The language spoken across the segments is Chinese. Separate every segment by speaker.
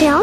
Speaker 1: 聊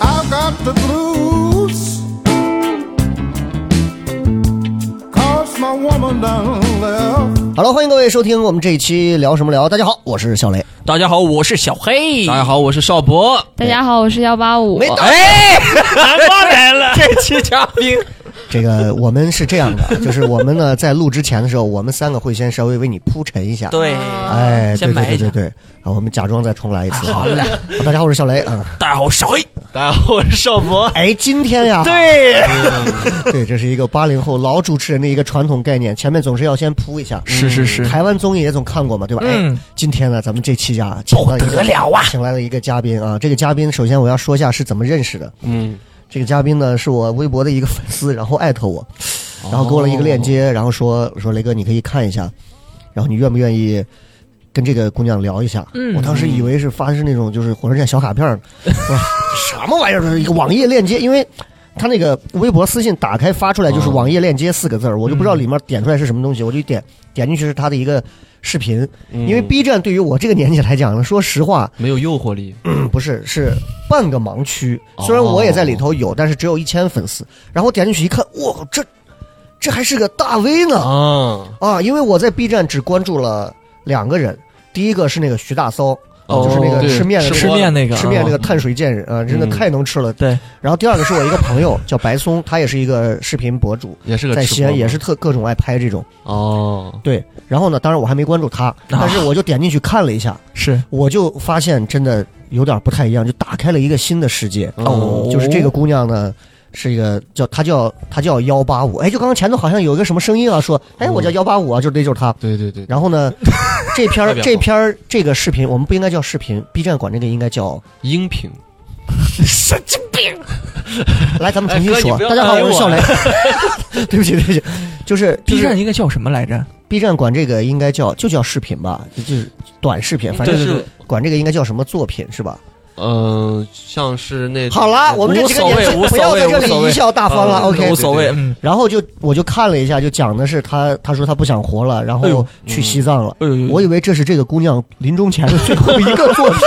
Speaker 2: I've got the blues. Cause my woman done left.
Speaker 3: 好了，欢迎各位收听我们这一期聊什么聊。大家好，我是小雷。
Speaker 4: 大家好，我是小黑。
Speaker 5: 大家好，我是邵博。
Speaker 6: 大家好，我是幺八五
Speaker 3: 没。到
Speaker 5: 哎，南方来 了，这期嘉宾
Speaker 3: 这个我们是这样的，就是我们呢在录之前的时候，我们三个会先稍微为你铺陈一下。，
Speaker 4: 对，
Speaker 3: 哎，对
Speaker 4: 先
Speaker 3: 对
Speaker 4: 埋
Speaker 3: 对
Speaker 4: 一下
Speaker 3: 对对，啊，我们假装再重来一次。
Speaker 4: 好嘞，
Speaker 3: 大家好，我是小雷啊。
Speaker 4: 大家好，我是小黑。
Speaker 5: 大家好，我是邵博。
Speaker 3: 哎，今天呀，
Speaker 5: 对，
Speaker 3: 对，这是一个八零后老主持人的一个传统概念，前面总是要先铺一下。嗯
Speaker 5: 是是是
Speaker 3: 台湾综艺也总看过嘛，对吧？
Speaker 5: 嗯
Speaker 3: 哎，今天呢，咱们这期呀，请到一个
Speaker 4: 不得了啊
Speaker 3: 请来了一个嘉宾啊，这个嘉宾首先我要说一下是怎么认识的。
Speaker 5: 嗯，
Speaker 3: 这个嘉宾呢是我微博的一个粉丝，然后艾特我，然后给我了一个链接，然后说说雷哥你可以看一下，然后你愿不愿意跟这个姑娘聊一下？
Speaker 4: 嗯
Speaker 3: 我当时以为是发的是那种就是火车站小卡片儿，我说什么玩意儿？一个网页链接，因为。他那个微博私信打开发出来就是“网页链接”四个字儿，我就不知道里面点出来是什么东西，我就点点进去是他的一个视频，因为 B 站对于我这个年纪来讲呢，说实话，
Speaker 5: 没有诱惑力。
Speaker 3: 不是，是半个盲区。虽然我也在里头有，但是只有一千粉丝。然后点进去一看，哇，这这还是个大 V 呢
Speaker 5: 啊，
Speaker 3: 啊！因为我在 B 站只关注了两个人，第一个是那个徐大骚，啊
Speaker 5: 哦
Speaker 3: 就是那个
Speaker 5: 对
Speaker 3: 吃面的
Speaker 5: 吃
Speaker 4: 吃
Speaker 3: 那个
Speaker 4: 面那个，
Speaker 3: 吃面那个碳水贱人啊，真的太能吃了。
Speaker 4: 对，
Speaker 3: 然后第二个是我一个朋友叫白松，他也是一个视频博主，
Speaker 5: 也是个
Speaker 3: 在
Speaker 5: 吃
Speaker 3: 西安
Speaker 5: 播
Speaker 3: 也是特各种爱拍这种。
Speaker 5: 哦，
Speaker 3: 对，然后呢，当然我还没关注他，但是我就点进去看了一下，
Speaker 4: 是
Speaker 3: 我就发现真的有点不太一样，就打开了一个新的世界。嗯
Speaker 5: 哦
Speaker 3: 就是这个姑娘呢，是一个叫她叫她叫幺八五，哎，就刚刚前头好像有一个什么声音啊，说，哎，我叫幺八五啊，就那就是她。
Speaker 5: 对对对，
Speaker 3: 然后 呢，这篇
Speaker 5: 嗯代
Speaker 3: 儿
Speaker 5: 表
Speaker 3: 这篇儿这个视频，我们不应该叫视频，B 站管这个应该叫。
Speaker 5: 音频
Speaker 3: 来，咱们重新
Speaker 5: 哎哥
Speaker 3: 说
Speaker 5: 你不，要
Speaker 3: 大家好，
Speaker 5: 打
Speaker 3: 我是
Speaker 5: 我
Speaker 3: 笑雷。 对不起，对不起，就是就
Speaker 4: B
Speaker 3: 是
Speaker 4: 站应该叫什么来着？
Speaker 3: B 站管这个应该叫就叫视频吧，就是短视频，反正
Speaker 5: 对对
Speaker 3: 是管这个应该叫什么作品是吧？
Speaker 4: 呃
Speaker 5: 嗯，像是那
Speaker 3: 好啦，我们这几个
Speaker 4: 无所谓
Speaker 3: 年纪
Speaker 4: 无
Speaker 3: 不
Speaker 4: 所
Speaker 3: 要
Speaker 4: 谓
Speaker 3: 在这
Speaker 4: 无所
Speaker 3: 里
Speaker 4: 谓
Speaker 3: 贻笑大方了
Speaker 5: 嗯
Speaker 3: ，OK
Speaker 4: 无。所谓，嗯，
Speaker 3: 然后就我就看了一下，就讲的是他，他说他不想活了，然
Speaker 4: 哎
Speaker 3: 后
Speaker 4: 呦
Speaker 3: 去西藏了。
Speaker 4: 哎呦呦呦
Speaker 3: 我以为这是这个姑娘临终前的最后一个 作品，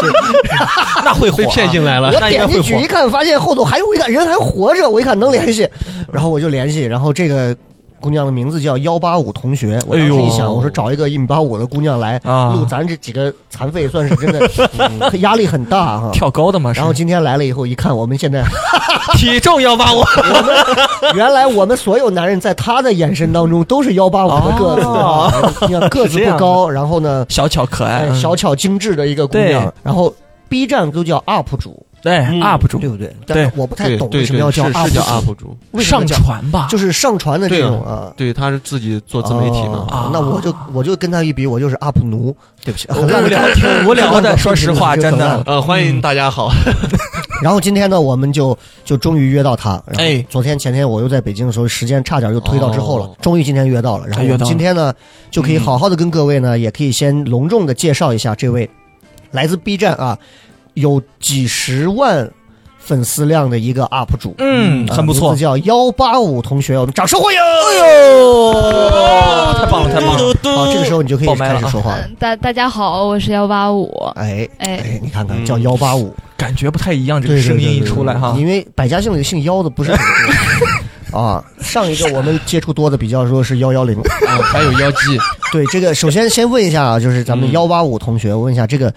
Speaker 4: 那会火
Speaker 5: 被
Speaker 4: 啊，
Speaker 5: 骗进来了，
Speaker 3: 我
Speaker 4: 那应该
Speaker 3: 点进
Speaker 4: 会
Speaker 3: 去
Speaker 4: 火
Speaker 3: 一看，发现后头还有一个人还活着，我一看能联系， 然后我就联系，然后这个。姑娘的名字叫幺八五同学，我当时
Speaker 4: 哎呦
Speaker 3: 一想，我说找一个一米八五的姑娘来
Speaker 4: 啊
Speaker 3: 录咱这几个残废，算是真 的嗯压力很大哈。
Speaker 4: 跳高的嘛，是
Speaker 3: 然后今天来了以后一看，我们现在
Speaker 4: 体重幺八五，
Speaker 3: 原来我们所有男人在他的眼神当中都是幺八五的个子啊，你看个子不高，然后呢，
Speaker 4: 小巧可爱
Speaker 3: 哎，
Speaker 4: 嗯
Speaker 3: 小巧精致的一个姑娘
Speaker 4: 对，
Speaker 3: 然后 B 站都叫 UP 主，
Speaker 4: 对
Speaker 5: 嗯
Speaker 4: 哎 UP 主
Speaker 3: 对不对？
Speaker 4: 对
Speaker 3: 但我不太
Speaker 5: 对
Speaker 3: 懂
Speaker 5: 对
Speaker 3: 为
Speaker 5: 对，
Speaker 3: 什么要叫
Speaker 5: 是是叫
Speaker 3: UP 主，
Speaker 5: UP 主，
Speaker 3: 为什么
Speaker 4: 上
Speaker 3: 叫
Speaker 4: 传吧，
Speaker 3: 就是上传的这种啊。
Speaker 5: 对，他是自己做自媒体嘛。
Speaker 3: 哦
Speaker 4: 啊
Speaker 3: 那我就我就跟他一比，我就是 UP 奴，对不起，很烂
Speaker 4: 无聊，挺无聊的，说实话，
Speaker 3: 就
Speaker 4: 真
Speaker 3: 很烂
Speaker 4: 的，
Speaker 5: 呃，欢
Speaker 4: 嗯
Speaker 5: 迎大家好，
Speaker 3: 然后今天呢，我们就就终于约到他。然后
Speaker 4: 哎
Speaker 3: 昨天前天我又在北京的时候，时间差点又推到之后了，
Speaker 5: 哦
Speaker 3: 终于今天约到了。然后我
Speaker 4: 约
Speaker 3: 们
Speaker 4: 到了嗯
Speaker 3: 今天呢，就可以好好的跟各位呢，也可以先隆重的介绍一下这位来自 B 站啊，有几十万粉丝量的一个 UP 主，
Speaker 4: 嗯，
Speaker 3: 啊
Speaker 4: 很不
Speaker 3: 名
Speaker 4: 错
Speaker 3: 字，叫幺八五同学，我们掌声欢迎。
Speaker 4: 哦，太棒了，太哦棒了，
Speaker 3: 好，这个时候你就可以
Speaker 4: 爆麦
Speaker 3: 开
Speaker 4: 了
Speaker 3: 始
Speaker 4: 啊
Speaker 3: 说话了。
Speaker 6: 大大家好，我是幺八五。
Speaker 3: 哎
Speaker 6: 哎
Speaker 3: 哎，你看看
Speaker 5: 嗯
Speaker 3: 叫幺八五，
Speaker 4: 感觉不太一样，这
Speaker 3: 对
Speaker 4: 个
Speaker 3: 对
Speaker 4: 声
Speaker 3: 对
Speaker 4: 音一
Speaker 3: 对
Speaker 4: 出来哈，
Speaker 3: 因为百家姓里姓妖的不是很 多啊。上一个我们接触多的比较说是幺幺零，
Speaker 5: 啊还有妖 姬，
Speaker 3: 对这个首先先问一下啊，就是咱们
Speaker 5: 嗯
Speaker 3: 幺八五同学，我问一下这个。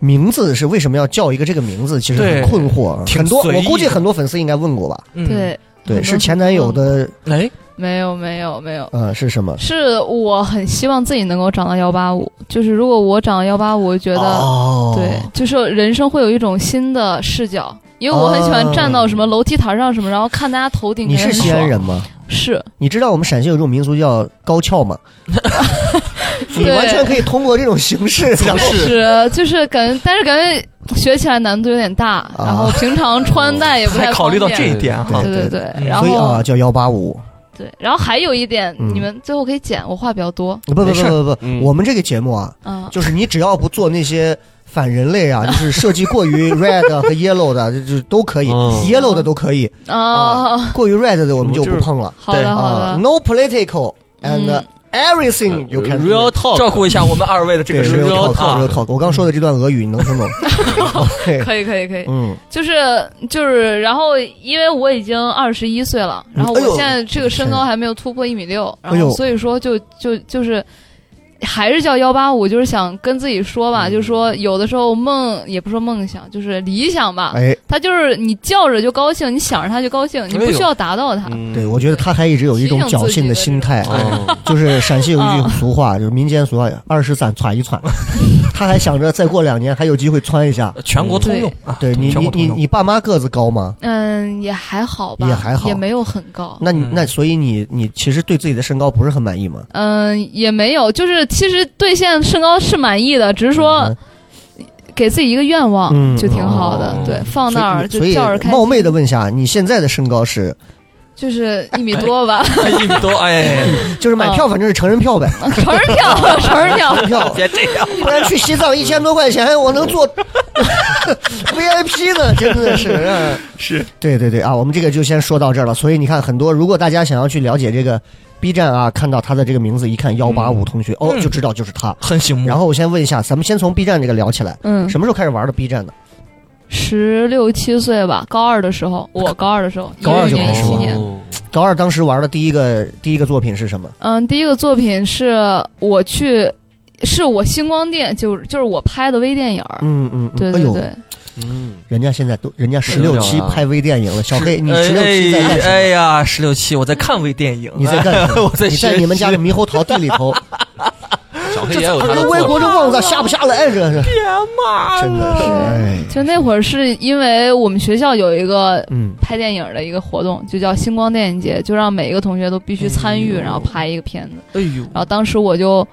Speaker 3: 名字是为什么要叫一个这个名字？其实很
Speaker 4: 对
Speaker 3: 困惑啊，
Speaker 4: 挺
Speaker 3: 很多
Speaker 4: 随
Speaker 3: 我
Speaker 4: 意
Speaker 3: 估计
Speaker 4: 的
Speaker 3: 很多粉丝应该问过吧？
Speaker 4: 嗯，
Speaker 6: 对，
Speaker 3: 对，
Speaker 6: 很多
Speaker 3: 是前男友的，
Speaker 4: 哎，
Speaker 6: 没有没有没有，
Speaker 3: 呃，是什么？
Speaker 6: 是我很希望自己能够长到幺八五。就是如果我长到幺八五，我觉得、
Speaker 3: 哦，
Speaker 6: 对，就是人生会有一种新的视角。因为我很喜欢站到什么楼梯台上什么，然后看大家头顶。
Speaker 3: 哦你
Speaker 6: 感觉
Speaker 3: 是
Speaker 6: 很
Speaker 3: 西安
Speaker 6: 爽？
Speaker 3: 人啊吗？
Speaker 6: 是，
Speaker 3: 你知道我们陕西有一种民俗叫高跷 吗？你
Speaker 6: 对
Speaker 3: 完全可以通过这种形式，然后
Speaker 6: 是，就是感觉，但是感觉学起来难度有点大，
Speaker 3: 啊
Speaker 6: 然后平常穿戴也不
Speaker 4: 还
Speaker 6: 太
Speaker 4: 考虑到这一点哈
Speaker 3: 方
Speaker 6: 对
Speaker 3: 便
Speaker 6: 对
Speaker 3: 对
Speaker 6: 对，
Speaker 4: 嗯
Speaker 6: 然
Speaker 3: 所以啊
Speaker 6: 后
Speaker 3: 叫幺八五，
Speaker 6: 对，然后还有一点，
Speaker 3: 嗯
Speaker 6: 你们最后可以剪，我话比较多
Speaker 3: 不不不
Speaker 4: 没事儿
Speaker 3: 不不不，
Speaker 5: 嗯
Speaker 3: 我们这个节目啊，
Speaker 6: 啊。
Speaker 3: 就是你只要不做那些反人类啊，就是设计过于 red 和 yellow 的，就就都可以
Speaker 5: 嗯
Speaker 3: ，yellow 的都可以，
Speaker 6: 哦，
Speaker 3: 过于 red 的我们就
Speaker 5: 我
Speaker 3: 不
Speaker 5: 就是
Speaker 3: 碰了
Speaker 6: 好的好
Speaker 3: 啊
Speaker 6: 的，
Speaker 3: ，no political and
Speaker 6: 嗯
Speaker 3: everything you can do
Speaker 5: real talk，
Speaker 4: 照顾一下我们二位的这
Speaker 3: 对
Speaker 4: 个
Speaker 3: real
Speaker 4: 身
Speaker 3: talk
Speaker 4: 啊
Speaker 3: real，talk，我刚说的这段俄语你能 听懂？对，
Speaker 6: 可以可以可以，
Speaker 3: 嗯，
Speaker 6: 就是就是，然后因为我已经二十一岁了，然后
Speaker 3: 哎呦
Speaker 6: 我现在这个身高还没有突破一米六，
Speaker 3: 哎呦
Speaker 6: 然后所以说就就就是。还是叫幺八五，就是想跟自己说
Speaker 3: 嗯
Speaker 6: 吧，就是说有的时候梦也不说梦想，就是理想吧，
Speaker 3: 哎，
Speaker 6: 它就是你叫着就高兴，你想着它就高兴，你不需要达到它。
Speaker 5: 嗯
Speaker 3: 对，我觉得他还一直有一种侥幸的心态啊。
Speaker 5: 哦
Speaker 3: 就是陕西有一
Speaker 6: 啊
Speaker 3: 句俗话，就是民间俗话，二十三窜一窜。他还想着再过两年还有机会窜一下。
Speaker 4: 全国通用
Speaker 6: 对
Speaker 4: 啊，
Speaker 3: 对你，
Speaker 4: 全
Speaker 3: 你
Speaker 4: 国通
Speaker 3: 你
Speaker 4: 用
Speaker 3: 你爸妈个子高吗？
Speaker 6: 嗯，也还好吧，
Speaker 3: 也还好
Speaker 6: 也没有很高。
Speaker 3: 那你
Speaker 4: 嗯
Speaker 3: 那所以你你其实对自己的身高不是很满意吗？
Speaker 6: 嗯，也没有，就是其实对现在身高是满意的，只是说
Speaker 3: 嗯
Speaker 6: 给自己一个愿望
Speaker 3: 嗯
Speaker 6: 就挺好的，
Speaker 4: 哦
Speaker 6: 对，放那儿就
Speaker 3: 所以
Speaker 6: 叫着开心。
Speaker 3: 冒昧的问一下，你现在的身高是？
Speaker 6: 就是一米多 吧，
Speaker 4: 一米多，哎，
Speaker 3: 就是
Speaker 6: 嗯
Speaker 3: 买票反正是成人票呗，
Speaker 6: 成人票，成人 票，
Speaker 3: 票，
Speaker 4: 别这样，
Speaker 3: 不然去西藏一千多块钱我能 坐 VIP 呢，真的是。嗯
Speaker 4: 是
Speaker 3: 对对对啊，我们这个就先说到这儿了。所以你看，很多如果大家想要去了解这个 B 站啊，看到他的这个名字一看幺八五同学，哦，
Speaker 4: 嗯
Speaker 3: 就知道就是他。
Speaker 4: 很醒目
Speaker 3: 然。后我先问一下，咱们先从 B 站这个聊起来，
Speaker 6: 嗯，
Speaker 3: 什么时候开始玩的 B 站的？
Speaker 6: 十六七岁吧，高二的时候，我高二的时候，一
Speaker 3: 高二
Speaker 6: 六
Speaker 3: 就开
Speaker 6: 年、一
Speaker 3: 始
Speaker 6: 七
Speaker 3: 了
Speaker 6: 年，
Speaker 5: 哦
Speaker 3: 高二当时玩的第一个第一个作品是什么？
Speaker 6: 嗯，第一个作品是我去，是我星光电，就是就是我拍的微电影儿，
Speaker 3: 嗯嗯，嗯
Speaker 6: 对
Speaker 3: 哎
Speaker 6: 对
Speaker 3: 呦，
Speaker 6: 对，
Speaker 5: 嗯，
Speaker 3: 人家现在都人家十
Speaker 5: 了
Speaker 3: 六
Speaker 5: 啊
Speaker 3: 期拍微电影了，小黑，你
Speaker 4: 哎
Speaker 3: 十六期在干什
Speaker 4: 哎
Speaker 3: 么？
Speaker 4: 呀，十六七，我在看微电影，啊
Speaker 3: 你在干什么
Speaker 4: 我？在
Speaker 3: 你
Speaker 4: 学
Speaker 3: 在
Speaker 4: 习
Speaker 3: 你们家的猕猴桃地里头，
Speaker 5: 小黑也有他的
Speaker 3: 这
Speaker 5: 作
Speaker 3: 外
Speaker 5: 品
Speaker 3: 国这旺子下不下来？这是别骂，真的是哎，
Speaker 6: 就那会儿是因为我们学校有一个
Speaker 3: 嗯，
Speaker 6: 拍电影的一个活动，就叫星光电影节，就让每一个同学都必须参
Speaker 3: 嗯
Speaker 6: 与，然后拍一个片子。
Speaker 4: 哎呦，
Speaker 6: 然后当时我就，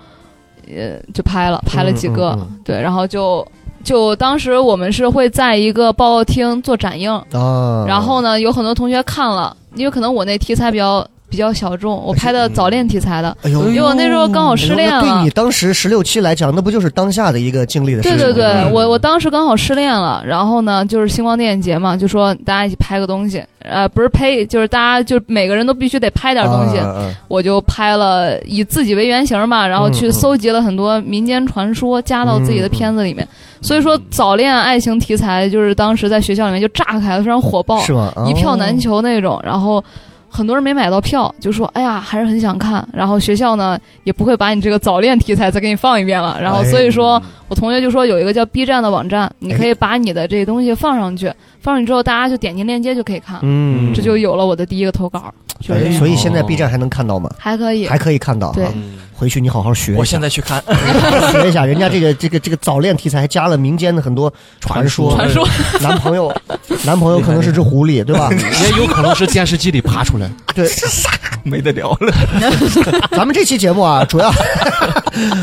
Speaker 6: 呃，就拍了，拍了几个，
Speaker 3: 嗯嗯
Speaker 6: 对，然后就就当时我们是会在一个报告厅做展映，
Speaker 3: 啊，
Speaker 6: 然后呢，有很多同学看了，因为可能我那题材比较比较小众，我拍的早恋题材的，
Speaker 3: 哎嗯哎呦，
Speaker 6: 因为我那时候刚好失恋
Speaker 3: 那对
Speaker 6: 了
Speaker 3: 你。当时十六期来讲，那不就是当下的一个经历的事
Speaker 6: 对
Speaker 3: 情
Speaker 6: 对
Speaker 3: 吗？
Speaker 6: 对，
Speaker 3: 嗯
Speaker 6: 我我当时刚好失恋了，然后呢，就是星光电影节嘛，就说大家一起拍个东西，呃，不是拍，就是大家就每个人都必须得拍点东西，
Speaker 3: 啊嗯啊啊
Speaker 6: 我就拍了以自己为原型嘛，然后去搜集了很多民间传说，加到自
Speaker 3: 嗯
Speaker 6: 己的片子里面。所以说，早恋爱情题材就是当时在学校里面就炸开了，非常火爆，
Speaker 3: 是吗？
Speaker 6: 哦
Speaker 3: 啊
Speaker 6: 一票难
Speaker 3: 求。
Speaker 6: 求那种。然后很多人没买到票，就说：“哎呀，还是很想看。”然后学校呢也不会把你这个早恋题材再给你放一遍了。然后
Speaker 3: 哎
Speaker 6: 所以说我同学就说有一个叫 B 站的网站，你
Speaker 3: 哎
Speaker 6: 可以把你的这些东西放上去，放上去之后大家就点进链接就可以看。
Speaker 3: 嗯，
Speaker 6: 这就有了我的第一个投稿，就
Speaker 3: 哎
Speaker 6: 是这样
Speaker 3: 所以现在 B 站还能看到吗？
Speaker 6: 还可以。
Speaker 3: 还可以看到。
Speaker 6: 对
Speaker 3: 啊，
Speaker 5: 嗯
Speaker 3: 回去你好好学一下。
Speaker 4: 我现在去看，
Speaker 3: 学一下人家这个这个这个早恋题材，还加了民间的很多传说。
Speaker 6: 传说
Speaker 3: 男朋友，男朋友可能是只狐狸，对吧？
Speaker 5: 也有可能是电视机里爬出来。
Speaker 3: 对，
Speaker 4: 没得聊了。
Speaker 3: 咱们这期节目啊，主要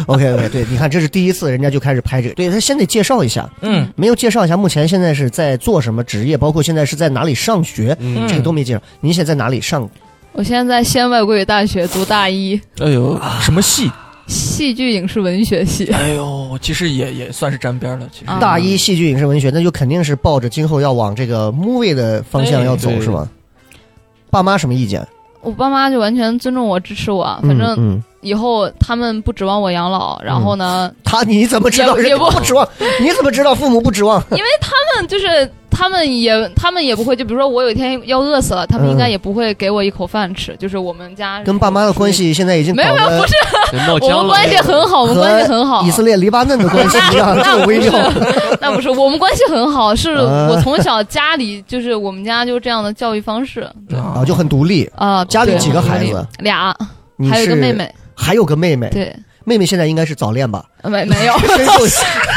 Speaker 3: OK OK，对，你看这是第一次，人家就开始拍这个。对他先得介绍一下，
Speaker 4: 嗯，
Speaker 3: 没有介绍一下，目前现在是在做什么职业，包括现在是在哪里上学，
Speaker 5: 嗯
Speaker 3: 这个都没介绍。您现在在哪里上？
Speaker 6: 我现在在西安外国语大学读大一，
Speaker 4: 哎呦，什么戏？
Speaker 6: 戏剧影视文学系。
Speaker 4: 哎呦，其实也也算是沾边了，其实
Speaker 6: 啊
Speaker 3: 大一戏剧影视文学，那就肯定是抱着今后要往这个 movie 的方向要走，
Speaker 5: 对
Speaker 3: 是吧？爸妈什么意见？
Speaker 6: 我爸妈就完全尊重我、支持我，啊反正
Speaker 3: 嗯嗯嗯
Speaker 6: 以后他们不指望我养老，然后呢，
Speaker 3: 他你怎么知道
Speaker 6: 也
Speaker 3: 人家
Speaker 6: 也不
Speaker 3: 不指望？你怎么知道父母不指望？
Speaker 6: 他们就是他们也他们也不会，就比如说我有一天要饿死了，他们应该也不会给我一口饭吃。就是我们家
Speaker 3: 跟爸妈的关，系现在已经
Speaker 6: 没有
Speaker 3: 搞
Speaker 6: 没有
Speaker 3: 得
Speaker 6: 不是
Speaker 5: 闹
Speaker 6: 我
Speaker 5: 僵
Speaker 6: 们
Speaker 5: 了
Speaker 6: 关系很好，我们关系很好
Speaker 3: 以。色列、黎巴嫩的关系一 样，这么微妙。
Speaker 6: 那不是我们关系很好，是
Speaker 3: 啊
Speaker 6: 我从小家里就是我们家就是这样的教育方式
Speaker 4: 嗯
Speaker 3: 啊，就很独立。
Speaker 6: 啊。
Speaker 3: 家里
Speaker 6: 对
Speaker 3: 几个孩？
Speaker 6: 我们
Speaker 3: 子？
Speaker 6: 俩，
Speaker 3: 你
Speaker 6: 还有一个
Speaker 3: 是哎
Speaker 6: 妹，妹。
Speaker 3: 还有个妹妹。
Speaker 6: 对，
Speaker 3: 妹妹现在应该是早恋吧？
Speaker 6: 没没有，
Speaker 3: 深受。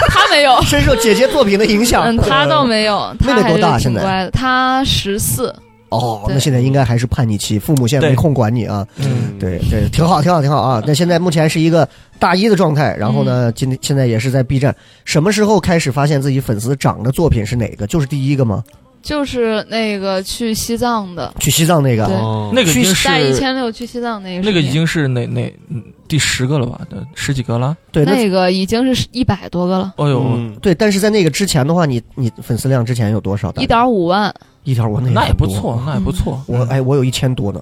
Speaker 6: 他没有 嗯
Speaker 3: 深受姐姐作品的影响。
Speaker 6: 嗯，他倒没有，
Speaker 3: 妹
Speaker 6: 他
Speaker 3: 妹
Speaker 6: 还
Speaker 3: 多
Speaker 6: 是
Speaker 3: 大
Speaker 6: 挺
Speaker 3: 现在
Speaker 6: 乖的。他十四，
Speaker 3: 哦，
Speaker 6: 对
Speaker 3: 那现在应该还是叛逆期，父母现在没
Speaker 4: 对
Speaker 3: 空管你啊。
Speaker 4: 嗯，
Speaker 3: 对对，挺好，挺好，挺好啊！那现在目前是一个大一的状态，然后
Speaker 6: 嗯
Speaker 3: 呢，今天现在也是在 B 站。什么时候开始发现自己粉丝涨的作品是哪个？就是第一个吗？
Speaker 6: 就是那个去西藏的，
Speaker 3: 去西藏那个
Speaker 6: 对
Speaker 3: 啊，
Speaker 5: 哦
Speaker 4: 嗯那个已经是
Speaker 6: 带一千六去西藏那个视
Speaker 4: 那个已
Speaker 6: 频
Speaker 4: 经是哪哪嗯第十个了吧？呃十几个了？
Speaker 3: 对，那
Speaker 6: 那个已经是一百多个了，
Speaker 4: 哦呦，
Speaker 5: 嗯
Speaker 3: 对，但是在那个之前的话，你你粉丝量之前有多少？
Speaker 6: 一点五万，
Speaker 3: 一条，我
Speaker 4: 那也嗯
Speaker 3: 很
Speaker 4: 不
Speaker 3: 多
Speaker 4: 错，那也不错。
Speaker 3: 我哎，我有一千 多呢，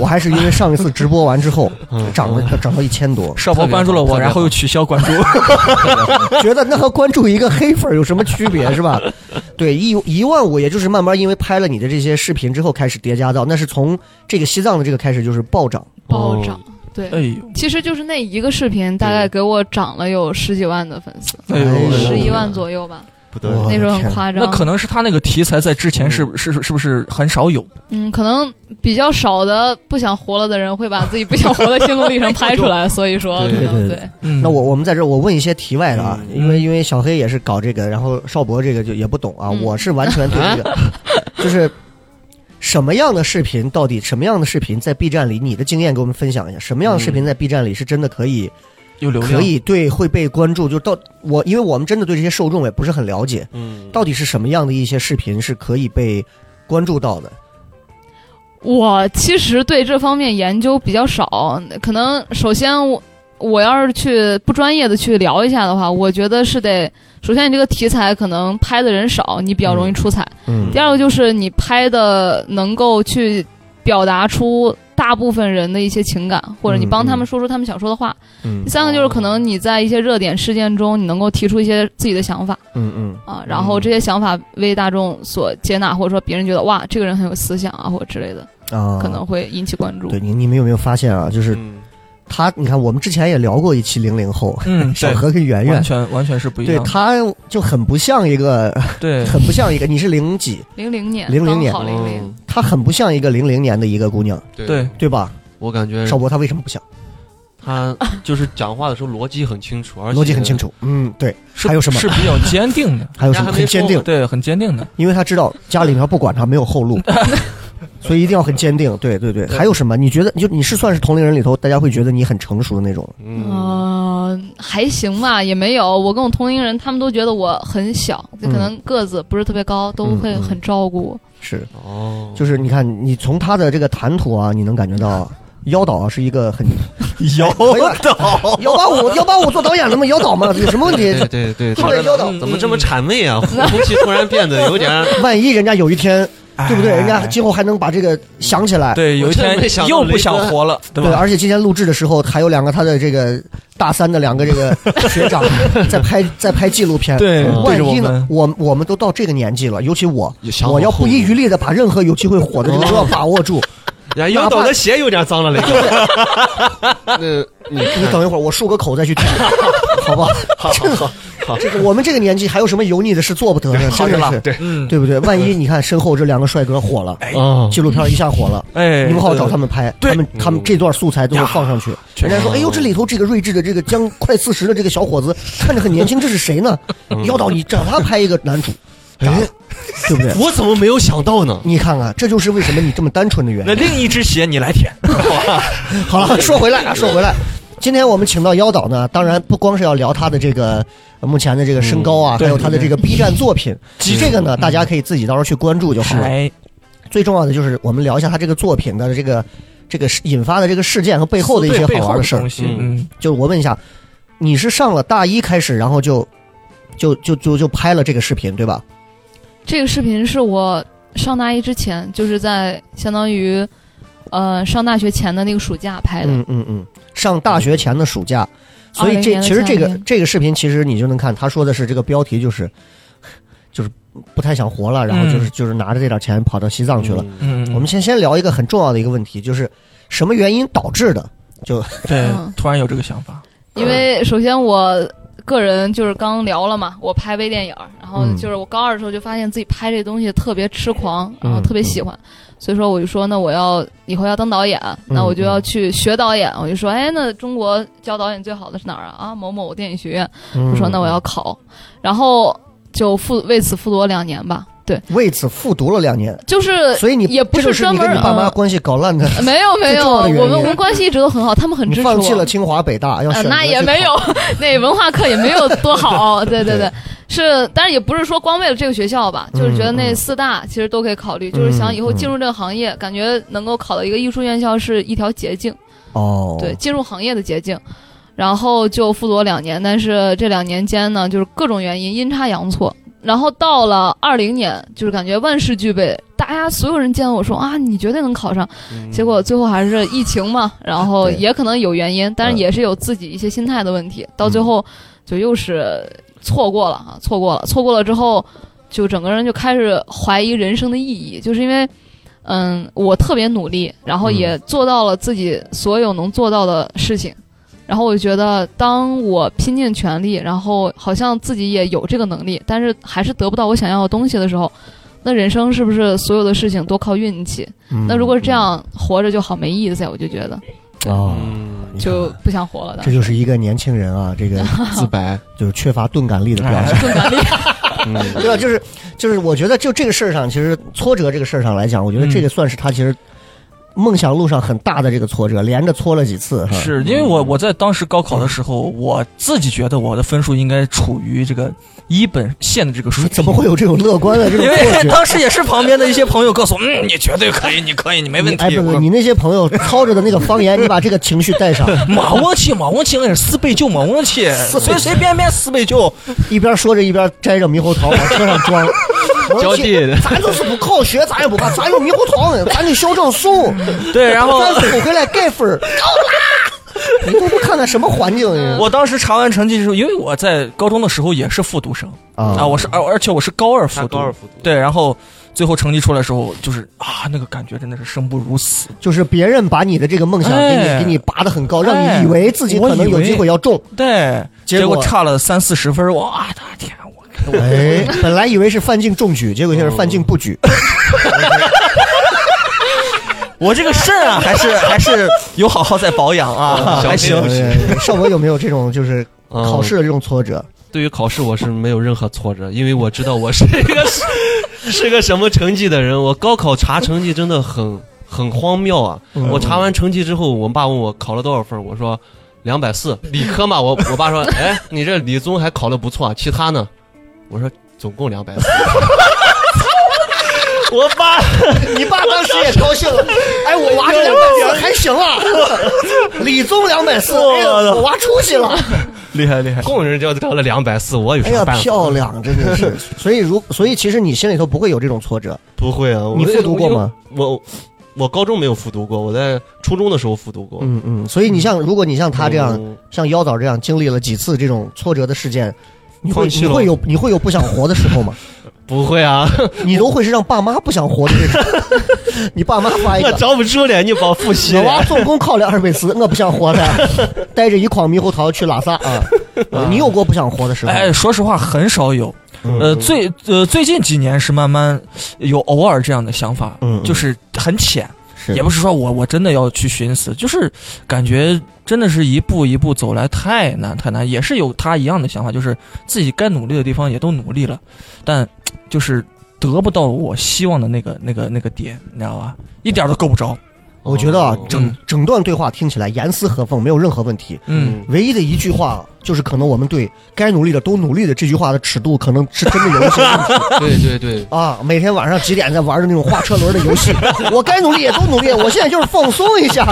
Speaker 3: 我还是因为上一次直播完之后
Speaker 5: 嗯
Speaker 3: 涨了
Speaker 4: 哦
Speaker 3: 涨到一千多，
Speaker 4: 嗯少博关注了
Speaker 5: 特别
Speaker 4: 我，
Speaker 5: 好
Speaker 4: 然后又取消关 注。
Speaker 3: 觉得那和关注一个黑粉儿有什么区别是吧？对，一一万五，也就是慢慢因为拍了你的这些视频之后开始叠加到，那是从这个西藏的这个开始就是暴涨，
Speaker 6: 暴涨。对，
Speaker 4: 哎呦，
Speaker 6: 其实就是那一个视频，大概给我涨了有十几万的粉丝，
Speaker 4: 哎呦，
Speaker 3: 哎
Speaker 6: 十
Speaker 3: 呦
Speaker 6: 一万左右吧，
Speaker 5: 不得了
Speaker 3: 哇，
Speaker 6: 那时候
Speaker 3: 天
Speaker 6: 很夸张。
Speaker 4: 那可能是他那个题材在之前是是是不是很少有？
Speaker 6: 嗯，可能比较少的不想活了的人会把自己不想活的心路历程拍 出来，所以说可
Speaker 5: 对
Speaker 6: 能
Speaker 3: 对对
Speaker 6: 对
Speaker 4: 嗯，
Speaker 3: 那我我们在这儿我问一些题外的啊，因为因为小黑也是搞这个，然后邵博这个就也不懂啊，
Speaker 6: 嗯
Speaker 3: 我是完全对这个，就是什么样的视频到底什么样的视频在 B 站里，你的经验给我们分享一下，什么样的视频在 B 站里是真的可以、
Speaker 4: 嗯有流量
Speaker 3: 可，以对会被关注，就到我因为我们真的对这些受众也不是很了解，
Speaker 5: 嗯，
Speaker 3: 到底是什么样的一些视频是可以被关注到的？
Speaker 6: 我其实对这方面研究比较少，可能首先我我要是去不专业的去聊一下的话，我觉得是得首先你这个题材可能拍的人少，你比较容易出彩；
Speaker 3: 嗯
Speaker 6: 第二个就是你拍的能够去表达出大部分人的一些情感，或者你帮他们说出他们想说的话；
Speaker 3: 嗯
Speaker 6: 第三个就是可能你在一些热点事件中，你能够提出一些自己的想法
Speaker 3: 嗯嗯，
Speaker 6: 啊，然后这些想法为大众所接纳，或者说别人觉得哇，这个人很有思想啊，或者之类的。
Speaker 3: 啊，
Speaker 6: 可能会引起关注。
Speaker 3: 对你你们有没有发现啊？就是
Speaker 5: 嗯
Speaker 3: 他，你看我们之前也聊过一期零零后，
Speaker 4: 嗯，
Speaker 3: 小
Speaker 4: 对，
Speaker 3: 何跟圆圆
Speaker 4: 完。全完全是不一
Speaker 3: 对
Speaker 4: 样。的。
Speaker 3: 他就很不像一个，
Speaker 4: 对，
Speaker 3: 很不像一个，你是零几，
Speaker 6: 零零年，
Speaker 3: 00
Speaker 6: 刚
Speaker 3: 年
Speaker 6: 好零零，
Speaker 5: 嗯
Speaker 3: 他很不像一个零零年的一个姑娘，
Speaker 4: 对，
Speaker 3: 对吧？
Speaker 5: 我感觉
Speaker 3: 邵博他为什么不像？
Speaker 5: 他就是讲话的时候逻辑很清楚，而且
Speaker 3: 逻辑很清，楚，嗯，对，
Speaker 4: 是
Speaker 3: 还有什么，
Speaker 4: 是比较坚定的
Speaker 3: 还有什么
Speaker 5: 人家还没
Speaker 3: 很坚
Speaker 5: 说
Speaker 3: 定，
Speaker 4: 对，很坚定的。
Speaker 3: 因为他知道家里面不管他没有后路，所以一定要很坚定。对对对，还有什么？你觉得你就你是算是同龄人里头，大家会觉得你很成熟的那种？
Speaker 5: 嗯，
Speaker 6: 呃，还行吧，也没有。我跟我同龄人，他们都觉得我很小，就
Speaker 3: 嗯
Speaker 6: 可能个子不是特别高，都会很照顾我。
Speaker 3: 是，
Speaker 5: 哦，
Speaker 3: 就是你看，你从他的这个谈吐啊，你能感觉到。妖导啊是一个很哎
Speaker 4: 有
Speaker 3: 导，幺八五幺八五做导演了吗？妖导吗？有什么问 题？
Speaker 5: 对对对，
Speaker 3: 后
Speaker 5: 怎
Speaker 3: 来
Speaker 5: 么
Speaker 3: 妖导，
Speaker 5: 怎么这么谄 媚啊？空气突然变得有点儿，
Speaker 3: 万一人家有一天，对不对？人家今后还能把这个想起来。
Speaker 4: 哎对，有一
Speaker 5: 我真
Speaker 4: 天
Speaker 5: 没想到
Speaker 4: 又
Speaker 5: 雷
Speaker 4: 不想
Speaker 5: 哥
Speaker 4: 活了，哎对
Speaker 3: 对，
Speaker 4: 吧？
Speaker 3: 而且今天录制的时候，还有两个他的这个大三的两个这个学 长在拍在拍纪录片。
Speaker 4: 对
Speaker 3: 万
Speaker 4: 对着我
Speaker 3: 一呢
Speaker 4: 们？
Speaker 3: 我我们都到这个年纪了，尤其我
Speaker 5: 也想，好
Speaker 3: 我要不
Speaker 5: 后
Speaker 3: 遗
Speaker 5: 路
Speaker 3: 余力的把任何有机会火的这个都要把握住。
Speaker 5: 然后腰抖的鞋哎有点 脏了，雷哥。那 你
Speaker 3: 你等一会儿，我漱个口再 去听，好吧？
Speaker 5: 好好好，
Speaker 3: 这个我们这个年纪还有什么油腻的事做不 得呢？真
Speaker 5: 对
Speaker 3: 的
Speaker 5: 了
Speaker 3: 是，
Speaker 5: 对，
Speaker 4: 嗯，
Speaker 3: 对不对？万一你看身后这两个帅哥火了，
Speaker 5: 哦，
Speaker 3: 纪录片一下火了。
Speaker 4: 哎，
Speaker 3: 你们好
Speaker 4: 对
Speaker 3: 找他们拍，
Speaker 4: 对嗯
Speaker 3: 他们他们这段素材都会放上去。人家说：“哎呦，这里头这个睿智的这个将快四十的这个小伙子，看着很年轻，这是谁呢？
Speaker 4: 嗯
Speaker 3: 妖导，你找他拍一个男主，
Speaker 5: 哎，
Speaker 3: 对不对？
Speaker 5: 我怎么没有想到呢？
Speaker 3: 你看看，啊这就是为什么你这么单纯的原
Speaker 4: 那
Speaker 3: 因。
Speaker 4: 另一只鞋你来舔，
Speaker 3: 好了， 说回来啊，说回来，今天我们请到妖导呢，当然不光是要聊他的这个呃目前的这个身高啊，
Speaker 4: 嗯对
Speaker 3: 还有他的这个 B 站作 品，这个呢，大家可以自己到时候去关注就好了。
Speaker 4: 哎，
Speaker 3: 最重要的就是我们聊一下他这个作品的这个这个引发的这个事件和背后的一些
Speaker 4: 背
Speaker 3: 好玩
Speaker 4: 后
Speaker 3: 的事儿
Speaker 4: 东。西，
Speaker 5: 嗯
Speaker 4: 嗯，
Speaker 3: 就是我问一下，你是上了大一开始，然后就就就就就拍了这个视频，对吧？
Speaker 6: 这个视频是我上大一之前，就是在相当于呃上大学前的那个暑假拍的。
Speaker 3: 嗯嗯嗯。上大学前的暑假，所以这
Speaker 6: 2020
Speaker 3: 其实这个
Speaker 6: 年
Speaker 3: 这个视频，其实你就能看，他说的是这个标题就是就是不太想活了，然后
Speaker 6: 嗯
Speaker 3: 就是、就是拿着这点钱跑到西藏去了。
Speaker 4: 嗯，
Speaker 3: 我们先先聊一个很重要的一个问题，就是什么原因导致的？
Speaker 4: 对
Speaker 6: 嗯
Speaker 4: 突然有这个想法，
Speaker 6: 因为首先我个人就是刚聊了嘛，我拍微电影儿，然后
Speaker 3: 嗯
Speaker 6: 就是我高二的时候就发现自己拍这东西特别痴狂，然后
Speaker 3: 嗯
Speaker 6: 特别喜欢，所以说我就说那我要以后要当导演，那我就
Speaker 3: 嗯
Speaker 6: 要去学导演，我就说哎那中国教导演最好的是哪儿啊？啊某某电影学院，
Speaker 3: 嗯
Speaker 6: 我说那我要考，然后就复为此复读了两年吧，
Speaker 3: 为此复读了两年，
Speaker 6: 就是
Speaker 3: 所以你
Speaker 6: 呃也不
Speaker 3: 这就是
Speaker 6: 专
Speaker 3: 你
Speaker 6: 门
Speaker 3: 跟你爸妈
Speaker 6: 嗯
Speaker 3: 关系搞烂 的，
Speaker 6: 没有没
Speaker 3: 最
Speaker 6: 有，
Speaker 3: 重要的原因
Speaker 6: 我们我们关系一直都很好，他们很
Speaker 3: 你
Speaker 6: 支持我。
Speaker 3: 放弃了清华北大，要
Speaker 6: 呃，
Speaker 3: 选择
Speaker 6: 那也
Speaker 3: 去
Speaker 6: 没
Speaker 3: 考
Speaker 6: 有， 那文化课也没有多 好。对对对，是，但是也不是说光为了这个学校吧，
Speaker 3: 嗯
Speaker 6: 就是觉得那四大其实都可以考虑，就是想以后进入这个行业，感觉能够考到一个艺术院校是一条捷径，
Speaker 3: 哦，
Speaker 6: 对，，进入行业的捷径。然后就复读了两年，但是这两年间呢，就是各种原因阴差阳错。然后到了二零年，就是感觉万事俱备，大家所有人见我说啊，你绝对能考上。 结果最后还是疫情嘛，然后
Speaker 3: 嗯对
Speaker 6: 也可能有原因，但是
Speaker 3: 嗯
Speaker 6: 也是有自己一些心态的问题，到最后就又是错过了啊，错过了，错过了之后，就整个人就开始怀疑人生的意义，就是因为。嗯，我特别努力，然后也做到了自己所有能做到的事情，然后我就觉得，当我拼尽全力，然后好像自己也有这个能力，但是还是得不到我想要的东西的时候，那人生是不是所有的事情都靠运气？
Speaker 3: 嗯
Speaker 6: 那如果是这样活着就好没意思呀，我就觉得
Speaker 3: 哦，
Speaker 5: 嗯，
Speaker 3: 你看
Speaker 6: 就不想活了的
Speaker 3: 这。就是一个年轻人啊， 这个
Speaker 5: 自白，
Speaker 3: 就是缺乏钝感力的表现。
Speaker 6: 钝感力，
Speaker 5: 嗯，
Speaker 3: 对吧？啊就是就是，我觉得就这个事儿上，其实挫折这个事儿上来讲，我觉
Speaker 4: 嗯
Speaker 3: 得这个算是他其实梦想路上很大的这个挫折，连着挫了几次。哈，
Speaker 4: 是因为我我在当时高考的时候，
Speaker 3: 嗯
Speaker 4: 我自己觉得我的分数应该处于这个一本线的这个水平。
Speaker 3: 怎么会？有这种乐观的这种
Speaker 4: 因
Speaker 3: 错
Speaker 4: 为
Speaker 3: 觉？
Speaker 4: 当时也是旁边的一些朋友告诉我，嗯，你绝对可以，你可以，你没问
Speaker 3: 哎，
Speaker 4: 题。
Speaker 3: 不
Speaker 4: 我
Speaker 3: 不，你那些朋友操着的那个方言，你把这个情绪带 上，
Speaker 4: 马翁气，马翁气，那是四倍就马翁气，
Speaker 3: 四倍
Speaker 4: 随随便便四倍就。
Speaker 3: 一边说着一边摘着猕猴桃往车上装。
Speaker 5: 浇地的
Speaker 3: 咱就是不考学，咱也不怕，咱有猕猴桃呢，咱给校长送。
Speaker 4: 对，然后
Speaker 3: 咱走回来盖分儿，够啦！你都不看看什么环境啊
Speaker 4: 我当时查完成绩的时候，因为我在高中的时候也是复读生啊，我是而而且我是高二
Speaker 3: 啊
Speaker 4: 复
Speaker 5: 他
Speaker 4: 读
Speaker 5: 高，二复读，
Speaker 4: 对，然后最后成绩出来的时候，就是啊，那个感觉真的是生不如死。
Speaker 3: 就是别人把你的这个梦想给你、
Speaker 4: 哎
Speaker 3: 给你拔得很高，让
Speaker 4: 哎
Speaker 3: 你以为自己可能有机会要中。
Speaker 4: 对，
Speaker 3: 结
Speaker 4: 结
Speaker 3: 果
Speaker 4: 果差了三四十分，哇，大天，啊我
Speaker 3: 哎，本来以为是范进中举，结果现在是范进不举。
Speaker 4: 我这个肾 啊，还是还是有好好在保养啊，
Speaker 5: 小
Speaker 4: 还
Speaker 5: 心
Speaker 4: 行。
Speaker 5: 不举
Speaker 3: 哎少博有没有这种就是
Speaker 5: 嗯
Speaker 3: 考试的这种挫折？
Speaker 5: 对于考试我是没有任何挫折，因为我知道我是一个 是是个什么成绩的人。我高考查成绩真的很很荒谬啊！
Speaker 3: 嗯
Speaker 5: 我查完成绩之后，我爸问我考了多少分儿，我说两百四，理科嘛。我我爸说， 哎，你这理综还考的不错，啊，其他呢？我说总共 两百四。我爸
Speaker 3: 你爸当时也高兴 了，哎，我娃这两百四还行啊，理综两百四，哎呀，我娃出息了，
Speaker 4: 厉害厉 害，
Speaker 5: 供人家得了两百四，我有
Speaker 3: 哎
Speaker 5: 啥
Speaker 3: 呀，
Speaker 5: 办法？
Speaker 3: 漂亮，真的 是。所以如所以其实你心里头不会有这种挫折，
Speaker 5: 不会啊，我
Speaker 3: 你复读过吗？
Speaker 5: 我我高中没有复读过，我在初中的时候复读过。
Speaker 3: 嗯嗯。所以你像如果你像他这样，
Speaker 5: 嗯
Speaker 3: 像妖枣这样经历了几次这种挫折的事件，你会
Speaker 5: 放弃
Speaker 3: 你
Speaker 5: 了
Speaker 3: 会有你会有不想活的时候吗？
Speaker 5: 不会啊，
Speaker 3: 你都会是让爸妈不想活的这种。 你爸妈发一
Speaker 5: 我
Speaker 3: 个，
Speaker 5: 找不出来，你把我复习
Speaker 3: 我
Speaker 5: 了
Speaker 3: 娃。总共考了二百四，我不想活 了，带着一筐猕猴桃去拉萨啊！你有过不想活的时候？
Speaker 4: 哎，说实话很少有，
Speaker 5: 嗯
Speaker 4: 呃，最呃最近几年是慢慢有偶尔这样的想法，
Speaker 3: 嗯嗯
Speaker 4: 就是很浅，
Speaker 3: 是
Speaker 4: 也不是说我我真的要去寻死，就是感觉真的是一步一步走来太难太难，也是有他一样的想法，就是自己该努力的地方也都努力了，但就是得不到我希望的那个那个那个点，你知道吧？一点儿都够不着。
Speaker 3: 我觉得啊
Speaker 5: 哦，
Speaker 3: 整
Speaker 4: 嗯
Speaker 3: 整段对话听起来严丝合缝，没有任何问题。
Speaker 4: 嗯，
Speaker 3: 唯一的一句话就是，可能我们对该努力的都努力的这句话的尺度，可能是真的有一些问题。
Speaker 5: 对对对，
Speaker 3: 啊，每天晚上几点在玩的那种画车轮的游戏，我该努力也都努力，我现在就是放松一下。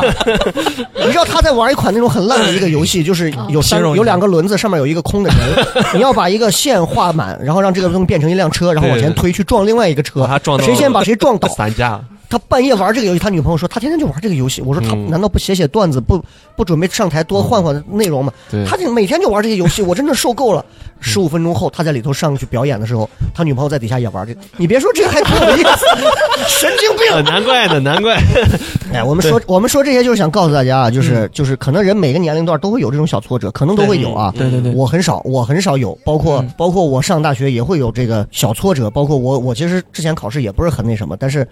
Speaker 3: 你知道他在玩一款那种很烂的一个游戏，就是有
Speaker 4: 哦形
Speaker 3: 三
Speaker 4: 容一下
Speaker 3: 有两个轮子，上面有一个空的人，你要把一个线画满，然后让这个东西变成一辆车，然后往前推去撞另外一个车
Speaker 5: 把他，撞到
Speaker 3: 谁先把谁撞倒。
Speaker 5: 散架，
Speaker 3: 他半夜玩这个游戏，他女朋友说他天天就玩这个游戏。我说他
Speaker 5: 嗯
Speaker 3: 难道不写写段子，不不准备上台多换换内容吗？
Speaker 5: 对嗯
Speaker 3: 他就每天就玩这些游戏，我真的受够了。十五分钟后，他在里头上去表演的时候，他女朋友在底下也玩这。你别说这还挺有意思，神经 病。
Speaker 5: 呃难怪呢，难 怪。
Speaker 3: 哎，我们说我们说这些就是想告诉大家啊，
Speaker 5: 嗯
Speaker 3: 就是就是可能人每个年龄段都会有这种小挫折，可能都会有
Speaker 5: 嗯
Speaker 3: 啊。
Speaker 4: 对对对，
Speaker 3: 我很少，我很少有，包
Speaker 4: 嗯
Speaker 3: 括、包括我上大学也会有这个小挫折，包括我我其实之前考试也不是很那什么，但是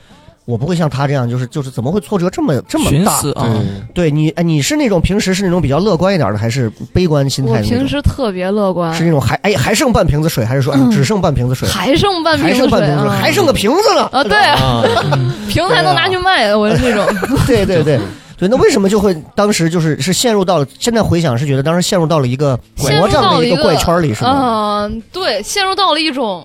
Speaker 3: 我不会像他这样，就是就是怎么会挫折这么这么
Speaker 4: 寻
Speaker 3: 大？
Speaker 4: 死啊！
Speaker 5: 嗯，
Speaker 3: 对你，哎，你是那种平时是那种比较乐观一点的，还是悲观心
Speaker 6: 我
Speaker 3: 态的那
Speaker 6: 平
Speaker 3: 种？
Speaker 6: 时特别乐观，
Speaker 3: 是那种还哎还剩半瓶子水，还是说、哎、只剩半瓶子水？
Speaker 6: 还剩半
Speaker 3: 还
Speaker 6: 瓶
Speaker 3: 剩
Speaker 6: 子
Speaker 3: 半
Speaker 6: 水
Speaker 3: 瓶子水，
Speaker 6: 啊！
Speaker 3: 还剩个瓶子了。
Speaker 6: 啊， 对，
Speaker 5: 啊，
Speaker 6: 瓶子还能拿去卖的，我是这种。
Speaker 3: 对对 对对，那为什么就会当时就是是陷入到了？现在回想是觉得当时陷入到了一个
Speaker 6: 陷入
Speaker 3: 魔
Speaker 6: 到
Speaker 3: 障的
Speaker 6: 了
Speaker 3: 一个怪圈里，是吗？
Speaker 6: 嗯、对，陷入到了一种，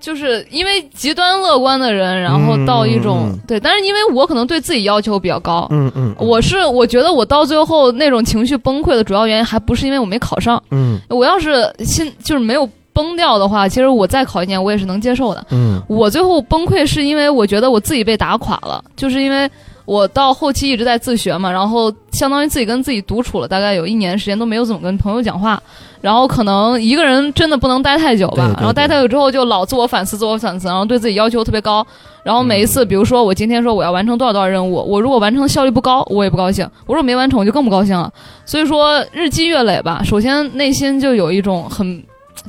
Speaker 6: 就是因为极端乐观的人，然后到一种、
Speaker 3: 嗯嗯嗯
Speaker 6: 对，但是因为我可能对自己要求比较高，
Speaker 3: 嗯嗯，
Speaker 6: 我是我觉得我到最后那种情绪崩溃的主要原因还不是因为我没考上，
Speaker 3: 嗯
Speaker 6: 我要是心就是没有崩掉的话，其实我再考一年我也是能接受的。
Speaker 3: 嗯
Speaker 6: 我最后崩溃是因为我觉得我自己被打垮了，就是因为我到后期一直在自学嘛，然后相当于自己跟自己独处了，大概有一年时间都没有怎么跟朋友讲话，然后可能一个人真的不能待太久吧，
Speaker 3: 对对对
Speaker 6: 然后待太久之后就老自我反思、自我反思，然后对自己要求特别高，然后每一次，比如说我今天说我要完成多少多少任务，我如果完成的效率不高，我也不高兴；我如果没完成，我就更不高兴了。所以说日积月累吧，首先内心就有一种很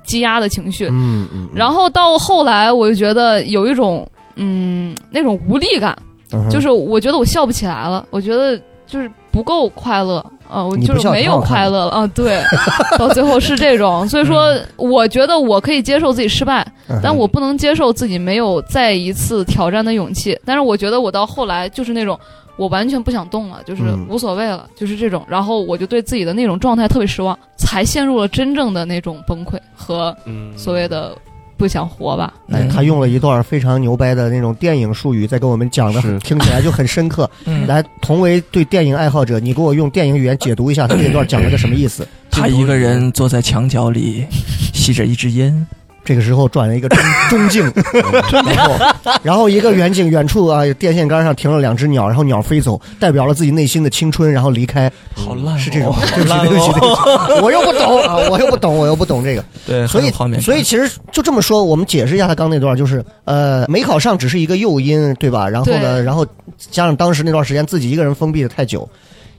Speaker 6: 积压的情绪，
Speaker 3: 嗯嗯，
Speaker 6: 然后到后来，我就觉得有一种嗯那种无力感，
Speaker 3: 后
Speaker 6: 就是我觉得我笑不起来了，我觉得就是不够快乐啊、我
Speaker 3: 你不
Speaker 6: 就是
Speaker 3: 笑
Speaker 6: 没
Speaker 3: 挺
Speaker 6: 有
Speaker 3: 好看
Speaker 6: 快
Speaker 3: 的嗯
Speaker 6: 乐了啊、 对，到最后是这种，所以说我觉得我可以接受自己失败，但我不能接受自己没有再一次挑战的勇气。但是我觉得我到后来就是那种。我完全不想动了，就是
Speaker 3: 嗯
Speaker 6: 无所谓了，就是这种。然后我就对自己的那种状态特别失望，才陷入了真正的那种崩溃和
Speaker 5: 嗯
Speaker 6: 所谓的不想活吧。
Speaker 4: 嗯
Speaker 3: 哎，他用了一段非常牛掰的那种电影术语，在跟我们讲的
Speaker 5: 是，
Speaker 3: 听起来就很深刻。
Speaker 4: 嗯
Speaker 3: 来，同为对电影爱好者，你给我用电影语言解读一下他这段讲了个什么意思？
Speaker 4: 他一个人坐在墙角里，吸着一支烟，
Speaker 3: 这个时候转了一个中 中镜，然后然后一个远景，远处啊电线杆上停了两只鸟，然后鸟飞走，代表了自己内心的青春，然后离开。
Speaker 4: 好烂、哦，
Speaker 3: 是这种
Speaker 4: 好
Speaker 3: 对不起
Speaker 4: 烂
Speaker 3: 对不起对
Speaker 4: 哦。
Speaker 3: 我又不懂啊，我又不懂，我又不懂这个。
Speaker 4: 对，
Speaker 3: 所
Speaker 4: 很
Speaker 3: 以
Speaker 4: 有画面，
Speaker 3: 所以其实就这么说，我们解释一下他刚那段，就是呃，没考上只是一个诱因，对吧？然后呢，
Speaker 6: 对
Speaker 3: 然后加上当时那段时间自己一个人封闭的太久，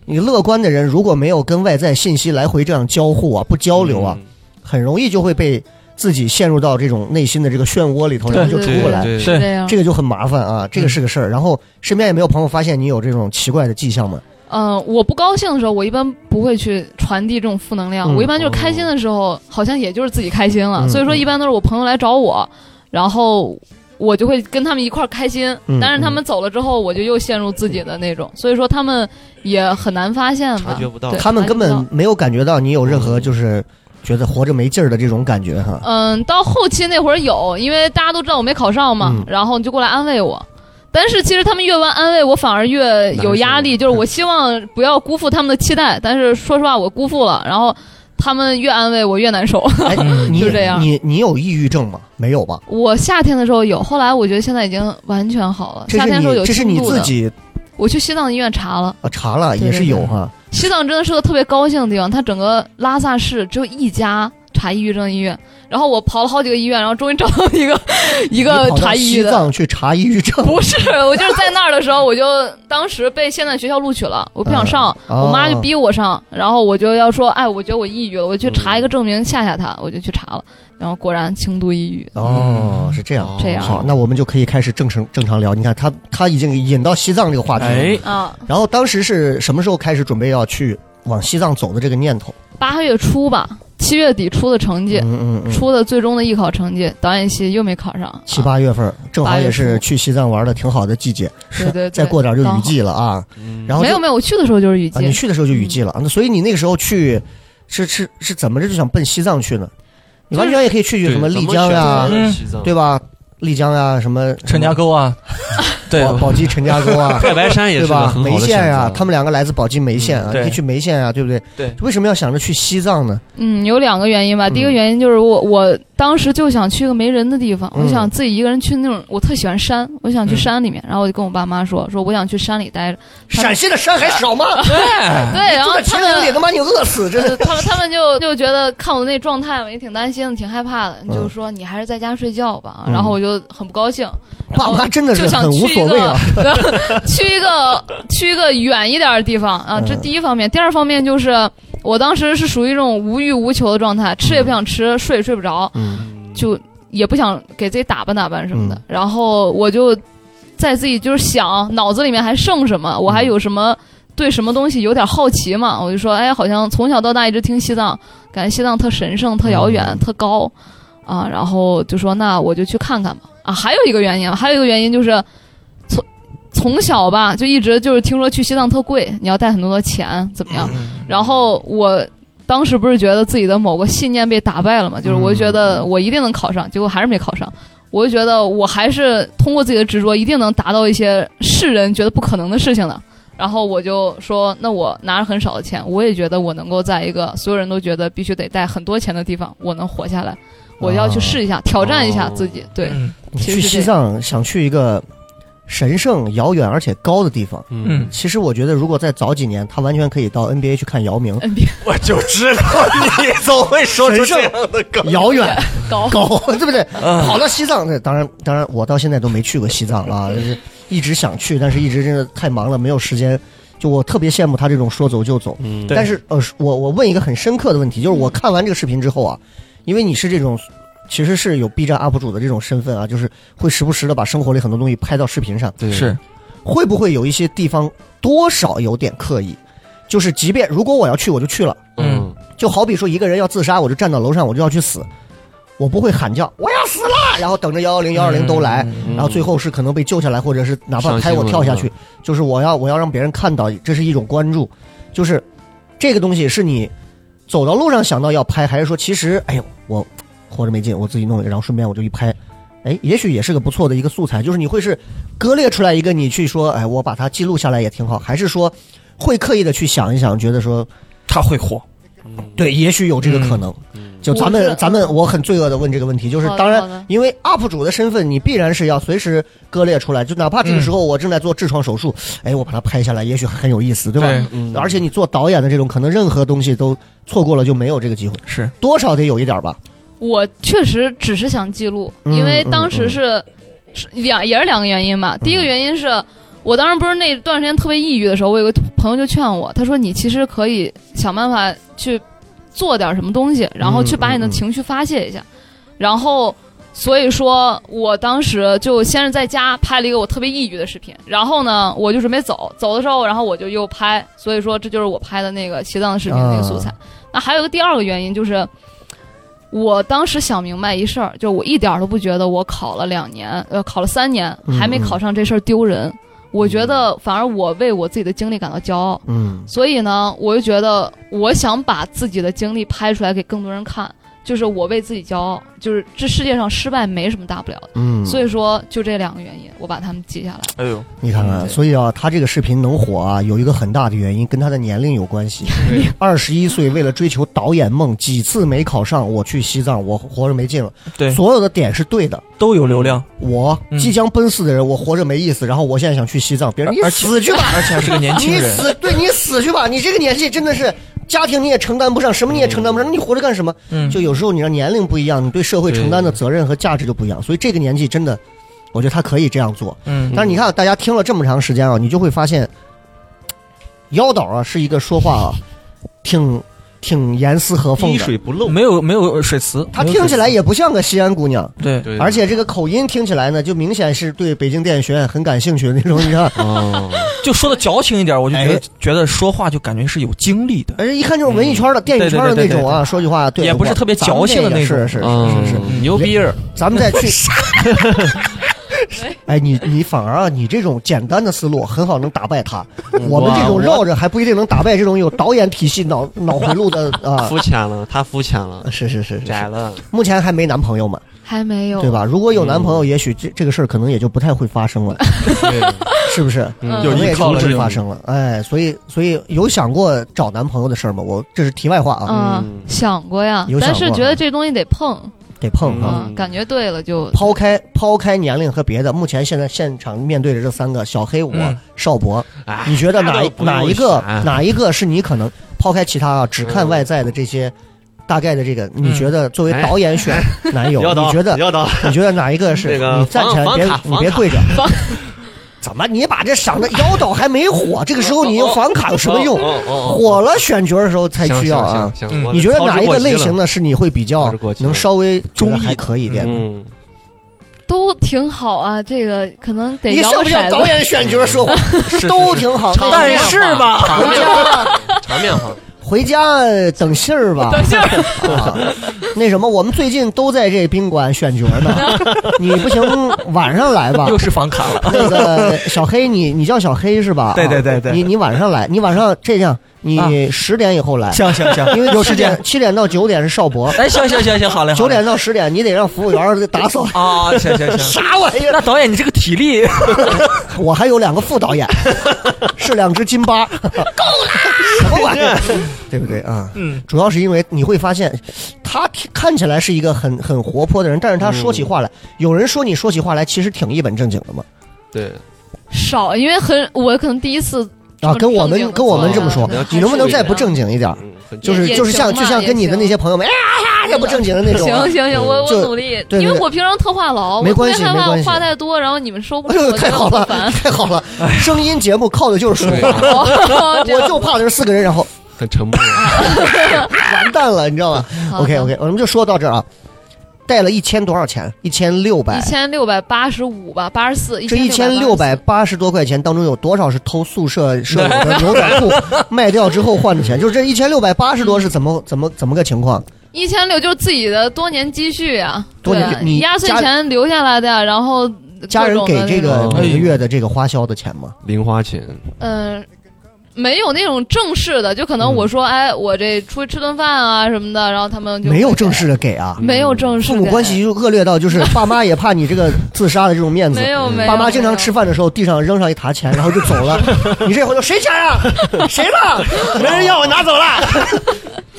Speaker 3: 你乐观的人如果没有跟外在信息来回这样交互啊，不交流
Speaker 4: 嗯
Speaker 3: 啊，，很容易就会被自己陷入到这种内心的这个漩涡里头，
Speaker 4: 对
Speaker 3: 然后就出
Speaker 5: 对
Speaker 3: 不来。
Speaker 5: 对，
Speaker 4: 对
Speaker 6: 这样。
Speaker 3: 这个就很麻烦啊，这个是个事儿。然后身边也没有朋友发现你有这种奇怪的迹象吗？
Speaker 6: 嗯、我不高兴的时候，我一般不会去传递这种负能量，
Speaker 3: 嗯
Speaker 6: 我一般就是开心的时候，好像也就是自己开心了。
Speaker 3: 嗯
Speaker 6: 所以说，一般都是我朋友来找我，然后我就会跟他们一块儿开心。
Speaker 3: 嗯
Speaker 6: 但是他们走了之后，我就又陷入自己的那种，所以说他们也很难发现吧，
Speaker 5: 察觉不到
Speaker 6: 对
Speaker 3: 他们
Speaker 6: 察觉
Speaker 3: 根
Speaker 6: 不到
Speaker 3: 本没有感觉到你有任
Speaker 4: 嗯
Speaker 3: 何就是觉得活着没劲儿的这种感觉哈。
Speaker 6: 嗯，到后期那会儿有，因为大家都知道我没考上嘛，
Speaker 3: 嗯
Speaker 6: 然后就过来安慰我。但是其实他们越安安慰我，反而越有压力。就是我希望不要辜负他们的期待，但是说实话，我辜负了。然后他们越安慰我越 难受。
Speaker 3: 哎，你
Speaker 6: 就这样
Speaker 3: 你你有抑郁症吗？没有吧？
Speaker 6: 我夏天的时候有，后来我觉得现在已经完全好了。
Speaker 3: 这
Speaker 6: 夏
Speaker 3: 是
Speaker 6: 天的时候有
Speaker 3: 你这是你
Speaker 6: 轻度
Speaker 3: 自
Speaker 6: 的，
Speaker 3: 己
Speaker 6: 我去西藏医院查了，
Speaker 3: 啊查了
Speaker 6: 对
Speaker 3: 也是
Speaker 6: 对
Speaker 3: 有
Speaker 6: 对
Speaker 3: 哈。
Speaker 6: 西藏真的是个特别高兴的地方，它整个拉萨市只有一家查抑郁症医院。然后我跑了好几个医院，然后终于找到一个一
Speaker 3: 一
Speaker 6: 个查抑郁
Speaker 3: 西
Speaker 6: 的。
Speaker 3: 藏去查抑郁症，
Speaker 6: 不是，我就是在那儿的时候，我就当时被现在学校录取了，我不想上，
Speaker 3: 嗯哦
Speaker 6: 我妈就逼我上，然后我就要说，哎，我觉得我抑郁了，我去查一个证明吓吓他，我就去查了，然后果然轻度抑郁。
Speaker 3: 哦，是这样。
Speaker 6: 这样
Speaker 3: 好，那我们就可以开始正常正常聊。你看他他已经引到西藏这个话题了。
Speaker 4: 哎，
Speaker 6: 啊，
Speaker 3: 然后当时是什么时候开始准备要去往西藏走的这个念头？
Speaker 6: 八月初吧，七月底出的成绩，
Speaker 3: 嗯嗯嗯，
Speaker 6: 出的最终的艺考成绩，导演系又没考上，
Speaker 3: 七八月份儿正好也
Speaker 6: 八
Speaker 3: 是
Speaker 6: 月初
Speaker 3: 去西藏玩的挺好的季节，
Speaker 6: 对对对
Speaker 3: 再过点儿就雨季了啊。
Speaker 5: 嗯
Speaker 3: 然后
Speaker 6: 没有
Speaker 3: 就
Speaker 6: 没有，我去的时候就是雨
Speaker 3: 啊，你
Speaker 6: 季，
Speaker 3: 去的时候就雨季
Speaker 6: 嗯
Speaker 3: 了，那所以你那个时候去是是是怎么着就想奔西藏去呢？你完全也可以去去什么丽江呀，
Speaker 4: 嗯
Speaker 5: 西藏。
Speaker 3: 对吧？丽江呀，什么
Speaker 4: 陈家沟啊， 对，
Speaker 3: 宝宝鸡陈家沟啊
Speaker 5: 太白山也
Speaker 3: 对
Speaker 5: 是
Speaker 3: 吧
Speaker 5: 个？很好
Speaker 3: 眉
Speaker 5: 的选
Speaker 3: 县
Speaker 5: 择
Speaker 3: 呀，他们两个来自宝鸡眉县啊，
Speaker 4: 嗯
Speaker 3: 你
Speaker 4: 对
Speaker 3: 可以去眉县呀，对不对？
Speaker 4: 对
Speaker 3: 为什么要想着去西藏呢？
Speaker 6: 嗯，有两个原因吧。第一个
Speaker 3: 嗯
Speaker 6: 原因就是我我当时就想去个没人的地方，
Speaker 3: 嗯
Speaker 6: 我想自己一个人去那种，我特喜欢山，我想去
Speaker 4: 嗯
Speaker 6: 山里面。然后我就跟我爸妈说，说我想去山里待着。他们
Speaker 3: 陕西的山还少吗？
Speaker 4: 对，
Speaker 6: 对，然后
Speaker 3: 哎这
Speaker 6: 他
Speaker 3: 秦岭得
Speaker 6: 们
Speaker 3: 他妈你饿死，真
Speaker 6: 呃
Speaker 3: 是。
Speaker 6: 他们他们就就觉得看我那状态嘛，也挺担心的，挺害怕的，就说你还是在家睡觉吧。
Speaker 3: 嗯
Speaker 6: 然后我就很不高兴，
Speaker 3: 爸妈真的是
Speaker 6: 就想
Speaker 3: 很无
Speaker 6: 去
Speaker 3: 所
Speaker 6: 一
Speaker 3: 谓啊
Speaker 6: 个。 去一个去一个远一点的地方啊，这
Speaker 3: 嗯
Speaker 6: 第一方面。第二方面就是我当时是属于一种无欲无求的状态，吃也不想吃，睡也睡不着。
Speaker 3: 嗯，
Speaker 5: 嗯
Speaker 6: 就也不想给自己打扮打扮什么的。
Speaker 3: 嗯
Speaker 6: 然后我就在自己就是想脑子里面还剩什么，我还有什么对什么东西有点好奇嘛？我就说，哎，好像从小到大一直听西藏，感觉西藏特神圣、特遥远、特高啊。然后就说，那我就去看看吧。啊，还有一个原因，还有一个原因就是从从小吧，就一直就是听说去西藏特贵，你要带很多的钱，怎么样？
Speaker 3: 嗯
Speaker 6: 然后我。当时不是觉得自己的某个信念被打败了嘛，
Speaker 3: 嗯
Speaker 6: 就是我就觉得我一定能考上，结果还是没考上。我就觉得我还是通过自己的执着，一定能达到一些世人觉得不可能的事情的。然后我就说，那我拿着很少的钱，我也觉得我能够在一个所有人都觉得必须得带很多钱的地方，我能活下来。我要去试一下，挑战一下自己。对，
Speaker 4: 嗯
Speaker 3: 你
Speaker 6: 其
Speaker 3: 去
Speaker 6: 实是这，
Speaker 3: 西藏想去一个神圣、遥远而且高的地方，
Speaker 5: 嗯，
Speaker 3: 其实我觉得如果再早几年，他完全可以到 NBA 去看姚明
Speaker 6: NBA
Speaker 7: 我就知道你总会说出这样的梗。
Speaker 3: 遥 远
Speaker 6: 高
Speaker 3: 高， 对不对？
Speaker 5: 啊
Speaker 3: 跑到西藏，那当然，当然，我到现在都没去过西藏
Speaker 5: 嗯
Speaker 3: 啊，就是一直想去，但是一直真的太忙了，没有时间。就我特别羡慕他这种说走就走，
Speaker 5: 嗯
Speaker 4: 对
Speaker 3: 但是呃，我我问一个很深刻的问题，就是我看完这个视频之后啊，因为你是这种，其实是有 B 站 UP 主的这种身份啊，就是会时不时的把生活里很多东西拍到视频上，
Speaker 5: 对
Speaker 4: 是，
Speaker 3: 会不会有一些地方多少有点刻意？就是即便如果我要去，我就去了。
Speaker 5: 嗯
Speaker 3: 就好比说一个人要自杀，我就站到楼上，我就要去死，我不会喊叫我要死了，然后等着幺幺零幺二零都
Speaker 4: 嗯
Speaker 3: 来，
Speaker 5: 嗯
Speaker 3: 然后最后是可能被救下来，或者是哪怕拍我跳下去，就是我要我要让别人看到，这是一种关注，就是这个东西是你走到路上想到要拍，还是说其实哎呦我活着没劲，我自己弄一个，然后顺便我就一拍。哎，也许也是个不错的一个素材，就是你会是割裂出来一个，你去说，哎，我把它记录下来也挺好，还是说会刻意的去想一想，觉得说
Speaker 4: 他会火，
Speaker 5: 嗯
Speaker 3: 对，也许有这个可能。就咱
Speaker 6: 我
Speaker 3: 们
Speaker 6: 是
Speaker 3: 咱们，我很罪恶的问这个问题，就是
Speaker 6: 好的
Speaker 3: 当
Speaker 6: 好的
Speaker 3: 然，因为 UP 主的身份，你必然是要随时割裂出来。就哪怕这个时候我正在做痔疮手术，
Speaker 6: 嗯
Speaker 3: 哎，我把它拍下来，也许很有意思，对吧？
Speaker 4: 对
Speaker 5: 嗯
Speaker 3: 而且你做导演的这种，可能任何东西都错过了就没有这个机会，
Speaker 4: 是
Speaker 3: 多少得有一点吧。
Speaker 6: 我确实只是想记录，
Speaker 3: 嗯
Speaker 6: 因为当时是是两也是两个原因吧。第一个原因是我当时不是那段时间特别抑郁的时候，我有个朋友就劝我，他说你其实可以想办法去做点什么东西，然后去把你的情绪发泄一下。
Speaker 3: 嗯
Speaker 6: 然后所以说我当时就先是在家拍了一个我特别抑郁的视频，然后呢我就准备走，走的时候然后我就又拍，所以说这就是我拍的那个西藏的视频的那个素材。那还有个第二个原因就是。我当时想明白一事儿，就是我一点儿都不觉得我考了两年，呃，考了三年
Speaker 3: 嗯
Speaker 6: 还没考上这事儿丢人。我觉得反而我为我自己的经历感到骄傲，
Speaker 3: 嗯，
Speaker 6: 所以呢，我就觉得我想把自己的经历拍出来给更多人看，就是我为自己骄傲，就是这世界上失败没什么大不了的。
Speaker 3: 嗯
Speaker 6: 所以说，就这两个原因，我把他们记下来。
Speaker 4: 哎呦，
Speaker 3: 你看看，
Speaker 6: 嗯
Speaker 4: 对
Speaker 3: 所以啊，他这个视频能火啊，有一个很大的原因跟他的年龄有关 系。二十一岁为了追求导演梦，几次没考上，我去西藏，我活着没劲了。
Speaker 4: 对，
Speaker 3: 所有的点是对的，
Speaker 4: 都有流量，
Speaker 3: 我
Speaker 4: 嗯
Speaker 3: 即将奔四的人，我活着没意思。然后我现在想去西藏，别人
Speaker 4: 而
Speaker 3: 你
Speaker 4: 而且
Speaker 3: 死去 吧，
Speaker 4: 而且还是个年 轻
Speaker 3: 你
Speaker 4: 人，
Speaker 3: 死，对你死去吧，你这个年纪真的是家庭你也承担不上，什么你也承担不上，那你活着干什么？
Speaker 4: 嗯，
Speaker 3: 就有时候你让年龄不一样，你对社会承担的责任和价值就不一样。所以这个年纪真的，我觉得他可以这样做。
Speaker 4: 嗯，
Speaker 3: 但是你看，大家听了这么长时间啊，你就会发现，妖导啊是一个说话啊，挺挺严丝合缝
Speaker 5: 滴
Speaker 3: 的。
Speaker 5: 水不漏，啊
Speaker 4: 嗯没有没有水词，
Speaker 3: 她
Speaker 4: 没有水
Speaker 3: 听起来
Speaker 4: 词
Speaker 3: 也不像个西安姑娘，
Speaker 4: 对，
Speaker 5: 对，
Speaker 3: 而且这个口音听起来呢，就明显是对北京电影学院很感兴趣的那种。你看，
Speaker 5: 哦，
Speaker 4: 就说的矫情一点，我就觉得、
Speaker 3: 哎
Speaker 4: 觉得说话就感觉是有经历的，
Speaker 3: 而且一看就是文艺圈的、电影圈的那种啊，说句话对，
Speaker 4: 也不是
Speaker 3: 我
Speaker 4: 特别矫情的那种
Speaker 3: 咱们这个是是是是是，
Speaker 5: 嗯牛逼儿，
Speaker 3: 咱们再 去。哎，你你反而啊，你这种简单的思路很好能打败他。我们这种绕着还不一定能打败这种有导演体系脑脑回路的啊。
Speaker 5: 肤 浅了，他肤浅了，
Speaker 3: 是是呃是是
Speaker 5: 窄
Speaker 3: 是，
Speaker 5: 了，
Speaker 3: 目前还没男朋友嘛，
Speaker 6: 还没有
Speaker 4: 哦
Speaker 3: 对？吧？如果有男朋友，也许这这个事儿可能也就不太会发生了，是不是？
Speaker 5: 嗯
Speaker 3: 可
Speaker 5: 有
Speaker 3: 能
Speaker 5: 依
Speaker 3: 也
Speaker 5: 靠
Speaker 3: 就不
Speaker 5: 了，
Speaker 3: 会发生了。哎，所以所以有想过找男朋友的事儿吗？我这是题外话啊，
Speaker 6: 嗯，想过呀
Speaker 3: 有，想
Speaker 6: 但
Speaker 3: 过啊
Speaker 6: 是觉得这东西得碰，
Speaker 3: 得碰啊。
Speaker 5: 嗯
Speaker 6: 嗯，感觉对了就
Speaker 3: 抛开抛开年龄和别的，目前现在现场面对着这三个小黑我、
Speaker 4: 嗯
Speaker 3: 邵博，
Speaker 5: 哎
Speaker 3: 你觉得哪
Speaker 5: 那
Speaker 3: 一
Speaker 5: 都不用
Speaker 3: 哪一个
Speaker 5: 选
Speaker 3: 哪一个是你可能抛开其他啊，只看
Speaker 5: 嗯
Speaker 3: 外在的这些大概的这个，你
Speaker 4: 嗯
Speaker 3: 觉得作为
Speaker 5: 哎
Speaker 3: 导演 选男友，
Speaker 5: 要
Speaker 3: 你
Speaker 5: 到
Speaker 3: 觉得
Speaker 5: 要到
Speaker 3: 你觉得哪一个是？
Speaker 5: 那个
Speaker 3: 你站起来
Speaker 5: 房
Speaker 3: 别
Speaker 5: 房卡
Speaker 3: 你别
Speaker 5: 房卡
Speaker 3: 跪 着。怎么？你把这想的妖导还没火，这个时候你用房卡有什么用？
Speaker 5: 哦哦哦
Speaker 3: 火了选角的时候才需要啊。
Speaker 5: 行
Speaker 4: 嗯
Speaker 5: 行行
Speaker 3: 你觉得哪一个类型
Speaker 5: 的？
Speaker 3: 的是你还可以比较
Speaker 5: 操之过急了嗯
Speaker 3: 能稍微觉得
Speaker 5: 中意
Speaker 3: 还可以一点的？
Speaker 5: 嗯，
Speaker 6: 都挺好啊，这个可能得
Speaker 3: 你
Speaker 6: 摇
Speaker 3: 像
Speaker 6: 个
Speaker 3: 不像
Speaker 6: 骰
Speaker 3: 导
Speaker 6: 子。
Speaker 3: 演选角说话
Speaker 5: 是
Speaker 3: 都挺好，
Speaker 5: 场
Speaker 3: 但
Speaker 5: 面
Speaker 3: 是
Speaker 5: 化
Speaker 3: 吧，
Speaker 5: 场面化，场面化，
Speaker 3: 回家呃等信儿吧。
Speaker 6: 信儿，
Speaker 3: 啊，那什么，我们最近都在这宾馆选角呢， 你不行晚上来吧。
Speaker 4: 又是房卡 了。
Speaker 3: 那个小黑，你你叫小黑是吧？
Speaker 7: 对
Speaker 3: 啊
Speaker 7: 对对对
Speaker 3: 你你晚上来，你晚上这样，
Speaker 7: 啊
Speaker 3: 你十点以后来，
Speaker 7: 行行行，
Speaker 3: 因为
Speaker 7: 有
Speaker 3: 七
Speaker 7: 时间
Speaker 3: 点。七点到九点是邵博，
Speaker 4: 哎，行行行行，好嘞，好嘞
Speaker 3: 九点到十点你得让服务员打 扫。
Speaker 7: 啊，行行行，
Speaker 3: 啥玩意儿？
Speaker 4: 那导演，你这个体力，
Speaker 3: 我还有两个副导演， 是两只金 巴，够了，什么玩意儿？对不对啊？
Speaker 4: 嗯，
Speaker 3: 主要是因为你会发现，他听看起来是一个很很活泼的人，但是他
Speaker 7: 嗯
Speaker 3: 说起话来，有人说你说起话来其实挺一本正经的嘛。
Speaker 5: 对，
Speaker 6: 少，因为很我可能第一次
Speaker 3: 啊，跟我
Speaker 6: 正经
Speaker 3: 们
Speaker 6: 地
Speaker 3: 跟我们
Speaker 6: 做
Speaker 3: 这么说
Speaker 5: 啊，
Speaker 3: 你能不能再不正
Speaker 6: 经？
Speaker 3: 经一点？
Speaker 5: 嗯，很
Speaker 3: 就是
Speaker 6: 也
Speaker 3: 就是像
Speaker 6: 行吧
Speaker 3: 就像跟你的那些朋友们，哎呀呀，这不正经的那种啊。
Speaker 6: 行行行，我我
Speaker 3: 就
Speaker 6: 努力，
Speaker 3: 对
Speaker 6: 因为
Speaker 3: 对
Speaker 6: 我平常特话痨，
Speaker 3: 没关系
Speaker 6: 我特别
Speaker 3: 没
Speaker 6: 害怕
Speaker 3: 关
Speaker 6: 我
Speaker 3: 系
Speaker 6: 话太多，然后你们收不
Speaker 3: 哎
Speaker 6: 住，
Speaker 3: 呦，
Speaker 6: 我觉
Speaker 3: 太
Speaker 6: 得
Speaker 3: 好
Speaker 6: 我
Speaker 3: 了
Speaker 6: 特 烦，。
Speaker 3: 太好了！声音节目靠的就是说
Speaker 5: 对
Speaker 3: 话，
Speaker 6: 我
Speaker 3: 我就怕的是四个人，然后
Speaker 5: 很 沉默，
Speaker 3: 完蛋了，你知道吗？OK OK，我们就说到这儿啊。带了一千多少钱？一千六百
Speaker 6: 一。千六百八十五吧，八十四，
Speaker 3: 这一千六百八十多块钱当中，有多少是偷宿舍舍友的牛仔裤卖掉之后换的钱？就是这一千六百八十多是怎么怎么怎么个情况？
Speaker 6: 一千六就是自己的多年积蓄啊，
Speaker 3: 多
Speaker 6: 对
Speaker 3: 年
Speaker 6: 啊，
Speaker 3: 你
Speaker 6: 压岁
Speaker 3: 家
Speaker 6: 钱留下来的呀，然后
Speaker 3: 家人
Speaker 6: 各种
Speaker 3: 给
Speaker 6: 的
Speaker 3: 这
Speaker 6: 那
Speaker 3: 个
Speaker 6: 种
Speaker 5: 种
Speaker 3: 每个月的这个花销的钱吗？
Speaker 5: 零花钱，
Speaker 6: 嗯。没有那种正式的，就可能
Speaker 3: 嗯
Speaker 6: 我说，哎，我这出去吃顿饭啊什么的，然后他们就
Speaker 3: 没有
Speaker 6: 会
Speaker 3: 正式的给啊，
Speaker 6: 没有正式
Speaker 3: 父母
Speaker 6: 的
Speaker 3: 关系就恶劣到就是爸妈也怕你这个自杀的这种面子。嗯
Speaker 6: 没有
Speaker 4: 哎
Speaker 6: 没有，
Speaker 3: 爸妈经常
Speaker 6: 没有
Speaker 3: 吃饭的时候，地上扔上一沓钱， 然后就走 了。你这回头谁钱啊？谁了？没人要，我拿走 了。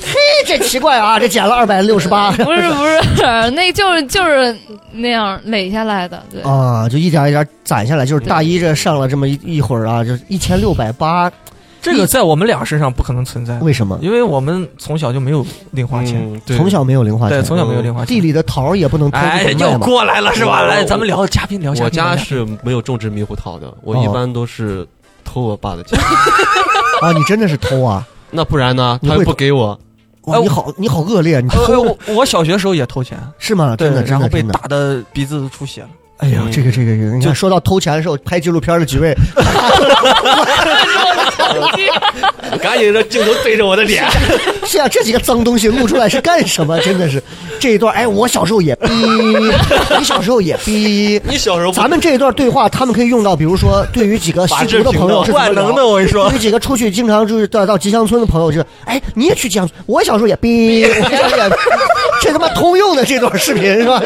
Speaker 3: 嘿，这奇怪啊，这减了二百六十 八
Speaker 6: 不是 不是，那就是就是那样垒下来的，对，
Speaker 3: 啊，就一点一点攒下来。就是大一这上了这么一一会儿啊，就是一千六百八，
Speaker 4: 这个在我们俩身上不可能存在，
Speaker 3: 为什么？
Speaker 4: 因为我们从小就没有零花钱，
Speaker 5: 嗯，对
Speaker 3: 从小没有零花钱，
Speaker 4: 对，从小没有零花
Speaker 3: 地
Speaker 4: 钱。
Speaker 3: 里的桃儿也不能偷
Speaker 4: 哎，
Speaker 3: 不能卖嘛。
Speaker 4: 又
Speaker 3: 哦
Speaker 4: 过来了是吧？
Speaker 5: 我
Speaker 4: 来，咱们聊嘉宾聊嘉宾。
Speaker 5: 我家
Speaker 4: 聊嘉宾
Speaker 5: 是没有种植猕猴桃的，我
Speaker 3: 哦
Speaker 5: 一般都是偷我爸 的钱，
Speaker 3: 啊，你真的是偷 啊！
Speaker 5: 那不然呢？
Speaker 3: 你
Speaker 5: 他
Speaker 3: 会
Speaker 5: 又不给我，
Speaker 3: 哇，
Speaker 4: 哎
Speaker 3: 你好，你好恶劣， 你
Speaker 4: 呃
Speaker 3: 偷
Speaker 4: 我 我小学时候也偷钱，
Speaker 3: 是吗？
Speaker 4: 对
Speaker 3: 啊真的，，真
Speaker 4: 然后
Speaker 3: 的，
Speaker 4: 被
Speaker 3: 真的。
Speaker 4: 打的鼻子都出血了。
Speaker 3: 哎呀，这个这个这个，你看说到偷钱的时候，拍纪录片的几位，
Speaker 5: 赶紧让镜头对着我的脸，
Speaker 3: 是啊，这几个脏东西录出来是干什么？真的是这一段，哎，我小时候也逼，你小时候也 逼。
Speaker 5: 你小时候不
Speaker 3: 咱们这一段对话，他们可以用到，比如说对于几个吸毒的朋友是怎么
Speaker 4: 万能的，
Speaker 3: 聊。
Speaker 4: 我跟你说
Speaker 3: 对于，几个出去经常就是到到吉祥村的朋友，就是哎，你也去吉祥村？我小时候也逼，我小时候也逼，这他妈通用的这段视频是吧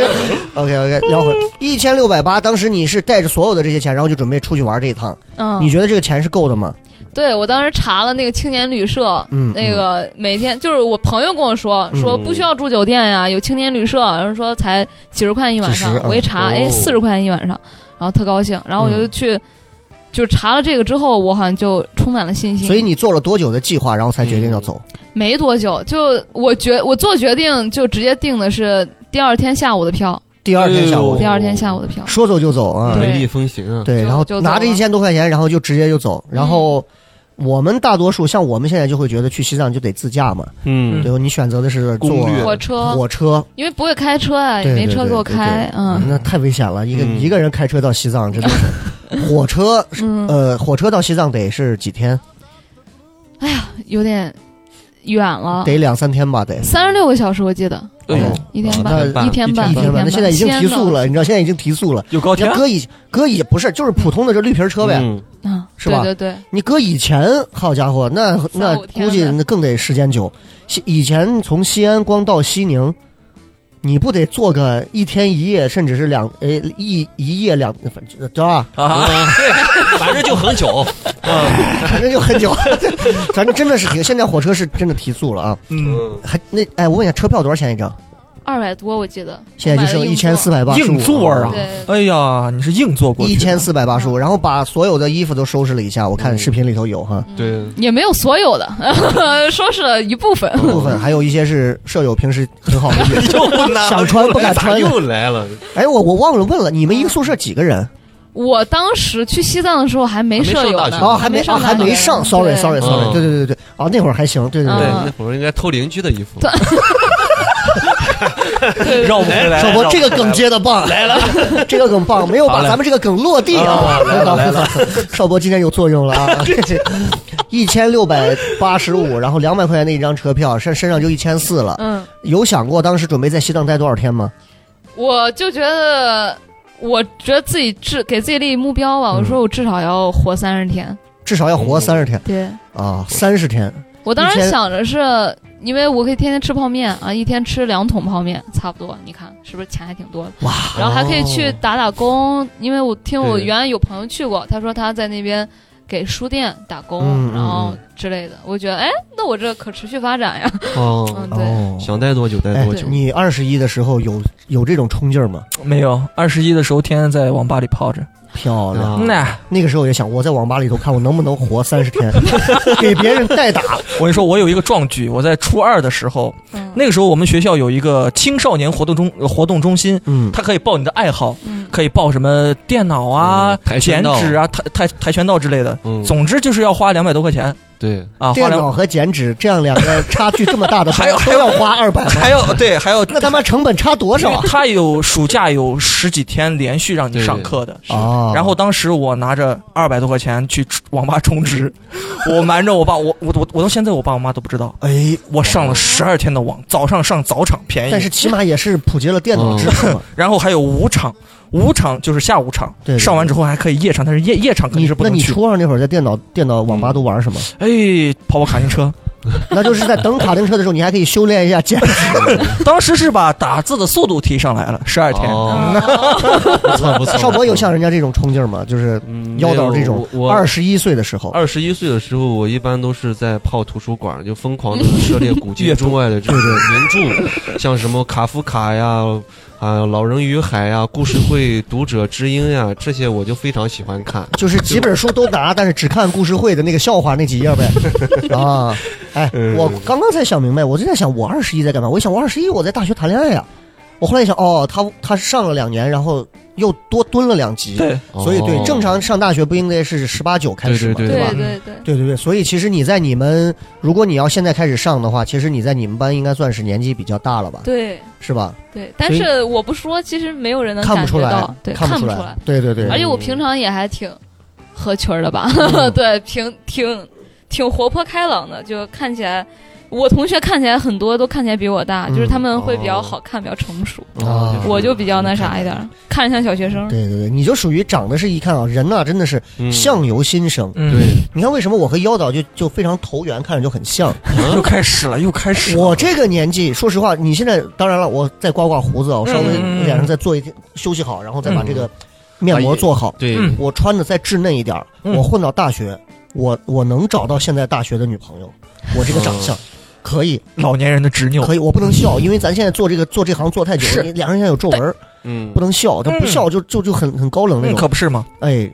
Speaker 3: ？OK OK，聊回一千六百八，当时你是带着所有的这些钱，然后就准备出去玩这一趟，
Speaker 6: 嗯，
Speaker 3: 你觉得这个钱是够的吗？
Speaker 6: 对我当时查了那个青年旅社，
Speaker 3: 嗯
Speaker 6: 那个每天就是我朋友跟我说说
Speaker 5: 嗯
Speaker 6: 不需要住酒店呀，有青年旅社，然后说才几十块一晚上
Speaker 3: 几十，
Speaker 6: 我一查，
Speaker 5: 嗯
Speaker 6: 哎，
Speaker 5: 哦
Speaker 6: 四十块一晚上，然后特高兴，然后我就
Speaker 3: 嗯
Speaker 6: 去。就查了这个之后，我好像就充满了信心。
Speaker 3: 所以你做了多久的计划，然后才决定要走？
Speaker 6: 没多久，就我决我做决定就直接定的是第二天下午的票，
Speaker 3: 第二天
Speaker 4: 哎
Speaker 3: 下午
Speaker 5: 哦
Speaker 6: 第，二天下午的票。
Speaker 3: 说走就走啊！
Speaker 6: 对
Speaker 5: 雷厉风行啊，
Speaker 3: 对，
Speaker 6: 就
Speaker 3: 然后
Speaker 6: 就走
Speaker 3: 拿着
Speaker 6: 了嗯
Speaker 3: 一千多块钱，然后就直接就走。然后我们大多数像我们现在就会觉得去西藏就得自驾嘛，
Speaker 5: 嗯
Speaker 3: 对吧？你选择的是坐
Speaker 5: 攻略
Speaker 6: 火车，
Speaker 3: 火车，
Speaker 6: 因为不会开车啊，也
Speaker 3: 对
Speaker 6: 没
Speaker 3: 对
Speaker 6: 车
Speaker 3: 对
Speaker 6: 给我
Speaker 3: 对对
Speaker 6: 开，嗯
Speaker 3: 那太危险了，一个
Speaker 5: 嗯
Speaker 3: 一个人开车到西 藏真的是。火车，
Speaker 6: 嗯，
Speaker 3: 呃，火车到西藏得是几天？
Speaker 6: 有点远了，
Speaker 3: 得两三天吧，得。
Speaker 6: 三十六个小时我记得，
Speaker 4: 哎呦
Speaker 3: 哦
Speaker 6: 一天
Speaker 3: 那
Speaker 6: 半，一天半，
Speaker 3: 一天
Speaker 6: 半，
Speaker 3: 那现在已经提速
Speaker 6: 天
Speaker 3: 了，你知道现在已经提速了。
Speaker 4: 有高
Speaker 3: 你
Speaker 4: 铁
Speaker 3: 要，搁以搁以不是，就是普通的这绿皮儿车呗。
Speaker 5: 嗯
Speaker 6: 哪，嗯，
Speaker 3: 是吧
Speaker 6: 对对
Speaker 3: 你搁以前，好家伙，那那
Speaker 6: 三五天
Speaker 3: 估计
Speaker 6: 的
Speaker 3: 那更得时间久。西以前从西安光到西宁，你不得坐个一天一夜，甚至是两呃一一夜两，反正对吧？
Speaker 4: 啊，
Speaker 5: 对，反正就很久，
Speaker 3: 反正就很久， 反正真的是挺。现在火车是真的提速了啊！
Speaker 4: 嗯，
Speaker 3: 还那哎，我问一下，车票多少钱一张？
Speaker 6: 对，二百多我记得，
Speaker 3: 现在就剩一千四
Speaker 6: 百，
Speaker 3: 百八十五。
Speaker 4: 硬座啊
Speaker 6: 对，嗯
Speaker 4: 哎呀，你是硬坐过去
Speaker 3: 一
Speaker 4: 的，
Speaker 3: 千四百八十五，然后把所有的衣服都收拾了一下，我看视频里头有哈，
Speaker 5: 对，
Speaker 6: 也没有所有的， 说是一部分，
Speaker 3: 部分还有一些是舍友平时很好的 衣服，
Speaker 7: 又拿
Speaker 3: 想穿不敢
Speaker 5: 咋
Speaker 3: 穿的。
Speaker 5: 又来了？
Speaker 3: 哎，我我忘了问了，你们一个宿舍几个人？
Speaker 6: 我当时去西藏的时候还没舍友
Speaker 5: 还没上大
Speaker 6: 呢，
Speaker 5: 学
Speaker 3: 哦，还没啊，
Speaker 6: 上大
Speaker 3: 还
Speaker 6: 学
Speaker 3: 没上，sorry
Speaker 6: 对
Speaker 3: sorry sorry，
Speaker 5: 嗯
Speaker 3: 对对对对，哦，那会儿还行，对对
Speaker 5: 对，
Speaker 3: 对
Speaker 6: 嗯
Speaker 5: 那会儿应该偷邻居的衣服，
Speaker 4: 绕不回来。
Speaker 3: 小波，这个梗接的棒，来了， 这个梗棒，没有把咱们这个梗落地啊！来 了来了，少波今天有作用了啊！ 一千六百八十五，然后两百块钱的一张车票，身身上就一千四了。
Speaker 6: 嗯，
Speaker 3: 有想过当时准备在西藏待多少天吗？
Speaker 6: 我就觉得，我觉得自己至给自己立目标吧。我说我至少要活三十天。
Speaker 3: 至少要活三十天
Speaker 6: 对
Speaker 3: 啊，三十天。
Speaker 6: 我当
Speaker 3: 一
Speaker 6: 时
Speaker 3: 天
Speaker 6: 想着是，因为我可以天天吃泡面啊，一天吃两桶泡面，差不多。你看是不是钱还挺多的？
Speaker 3: 哇！
Speaker 6: 然后还可以去打打工，因为我听我
Speaker 5: 哦对
Speaker 6: 原来有朋友去过，他说他在那边给书店打工，
Speaker 3: 嗯嗯
Speaker 6: 然后之类的。我觉得，哎，那我这可持续发展呀。
Speaker 5: 哦
Speaker 6: 嗯，，对，
Speaker 3: 哦
Speaker 5: 想待多久待
Speaker 3: 哎
Speaker 5: 多久，。
Speaker 3: 你二十一的时候有有这种冲劲儿吗？
Speaker 4: 没有，二十一的时候天天在网吧里泡着。
Speaker 3: 漂亮！
Speaker 5: 啊
Speaker 4: 那
Speaker 3: 那个时候也想，我在网吧里头看我能不能活三十天，给别人代打。
Speaker 4: 我跟你说，我有一个壮举，我在初二的时候，
Speaker 6: 嗯，
Speaker 4: 那个时候我们学校有一个青少年活动中呃活动中心，
Speaker 3: 嗯，
Speaker 4: 它可以报你的爱好，
Speaker 6: 嗯
Speaker 4: 可以报什么电脑啊
Speaker 5: 嗯、跆
Speaker 4: 剪
Speaker 5: 拳道
Speaker 4: 纸啊、跆跆跆拳道之类的。
Speaker 5: 嗯，
Speaker 4: 总之就是要花两百多块钱
Speaker 5: 对，
Speaker 4: 啊，花
Speaker 3: 电
Speaker 4: 两
Speaker 3: 脑和剪纸这样两个差距这么大的，
Speaker 4: 还有
Speaker 3: 都要花二百吗？
Speaker 4: 还要对还要
Speaker 3: 那他妈成本差多
Speaker 4: 因
Speaker 3: 少
Speaker 4: 为
Speaker 3: 啊？
Speaker 4: 他有暑假有十几天连续让你上课的。
Speaker 3: 啊
Speaker 4: 哦然后当时我拿着二百多块钱去网吧充值， 我瞒着我爸，我我我我到现在我爸我妈都不知道，
Speaker 3: 哎，
Speaker 4: 我上了十二天的网，早上上早场便宜，
Speaker 3: 但是起码也是普及了电脑知识嘛。
Speaker 4: 然后还有午场，午场就是下午场，
Speaker 3: 对对
Speaker 4: 上完之后还可以夜场，但是夜夜场肯定
Speaker 3: 你
Speaker 4: 是不
Speaker 3: 那
Speaker 4: 能
Speaker 3: 你
Speaker 4: 去。
Speaker 3: 初二那会儿在电脑电脑网吧都玩什么？
Speaker 4: 哎，跑跑卡 丁车，
Speaker 3: 那就是在等卡丁车的时候，你还可以修炼一下剪纸。
Speaker 4: 当时是把打字的速度提上来了，十二天。
Speaker 5: 哦，不错不错。
Speaker 3: 少博有像人家这种冲劲儿吗？就是
Speaker 5: 嗯
Speaker 3: 妖导这
Speaker 5: 没
Speaker 3: 种
Speaker 5: 有我，
Speaker 3: 二
Speaker 5: 我
Speaker 3: 十一岁的时候，
Speaker 5: 二十一岁的时候，我一般都是在泡图书馆，就 疯狂的涉猎古
Speaker 4: 阅
Speaker 5: 今
Speaker 4: 读
Speaker 5: 中外的这种 名著，像什么卡夫卡呀、啊《老人与海》呀、《故事会》《读者之音》呀，这些我就非常喜欢看。
Speaker 3: 就是几本书都拿，但是只看故事会的那个笑话那几页呗。啊，哎，我刚刚才想明白，我就在想我二十一在干嘛？我一想我二十一我在大学谈恋爱呀、我后来一想，哦，他他上了两年，然后又多蹲了两级，
Speaker 4: 对，
Speaker 3: 所以对
Speaker 5: 哦
Speaker 3: 正常上大学不应该是十八九开始嘛，
Speaker 5: 对
Speaker 6: 对
Speaker 5: 对
Speaker 3: 吧？
Speaker 6: 对对，
Speaker 3: 对对对，所以其实你在你们，如果你要现在开始上的话，其实你在你们班应该算是年纪比较大了吧，
Speaker 6: 对
Speaker 3: 是吧？
Speaker 6: 对，但是我不说，其实没有人能
Speaker 3: 看不
Speaker 6: 感
Speaker 3: 出
Speaker 6: 觉
Speaker 3: 来
Speaker 6: 到，，对，
Speaker 3: 看
Speaker 6: 看
Speaker 3: 不出
Speaker 6: 来。
Speaker 3: 来，对对对，
Speaker 6: 而且我平常也还挺合群儿的吧，
Speaker 3: 嗯
Speaker 6: 对，挺挺挺活泼开朗的，就看起来。我同学看起来很多都看起来比我大，
Speaker 3: 嗯
Speaker 6: 就是他们会比较
Speaker 5: 哦
Speaker 6: 好看，比较成熟，
Speaker 3: 啊
Speaker 5: 哦
Speaker 6: 我就比较那啥一点儿，看着像小学生。
Speaker 3: 对对对，你就属于长得是一看啊，人呐、真的是
Speaker 5: 嗯
Speaker 3: 相由心生。
Speaker 4: 嗯，
Speaker 5: 对，
Speaker 3: 你看为什么我和妖导就就非常投缘，看着就很 像。
Speaker 4: 又开始了，又开始了。
Speaker 3: 我这个年纪，说实话，你现在当然了，我再刮刮胡子啊，我稍微
Speaker 4: 嗯
Speaker 3: 脸上再做一点休息好，然后再把
Speaker 4: 嗯
Speaker 3: 这个面膜做好，
Speaker 5: 对，
Speaker 4: 嗯
Speaker 3: 我穿的再稚嫩一点儿。
Speaker 4: 嗯
Speaker 3: 我混到大学，我我能找到现在大学的女朋友，我这个长
Speaker 4: 哦
Speaker 3: 相。可以，
Speaker 4: 老年人的执拗，
Speaker 3: 可以，我不能笑，因为咱现在做这个做这行做太久
Speaker 4: 是
Speaker 3: 了，你脸上现在有皱纹儿，
Speaker 5: 嗯
Speaker 3: 不，能笑，他不笑就就就很很高冷那
Speaker 4: 嗯
Speaker 3: 种。
Speaker 4: 可不是吗？
Speaker 3: 哎，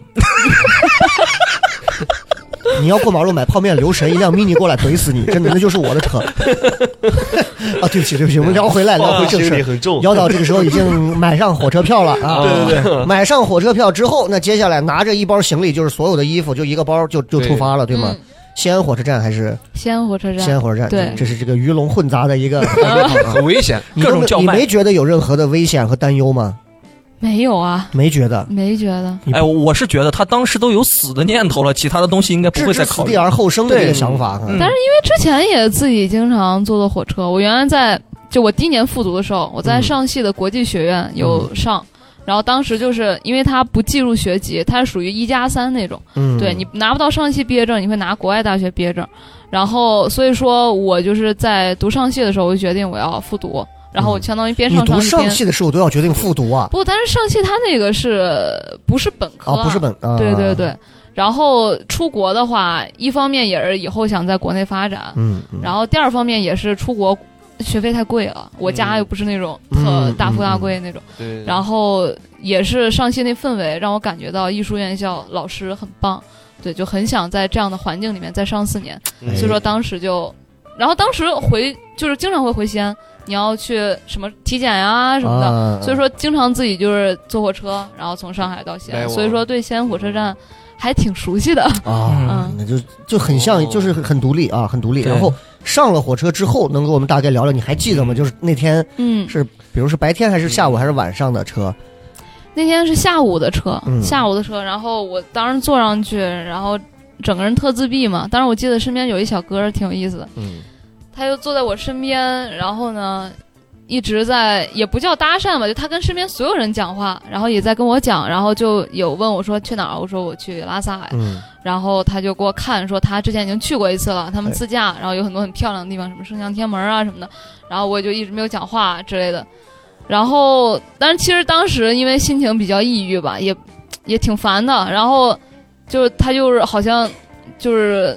Speaker 3: 你要过马路买泡面留神，一辆 mini 过来怼死你，真的，那就是我的车。啊，对不起，对不起，我们聊回来，聊回正
Speaker 5: 心
Speaker 3: 事
Speaker 4: 哦
Speaker 5: 里
Speaker 3: 儿。
Speaker 5: 很重。
Speaker 3: 姚导这个时候已经买上火车票了啊！对对对，买上火车票之后，那接下来拿着一包行李，就是所有的衣服，就一个包就就
Speaker 5: 对
Speaker 3: 出发了，对吗
Speaker 6: 嗯？？
Speaker 3: 西安火车站还是
Speaker 6: 西安火车
Speaker 3: 西
Speaker 6: 站
Speaker 3: 安火车站？嗯
Speaker 6: 对
Speaker 3: 这是这个鱼龙混杂的一 个。
Speaker 5: 很危险，
Speaker 3: 啊 你都
Speaker 4: 各种叫卖
Speaker 3: 你没觉得有任何的危险和担忧吗？
Speaker 6: 没有啊，
Speaker 3: 没觉得，
Speaker 6: 没觉得。
Speaker 3: 你不
Speaker 4: 哎，我是觉得他当时都有死的念头了，其他的东西应该不
Speaker 3: 置
Speaker 4: 会再
Speaker 3: 之
Speaker 4: 考
Speaker 3: 死
Speaker 4: 虑
Speaker 3: 地。而后生的这个
Speaker 4: 对
Speaker 3: 想法啊哈。
Speaker 4: 嗯
Speaker 6: 但是因为之前也自己经常坐坐火车，我原来在就我第一年复读的时候，我在
Speaker 3: 嗯
Speaker 6: 上戏的国际学院有上，然后当时就是因为它不计入学籍，它是属于一加三那种。
Speaker 3: 嗯，
Speaker 6: 对你拿不到上戏毕业证，你会拿国外大学毕业证。然后所以说我就是在读上戏的时候，我就决定我要复读，然后我相当于边
Speaker 3: 嗯你
Speaker 6: 上
Speaker 3: 读
Speaker 6: 戏边。
Speaker 3: 上戏的时候都要决定复读啊，
Speaker 6: 不，但是上戏它那个是不是本科、
Speaker 3: 啊，不是。本，啊、
Speaker 6: 对对，对。然后出国的话，一方面也是以后想在国内发展，
Speaker 3: 嗯，嗯
Speaker 6: 然后第二方面也是出国学费太贵了，我家
Speaker 5: 嗯
Speaker 6: 又不是那种
Speaker 3: 嗯
Speaker 6: 特
Speaker 3: 嗯
Speaker 6: 大富大
Speaker 3: 嗯
Speaker 6: 贵那种。
Speaker 5: 对，
Speaker 6: 然后也是上戏那氛围让我感觉到艺术院校老师很棒，对，就很想在这样的环境里面再上四年，
Speaker 5: 嗯
Speaker 6: 所以说当时就，然后当时回就是经常会回西安，你要去什么体检呀、什么的，
Speaker 3: 啊、
Speaker 6: 所以说经常自己就是坐火车，然后从上海到西
Speaker 5: 来
Speaker 6: 安，
Speaker 5: 往
Speaker 6: 所以说对西安火车站还挺熟悉的，
Speaker 3: 啊，
Speaker 4: 嗯
Speaker 3: 那就就很像，
Speaker 5: 哦
Speaker 3: 就是很独立啊，很独立。
Speaker 4: 对
Speaker 3: 然后上了火车之后能给我们大概聊聊？你还记得吗？就是那天
Speaker 6: 嗯，
Speaker 3: 是，比如是白天还是下午还是晚上的车？
Speaker 6: 那天是下午的车，
Speaker 3: 嗯
Speaker 6: 下午的车，然后我当时坐上去，然后整个人特自闭嘛。当时我记得身边有一小哥儿挺有意思的，
Speaker 5: 嗯，
Speaker 6: 他就坐在我身边，然后呢，一直在也不叫搭讪吧，就他跟身边所有人讲话，然后也在跟我讲，然后就有问我说去哪儿，我说我去拉萨呀，
Speaker 3: 嗯，
Speaker 6: 然后他就给我看说他之前已经去过一次了，他们
Speaker 3: 哎
Speaker 6: 自驾，然后有很多很漂亮的地方，什么圣象天门啊什么的，然后我就一直没有讲话之类的。然后，但是其实当时因为心情比较抑郁吧，也也挺烦的。然后就是他就是好像就是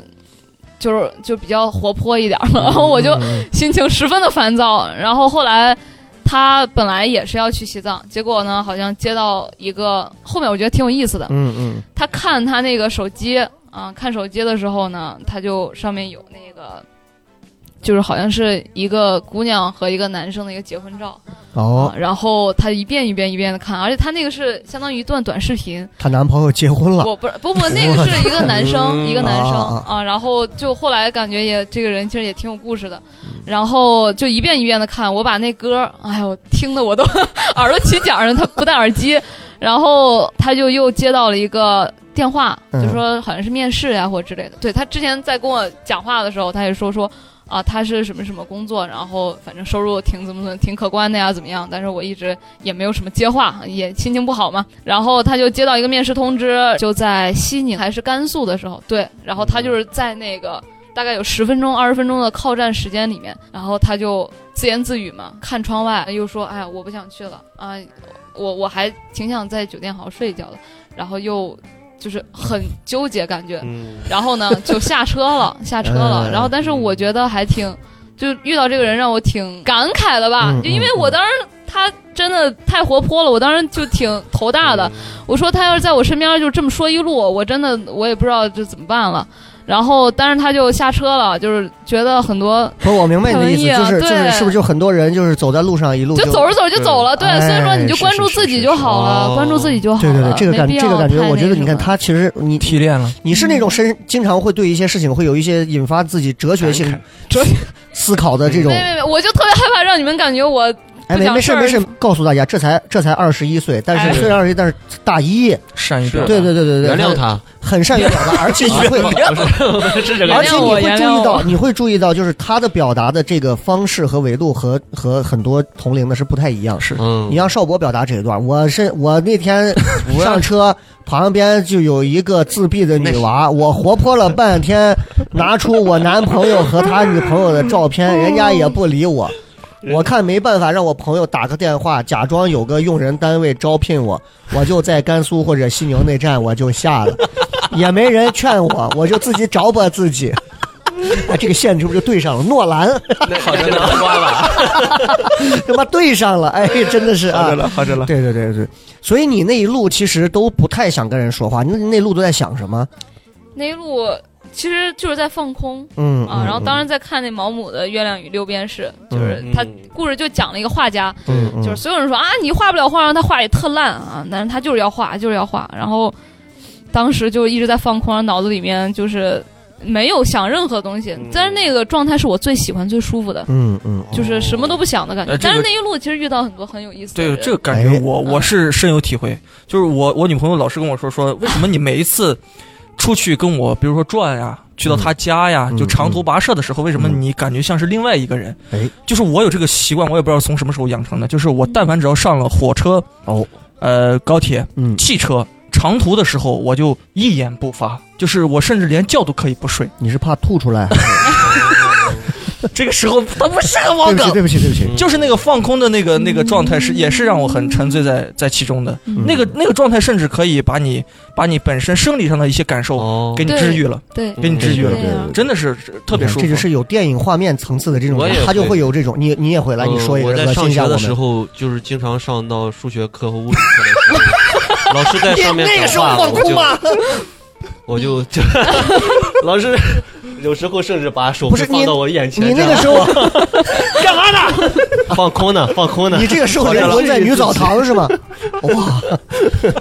Speaker 6: 就是就比较活泼一点儿 嘛，然后我就
Speaker 3: 嗯
Speaker 6: 心情十分的烦躁。然后后来他本来也是要去西藏，结果呢好像接到一个后面我觉得挺有意思的，
Speaker 3: 嗯嗯
Speaker 6: 他看他那个手机啊，看手机的时候呢，他就上面有那个，就是好像是一个姑娘和一个男生的一个结婚照、
Speaker 3: 哦
Speaker 6: 啊，，然后他一遍一遍一遍的看，而且他那个是相当于一段短视频，
Speaker 3: 她男朋友结婚了，
Speaker 6: 我不是不不，那个是一个男 生，一个男生
Speaker 3: 啊
Speaker 6: 啊，然后就后来感觉也这个人其实也挺有故事的，
Speaker 3: 嗯
Speaker 6: 然后就一遍一遍的看，我把那歌，哎呦，听的我都耳朵起茧儿了，他不戴耳机，然后他就又接到了一个。电话
Speaker 3: 嗯
Speaker 6: 就说好像是面试呀、或者之类的，对他之前在跟我讲话的时候，他也说说啊他是什么什么工作，然后反正收入挺怎么怎么挺可观的呀怎么样，但是我一直也没有什么接话，也心情不好嘛。然后他就接到一个面试通知，就在西宁还是甘肃的时候，对，然后他就是在那个大概有十分钟、二十分钟的靠站时间里面，然后他就自言自语嘛，看窗外，又说：“哎呀，我不想去了啊，我我还挺想在酒店好好睡一觉的。”然后又。就是很纠结感觉，
Speaker 5: 嗯
Speaker 6: 然后呢就下车 了，下车了。
Speaker 3: 嗯
Speaker 6: 然后但是我觉得还挺，就遇到这个人让我挺感慨的吧
Speaker 3: 嗯，
Speaker 6: 就因为我当时他真的太活泼了，我当时就挺头大
Speaker 3: 嗯
Speaker 6: 的。我说他要是在我身边就这么说一路，我真的我也不知道这怎么办了。然后，但是他就下车了，就是觉得很多
Speaker 3: 不是，我明白你的意
Speaker 6: 同意
Speaker 3: 思，
Speaker 6: 啊
Speaker 3: 就是就是
Speaker 6: 对
Speaker 3: 是不是就很多人就是走在路上一路
Speaker 6: 就走着走着就走了，对，
Speaker 3: 哎
Speaker 6: 所以说你就是关注
Speaker 3: 是是
Speaker 6: 自己
Speaker 3: 是
Speaker 6: 就好
Speaker 5: 哦
Speaker 6: 了，关注自己就好
Speaker 3: 对对
Speaker 6: 了，
Speaker 3: 对，这个感
Speaker 6: 没必要
Speaker 3: 这个感觉，
Speaker 6: 太
Speaker 3: 我觉得
Speaker 6: 那什
Speaker 3: 你看
Speaker 6: 么
Speaker 3: 他其实你
Speaker 4: 嗯提炼了，
Speaker 3: 你是那种身经常会对一些事情会有一些引发自己哲学性
Speaker 4: 哲
Speaker 3: 思考的这种
Speaker 6: 没。没没，我就特别害怕让你们感觉我
Speaker 3: 哎，没
Speaker 6: 不讲
Speaker 3: 没事
Speaker 6: 事儿
Speaker 3: 没事，告诉大家，这才这才二十一岁，但
Speaker 6: 哎
Speaker 3: 是虽然二十一，但是大一，
Speaker 4: 善于
Speaker 5: 是
Speaker 4: 表达，
Speaker 3: 对对对对对，
Speaker 5: 原谅，他，
Speaker 3: 很善于表达，而且你会，
Speaker 5: 不是是人
Speaker 3: 而且你会
Speaker 6: 原
Speaker 3: 注
Speaker 6: 谅
Speaker 3: 意
Speaker 6: 我
Speaker 3: 到，你会注意到，就是他的表达的这个方式和维度和和很多同龄的是不太一样的。
Speaker 4: 是
Speaker 5: 嗯
Speaker 3: 你让邵博表达这一段，我是我那天上车旁边就有一个自闭的女娃，我活泼了半天，拿出我男朋友和他女朋友的照片，人家也不理我。我看没办法，让我朋友打个电话，假装有个用人单位招聘我，我就在甘肃或者西宁那站我就下了，也没人劝我，我就自己找吧自己。哎，这个线是不是就对上了？诺兰
Speaker 5: 那好像南瓜吧，
Speaker 3: 他妈对上了，哎，真的是啊。
Speaker 7: 好着了，好着了。
Speaker 3: 对对对对，所以你那一路其实都不太想跟人说话，你那一路都在想什么？
Speaker 6: 那一路其实就是在放空，
Speaker 3: 嗯
Speaker 6: 啊，
Speaker 3: 嗯
Speaker 6: 然后当时在看那毛姆的《月亮与六便士》，就是
Speaker 5: 嗯
Speaker 6: 他故事就讲了一个画家，
Speaker 3: 嗯嗯
Speaker 6: 就是所有人说啊你画不了画，他画也特烂啊，但是他就是要画，就是要画，然后当时就一直在放空，脑子里面就是没有想任何东西，但是那个状态是我最喜欢、最舒服的，
Speaker 3: 嗯嗯，
Speaker 6: 就是什么都不想的感觉。
Speaker 4: 哎这个
Speaker 6: 但是那一路其实遇到很多很有意思的
Speaker 4: 对
Speaker 6: 人，
Speaker 4: 这个感觉
Speaker 3: 哎
Speaker 4: 我，我是深有体会。就是我我女朋友老是跟我说说，为什么你每一次出去跟我，比如说转呀、去到她家呀，
Speaker 3: 嗯
Speaker 4: 就长途跋涉的时候，为什么你感觉像是另外一个人？
Speaker 3: 哎，
Speaker 4: 就是我有这个习惯，我也不知道从什么时候养成的。就是我但凡只要上了火车、
Speaker 3: 哦，
Speaker 4: 呃高铁、
Speaker 3: 嗯
Speaker 4: 汽车。长途的时候，我就一言不发，就是我甚至连觉都可以不睡。
Speaker 3: 你是怕吐出来？
Speaker 4: 这个时候，它不是个
Speaker 3: 对
Speaker 4: 网
Speaker 3: 不起
Speaker 4: 梗，
Speaker 3: 对不起对不
Speaker 5: 嗯
Speaker 3: 起，
Speaker 4: 就是那个放空的那个那个状态是，也是让我很沉醉在在其中的。
Speaker 6: 嗯
Speaker 4: 那个那个状态，甚至可以把你把你本身生理上的一些感受
Speaker 5: 哦
Speaker 4: 给你治愈了，
Speaker 6: 对
Speaker 5: 嗯
Speaker 4: 给你治愈
Speaker 3: 对
Speaker 4: 了
Speaker 3: 对，对，
Speaker 4: 真的是特别舒服。
Speaker 3: 嗯这就是有电影画面层次的这种
Speaker 5: 我也，
Speaker 3: 他就
Speaker 5: 会嗯
Speaker 3: 会有这种。你你也会来，你说一个
Speaker 5: 呃我在
Speaker 3: 恶心
Speaker 5: 上
Speaker 3: 一下
Speaker 5: 学
Speaker 3: 我
Speaker 5: 的时
Speaker 3: 们。
Speaker 5: 候，就是经常上到数学课和物理课的时 候，老师在上面讲话，我就 我就 就老师有时候甚至把手
Speaker 3: 不
Speaker 5: 会
Speaker 3: 是
Speaker 5: 放
Speaker 3: 你
Speaker 5: 到我眼前，
Speaker 3: 你那
Speaker 5: 这
Speaker 3: 个
Speaker 5: 样
Speaker 3: 时候，
Speaker 5: 放空呢，放空呢。
Speaker 3: 你这个时 候人
Speaker 5: 我
Speaker 3: 混在女澡堂 是吗？哇，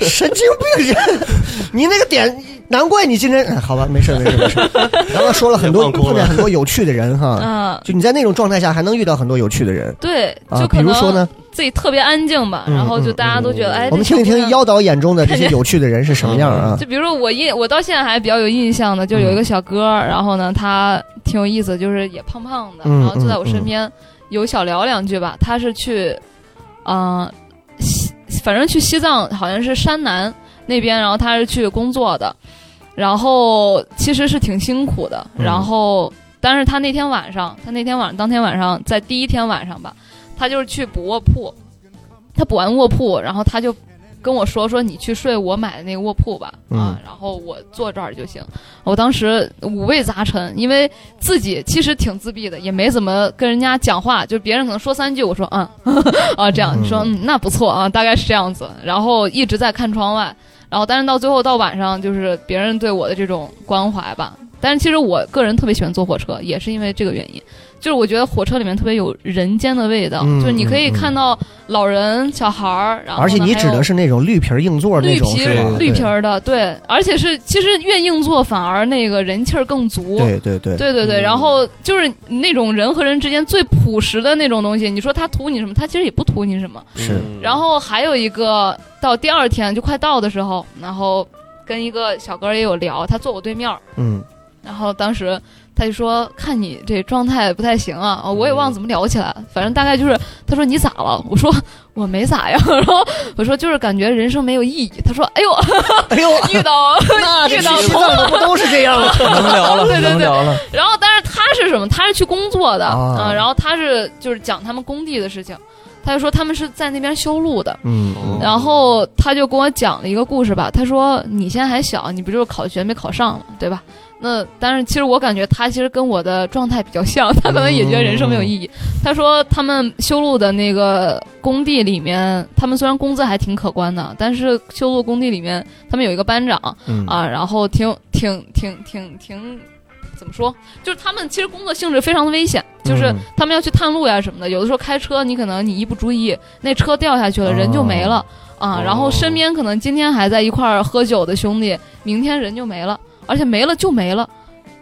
Speaker 3: 神经病人！你那个点，难怪你今天哎好吧，没事没事没事。然后刚说了很多
Speaker 5: 别放空
Speaker 3: 碰
Speaker 5: 了
Speaker 3: 见很多有趣的人哈，
Speaker 6: 嗯，
Speaker 3: 就你在那种状态下还能遇到很多有趣的人
Speaker 6: 对，
Speaker 3: 啊，
Speaker 6: 就
Speaker 3: 比
Speaker 6: 可
Speaker 3: 如说
Speaker 6: 能
Speaker 3: 呢，
Speaker 6: 自己特别安静吧，
Speaker 3: 嗯
Speaker 6: 然后就大家都觉得，
Speaker 5: 嗯
Speaker 6: 哎，
Speaker 3: 我们
Speaker 6: 这
Speaker 3: 听一
Speaker 6: 小姑
Speaker 3: 听
Speaker 6: 娘
Speaker 3: 妖导眼中的这 些有趣的人是什么样啊？
Speaker 6: 嗯就比如说我印，我到现在还比较有印象的，就有一
Speaker 3: 嗯
Speaker 6: 个小哥，然后呢，他挺有意思，就是也胖胖的，
Speaker 3: 嗯
Speaker 6: 然后坐在我身边，有小聊两句吧。他是去，嗯、西，反正去西藏，好像是山南那边，然后他是去工作的，然后其实是挺辛苦的，
Speaker 3: 嗯
Speaker 6: 然后但是他那天晚上，他那天晚当天晚上，在第一天晚上吧，他就是去补卧铺，他补完卧铺，然后他就跟我说说你去睡我买的那个卧铺吧，
Speaker 3: 嗯
Speaker 6: 啊，然后我坐这儿就行。我当时五味杂陈，因为自己其实挺自闭的，也没怎么跟人家讲话，就别人可能说三句，我说嗯 啊这样，你说嗯那不错啊，大概是这样子，然后一直在看窗外。然后，但是到最后到晚上，就是别人对我的这种关怀吧。但是其实我个人特别喜欢坐火车，也是因为这个原因。就是我觉得火车里面特别有人间的味道，
Speaker 3: 嗯
Speaker 6: 就是你可以
Speaker 3: 嗯嗯
Speaker 6: 看到老人、小孩儿，然后
Speaker 3: 而且
Speaker 6: 呢
Speaker 3: 你
Speaker 6: 还
Speaker 3: 指
Speaker 6: 有
Speaker 3: 的是那种绿皮儿硬座那
Speaker 6: 绿
Speaker 3: 种
Speaker 6: 皮
Speaker 3: 是吧？
Speaker 6: 绿皮儿的，对，而且是其实越硬座反而那个人气儿更
Speaker 3: 对嗯
Speaker 6: 足。
Speaker 3: 对对对，
Speaker 6: 对对对然后就是那种人和人之间最朴实的那种东西，你说他图你什么？他其实也不图你什么。
Speaker 3: 是
Speaker 5: 嗯
Speaker 6: 然后还有一个，到第二天就快到的时候，然后跟一个小哥也有聊，他坐我对面儿，
Speaker 3: 嗯，
Speaker 6: 然后当时他就说：“看你这状态不太行啊。”
Speaker 3: 嗯
Speaker 6: 哦我也忘了怎么聊起来了，反正大概就是他说：“你咋了？”我说：“ 我没咋呀。”然后我说：“就是感觉人生没有意义。”他说：“哎呦，
Speaker 3: 哎呦，
Speaker 6: 遇到 遇到
Speaker 3: 西藏的不都是这样吗？
Speaker 4: 能聊了，
Speaker 6: 对对对
Speaker 4: 能聊了，
Speaker 6: 然后，但是他是什么？他是去工作的
Speaker 3: 啊
Speaker 6: 嗯然后他是就是讲他们工地的事情，他就说他们是在那边修路的。
Speaker 3: 嗯，
Speaker 5: 哦
Speaker 6: 然后他就跟我讲了一个故事吧，他说你现在还小，你不就是考学没考上嘛，对吧？那但是其实我感觉他其实跟我的状态比较像，他可能也觉得人生没有意义。他说他们修路的那个工地里面，他们虽然工资还挺可观的，但是修路工地里面他们有一个班长，
Speaker 3: 嗯
Speaker 6: 啊，然后挺挺挺挺挺，怎么说？就是他们其实工作性质非常的危险，就是
Speaker 3: 嗯
Speaker 6: 他们要去探路呀什么的。有的时候开车，你可能你一不注意，那车掉下去了，人就没了
Speaker 3: 哦
Speaker 6: 啊。然后身边可能今天还在一块儿喝酒的兄弟，明天人就没了，而且没了就没了，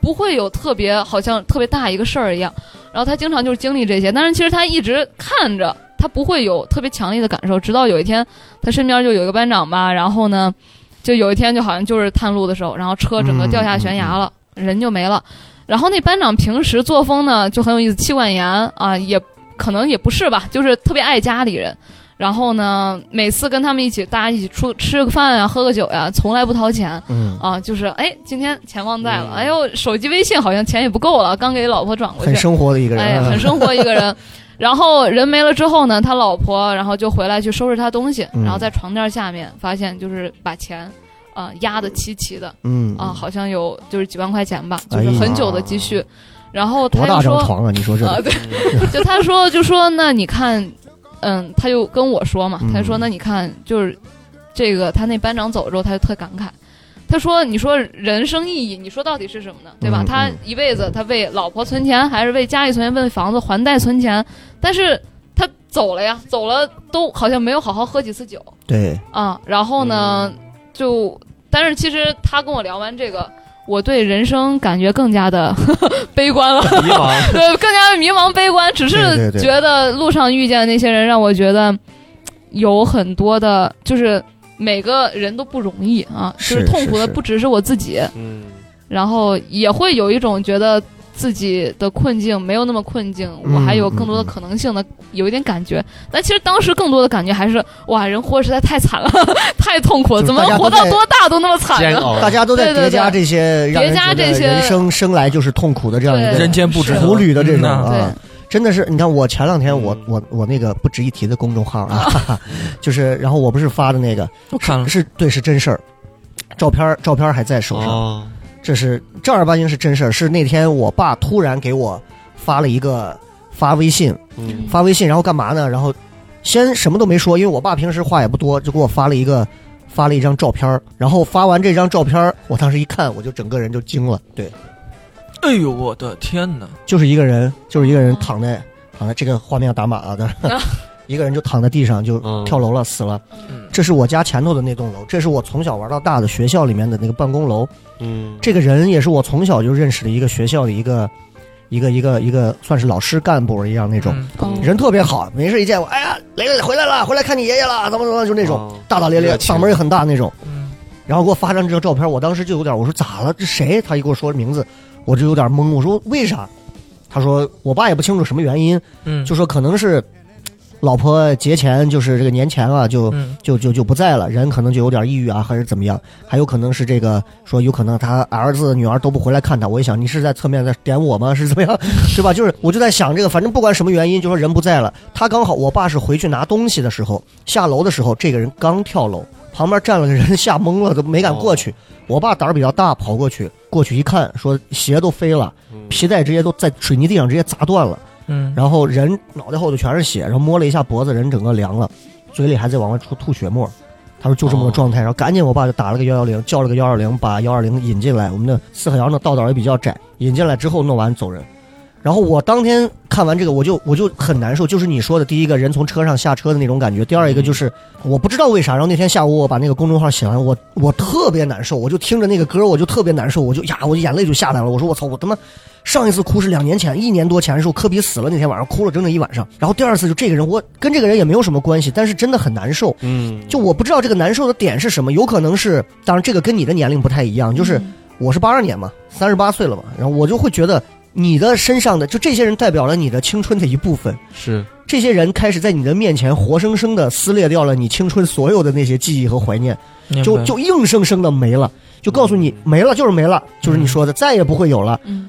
Speaker 6: 不会有特别好像特别大一个事儿一样。然后他经常就是经历这些，但是其实他一直看着，他不会有特别强烈的感受，直到有一天他身边就有一个班长吧，然后呢，就有一天就好像就是探路的时候，然后车整个掉下悬崖了，人就没了。然后那班长平时作风呢就很有意思，妻管严啊，也可能也不是吧，就是特别爱家里人。然后呢，每次跟他们一起，大家一起出吃个饭啊，喝个酒呀、从来不掏钱。
Speaker 3: 嗯，
Speaker 6: 啊，就是哎，今天钱忘带了，
Speaker 5: 嗯
Speaker 6: 哎呦，手机微信好像钱也不够了，刚给老婆转过去，
Speaker 3: 很生活的一个
Speaker 6: 哎，
Speaker 3: 人啊，
Speaker 6: 很生活一 个人。然后人没了之后呢，他老婆然后就回来去收拾他东西，
Speaker 3: 嗯
Speaker 6: 然后在床垫下面发现就是把钱啊、压的齐齐的
Speaker 3: 嗯
Speaker 6: 啊、好像有就是几万块钱吧，就
Speaker 3: 哎
Speaker 6: 是
Speaker 3: 呀
Speaker 6: 很久的积蓄。然后
Speaker 3: 多
Speaker 6: 他
Speaker 3: 大
Speaker 6: 就
Speaker 3: 张
Speaker 6: 说
Speaker 3: 床啊？你说这
Speaker 6: 啊，对，就他说就说那你看，嗯，他就跟我说嘛
Speaker 3: 嗯，
Speaker 6: 他说那你看就是这个他那班长走之后，他就特感慨。他说：“你说人生意义，你说到底是什么呢？对吧？
Speaker 3: 嗯
Speaker 6: 他
Speaker 3: 嗯
Speaker 6: 一辈子，他为老婆存钱，还是为家里存钱，为房子还贷存钱？但是他走了呀，走了都好像没有好好喝几次酒
Speaker 3: 对，
Speaker 6: 啊。然后呢，
Speaker 3: 嗯
Speaker 6: 就但是其实他跟我聊完这个，我对人生感觉更加的 悲观了。
Speaker 5: 迷 茫，
Speaker 6: 对，更加迷茫悲观，只
Speaker 3: 对对
Speaker 6: 是
Speaker 3: 对
Speaker 6: 觉得路上遇见的那些人，让我觉得有很多的，就是每个人都不容易啊，就是是痛苦
Speaker 3: 是是
Speaker 6: 的不只是我自己，
Speaker 5: 嗯，
Speaker 6: 然后也会有一种觉得。自己的困境没有那么困境，
Speaker 3: 嗯
Speaker 6: 我还有更多的
Speaker 3: 嗯嗯
Speaker 6: 可能性的，有一点感觉。但其实当时更多的感觉还是，哇，人活实在太惨了， 太痛苦了，
Speaker 3: 就是
Speaker 6: 怎么
Speaker 3: 大家都
Speaker 6: 活到
Speaker 3: 在
Speaker 6: 多大都那么惨
Speaker 5: 煎
Speaker 6: 呢？
Speaker 5: 熬，
Speaker 3: 大家都在叠加这些，让人觉得
Speaker 6: 叠加这些
Speaker 3: 人生生来就是痛苦的这样一
Speaker 6: 对
Speaker 3: 个
Speaker 4: 人间不值
Speaker 6: 是
Speaker 4: 得
Speaker 3: 苦旅的这
Speaker 4: 嗯
Speaker 3: 种
Speaker 4: 呐
Speaker 3: 啊。真的是，你看我前两天我
Speaker 5: 嗯
Speaker 3: 我我那个不值一提的公众号啊，哈哈 就是然后我不是发的那个
Speaker 4: 都看了，
Speaker 3: 是对是真事儿，照片儿照片儿还在手上，
Speaker 5: 哦，
Speaker 3: 这是正儿八经是真事儿，是那天我爸突然给我发了一个发微信，
Speaker 5: 嗯
Speaker 3: 发微信，然后干嘛呢？然后先什么都没说，因为我爸平时话也不多，就给我发了一个发了一张照片儿然后发完这张照片儿我当时一看，我就整个人就惊了，对，
Speaker 4: 哎呦我的天哪，
Speaker 3: 就是一个人，就是一个人躺在躺在这个画面要打码啊，但是。一个人就躺在地上就
Speaker 5: 嗯
Speaker 3: 跳楼了，死了。
Speaker 4: 嗯
Speaker 3: 这是我家前头的那栋楼，这是我从小玩到大的学校里面的那个办公楼。
Speaker 5: 嗯，
Speaker 3: 这个人也是我从小就认识的一个学校的一个一个一个一个算是老师干部一样那种，
Speaker 4: 嗯
Speaker 6: 哦
Speaker 3: 人特别好，没事一见我，哎呀，雷雷回来了，回来看你爷爷了，怎么怎么就那种、
Speaker 5: 哦
Speaker 3: 大大咧咧，
Speaker 5: 热情
Speaker 3: 嗓门也很大那种。
Speaker 4: 嗯
Speaker 3: 然后给我发张这个照片，我当时就有点，我说咋了？这谁？他一给我说名字，我就有点懵，我说为啥？他说我爸也不清楚什么原因，
Speaker 4: 嗯，
Speaker 3: 就说可能是老婆节前就是这个年前啊，就
Speaker 4: 嗯
Speaker 3: 就就就不在了，人可能就有点抑郁啊，还是怎么样？还有可能是这个说，有可能他儿子女儿都不回来看他。我一想，你是在侧面在点我吗？ 是怎么样，对吧？就是我就在想这个，反正不管什么原因，就说人不在了。他刚好，我爸是回去拿东西的时候，下楼的时候，这个人刚跳楼，旁边站了个人， 吓懵了，都没敢过去。我爸胆儿比较大，跑过去，过去一看，说鞋都飞了，
Speaker 5: 嗯
Speaker 3: 皮带直接都在水泥地上直接砸断了。
Speaker 4: 嗯，
Speaker 3: 然后人脑袋后头全是血，然后摸了一下脖子，人整个凉了，嘴里还在往外出吐血沫。他说就这么个状态，然后赶紧我爸就打了个幺幺零，叫了个幺二零，把幺二零引进来。我们的四合窑的道道也比较窄，引进来之后弄完走人。然后我当天看完这个，我就我就很难受，就是你说的第一个人从车上下车的那种感觉，第二一个就是我不知道为啥，然后那天下午我把那个公众号写完，我我特别难受，我就听着那个歌，我就特别难受，我就呀，我就眼泪就下来了，我说我操，我他妈上一次哭是两年前，一年多前的时候，科比死了那天晚上哭了整整一晚上，然后第二次就这个人，我跟这个人也没有什么关系，但是真的很难受，
Speaker 5: 嗯，
Speaker 3: 就我不知道这个难受的点是什么，有可能是，当然这个跟你的年龄不太一样，就是
Speaker 4: 嗯
Speaker 3: 我是八二年嘛，三十八岁了嘛，然后我就会觉得你的身上的就这些人代表了你的青春的一部分，
Speaker 5: 是
Speaker 3: 这些人开始在你的面前活生生的撕裂掉了你青春所有的那些记忆和怀念，
Speaker 4: 明白嗯
Speaker 3: 就就硬生生的没了，就告诉你没了就是没了，就是你说的再也不会有了，
Speaker 6: 嗯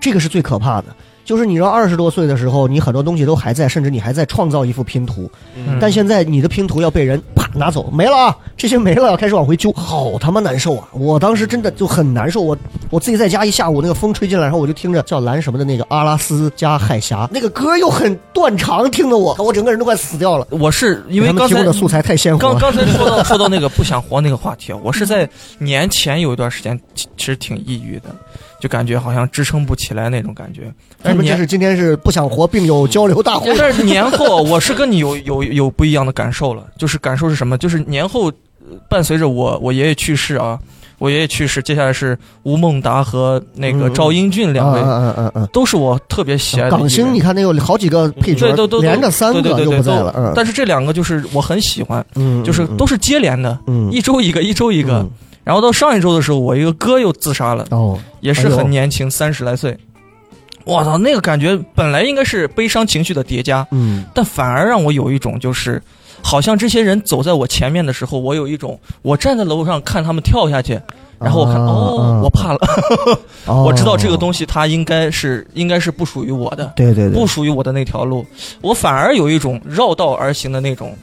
Speaker 3: 这个是最可怕的。就是你到二十多岁的时候，你很多东西都还在，甚至你还在创造一幅拼图，
Speaker 4: 嗯
Speaker 3: 但现在你的拼图要被人啪拿走，没了啊，这些没了，开始往回揪，好他妈难受啊！我当时真的就很难受，我我自己在家一下午，那个风吹进来，然后我就听着叫蓝什么的那个阿拉斯加海峡，那个歌又很断肠，听得 我我整个人都快死掉了。
Speaker 4: 我是因为
Speaker 3: 给他们
Speaker 4: 刚
Speaker 3: 提
Speaker 4: 才
Speaker 3: 供的素材太鲜活
Speaker 4: 刚
Speaker 3: 了，
Speaker 4: 刚才 说到说到那个不想活那个话题，啊，我是在年前有一段时间其其实挺抑郁的，就感觉好像支撑不起来那种感觉。
Speaker 3: 他
Speaker 4: 但是
Speaker 3: 们这
Speaker 4: 年
Speaker 3: 是今天是不想活并有交流大会，
Speaker 4: 但是年后我是跟你有有有不一样的感受了，就是感受是什么？就是年后呃伴随着我我爷爷去世啊，我爷爷去世，接下来是吴孟达和那个
Speaker 3: 嗯
Speaker 4: 赵英俊两位，
Speaker 3: 嗯嗯嗯嗯
Speaker 4: 都是我特别喜
Speaker 3: 嗯，
Speaker 4: 爱的艺
Speaker 3: 港
Speaker 4: 人。
Speaker 3: 星你看那有好几个配角
Speaker 4: 对，都都
Speaker 3: 连着三
Speaker 4: 对
Speaker 3: 个
Speaker 4: 对
Speaker 3: 就
Speaker 4: 对
Speaker 3: 不
Speaker 4: 对
Speaker 3: 在
Speaker 4: 都
Speaker 3: 了，嗯，
Speaker 4: 但是这两个就是我很喜欢，
Speaker 3: 嗯
Speaker 4: 就是
Speaker 3: 嗯
Speaker 4: 都是接连的，
Speaker 3: 嗯
Speaker 4: 一周一个，一周一个。
Speaker 3: 嗯
Speaker 4: 然后到上一周的时候，我一个哥又自杀了，
Speaker 3: 哦，
Speaker 4: 也是很年轻，三十来岁。我操，那个感觉本来应该是悲伤情绪的叠加，
Speaker 3: 嗯
Speaker 4: 但反而让我有一种就是，好像这些人走在我前面的时候，我有一种我站在楼上看他们跳下去，然后我看、
Speaker 3: 啊
Speaker 4: 哦
Speaker 3: 啊，
Speaker 4: 我怕了，
Speaker 3: 哦
Speaker 4: 我知道这个东西它应该是应该是不属于我的，
Speaker 3: 对对对，
Speaker 4: 不属于我的那条路，我反而有一种绕道而行的那种，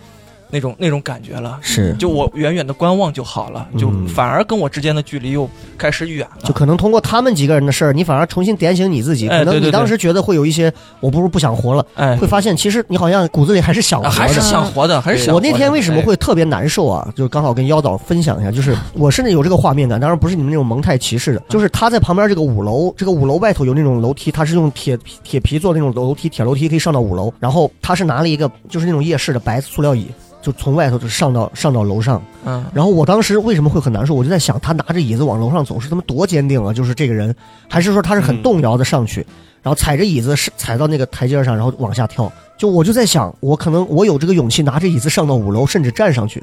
Speaker 4: 那种那种感觉了。
Speaker 3: 是
Speaker 4: 就我远远的观望就好了，
Speaker 3: 嗯
Speaker 4: 就反而跟我之间的距离又开始远了。
Speaker 3: 就可能通过他们几个人的事儿，你反而重新点醒你自己。
Speaker 4: 哎
Speaker 3: 可能
Speaker 4: 对对
Speaker 3: 你
Speaker 4: 对
Speaker 3: 当时觉得会有一些，我不如不想活了，
Speaker 4: 哎，
Speaker 3: 会发现其实你好像骨子里还是想活
Speaker 4: 啊
Speaker 3: 的。
Speaker 4: 还是想活的，还是想
Speaker 3: 我
Speaker 4: 活的。
Speaker 3: 那天为什么
Speaker 4: 哎
Speaker 3: 会特别难受啊？就是刚好跟妖导分享一下，就是我甚至有这个画面感，当然不是你们那种蒙太奇式
Speaker 4: 嗯
Speaker 3: 的，就是他在旁边这个五楼，这个五楼外头有那种楼梯，他是用铁铁皮做的那种楼梯，铁楼梯可以上到五楼，然后他是拿了一个就是那种夜市的白塑料椅，就从外头就上到上到楼上，
Speaker 4: 嗯
Speaker 3: 然后我当时为什么会很难受？我就在想，他拿着椅子往楼上走，是他妈多坚定啊！就是这个人，还是说他是很动摇的上
Speaker 4: 嗯
Speaker 3: 去，然后踩着椅子是踩到那个台阶上，然后往下跳。就我就在想，我可能我有这个勇气拿着椅子上到五楼，甚至站上去，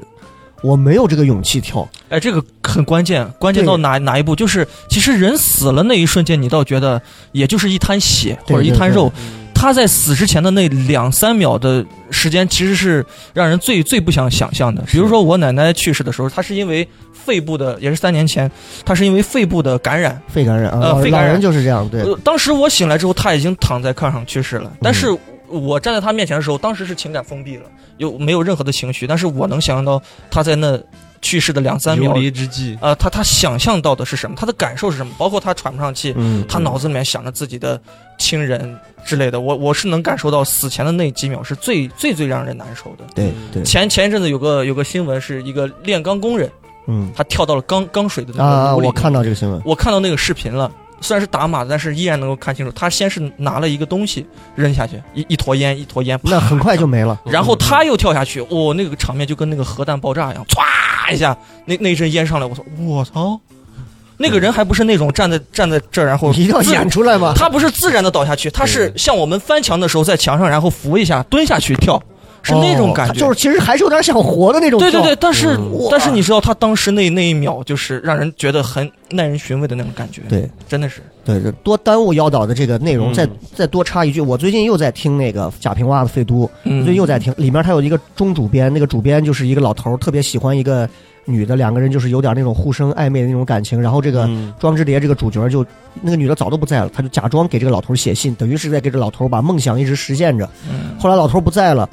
Speaker 3: 我没有这个勇气跳。
Speaker 4: 哎，这个很关键，关键
Speaker 3: 对
Speaker 4: 到哪哪一步？就是其实人死了那一瞬间，你倒觉得也就是一滩血
Speaker 3: 对
Speaker 4: 或者一
Speaker 3: 对
Speaker 4: 滩
Speaker 3: 对
Speaker 4: 肉。
Speaker 5: 嗯
Speaker 4: 他在死之前的那两三秒的时间，其实是让人最最不想想象的。比如说我奶奶去世的时候，她是因为肺部的，也是三年前，她是因为肺部的感染。
Speaker 3: 肺感染啊，
Speaker 4: 呃
Speaker 3: 老
Speaker 4: 肺
Speaker 3: 老
Speaker 4: 感染
Speaker 3: 人就是这样，对，
Speaker 4: 呃当时我醒来之后，她已经躺在炕上去世了。但
Speaker 3: 嗯
Speaker 4: 是我站在她面前的时候，当时是情感封闭了，有没有任何的情绪？但是我能想象到她在那去世的两三
Speaker 5: 游
Speaker 4: 秒
Speaker 5: 离之际，
Speaker 4: 呃，他他想象到的是什么？他的感受是什么？包括他喘不上气，
Speaker 3: 嗯，
Speaker 4: 他脑子里面想着自己的亲人之类的。我我是能感受到死前的那几秒是最最最让人难受的。
Speaker 3: 对对，
Speaker 4: 前前一阵子有个有个新闻，是一个炼钢工人，
Speaker 3: 嗯
Speaker 4: 他跳到了钢钢水的那
Speaker 3: 啊，
Speaker 4: 个炉里
Speaker 3: 我
Speaker 4: 面
Speaker 3: 看到这个新闻，
Speaker 4: 我看到那个视频了，虽然是打码的，但是依然能够看清楚。他先是拿了一个东西扔下去，一一坨烟，一坨烟，啪
Speaker 3: 嗯那很快就没 了。
Speaker 4: 然
Speaker 5: 嗯
Speaker 4: 后他又跳下去，我、那个场面就跟那个核弹爆炸一样，唰一下，那那一阵烟上来，我操，我操！那个人还不是那种站在站在这儿，然后
Speaker 3: 你一定要
Speaker 4: 自
Speaker 3: 演出来嘛！
Speaker 4: 他不是自然的倒下去，他是像我们翻墙的时候在墙上，然后扶一下，蹲下去跳，是那种感
Speaker 3: 哦
Speaker 4: 觉。
Speaker 3: 他就是其实还是有点想活的那种。
Speaker 4: 对对对，，但是、
Speaker 3: 嗯
Speaker 4: 但是你知道他当时那那一秒，就是让人觉得很耐人寻味的那种感觉。
Speaker 3: 对，
Speaker 4: 真的是
Speaker 3: 对，这多耽误妖导的这个内容，
Speaker 5: 嗯
Speaker 3: 再再多插一句，我最近又在听那个贾平凹的《废都》，
Speaker 4: 嗯
Speaker 3: 最近又在听，里面他有一个中主编，那个主编就是一个老头儿，特别喜欢一个女的，两个人就是有点那种互生暧昧的那种感情。然后这个
Speaker 5: 嗯
Speaker 3: 庄之蝶这个主角就那个女的早都不在了，他就假装给这个老头儿写信，等于是在给这老头儿把梦想一直实现着。
Speaker 4: 嗯
Speaker 3: 后来老头儿不在了，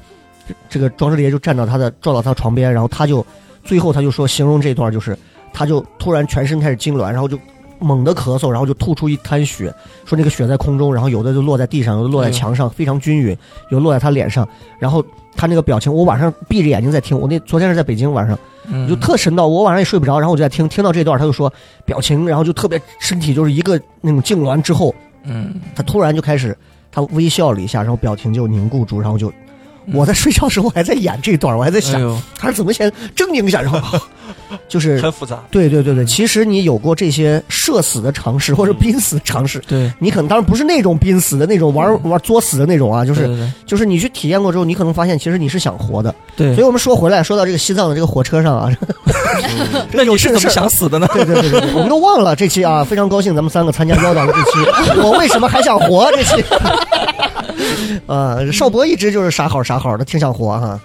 Speaker 3: 这这个庄之蝶就站到他的撞到他床边，然后他就最后他就说形容这段就是，他就突然全身开始痉挛，然后就猛地咳嗽，然后就吐出一滩血，说那个血在空中，然后有的就落在地上，有的落在墙上，非常均匀，有的落在他脸上，然后他那个表情，我晚上闭着眼睛在听，我那昨天是在北京晚上。
Speaker 4: 嗯
Speaker 3: 我就特神到，我晚上也睡不着，然后我就在听，听到这段，他就说表情，然后就特别身体就是一个那种痉挛之后，
Speaker 4: 嗯，
Speaker 3: 他突然就开始，他微笑了一下，然后表情就凝固住，然后就，
Speaker 4: 嗯
Speaker 3: 我在睡觉的时候还在演这段，我还在
Speaker 4: 哎
Speaker 3: 想
Speaker 4: 呦，
Speaker 3: 他是怎么先狰狞一下，然 后就是
Speaker 5: 很复杂，
Speaker 3: 对对对对，其实你有过这些社死的尝试或者濒死尝试，
Speaker 4: 对，
Speaker 3: 你可能当然不是那种濒死的那种玩
Speaker 4: 嗯
Speaker 3: 玩作死的那种啊，就
Speaker 4: 就是
Speaker 3: 就是你去体验过之后，你可能发现其实你是想活的。
Speaker 4: 对
Speaker 3: 所以我们说回来，说到这个西藏的这个火车上啊，
Speaker 4: 那你是
Speaker 3: 这个
Speaker 4: 怎
Speaker 3: 事儿
Speaker 4: 么想 死的呢？
Speaker 3: 对对对对，对，我们都忘了这期啊，非常高兴咱们三个参加妖党的这期，我为什么还想活这期？ 呃，邵博一直就是傻好傻好的，挺想活哈、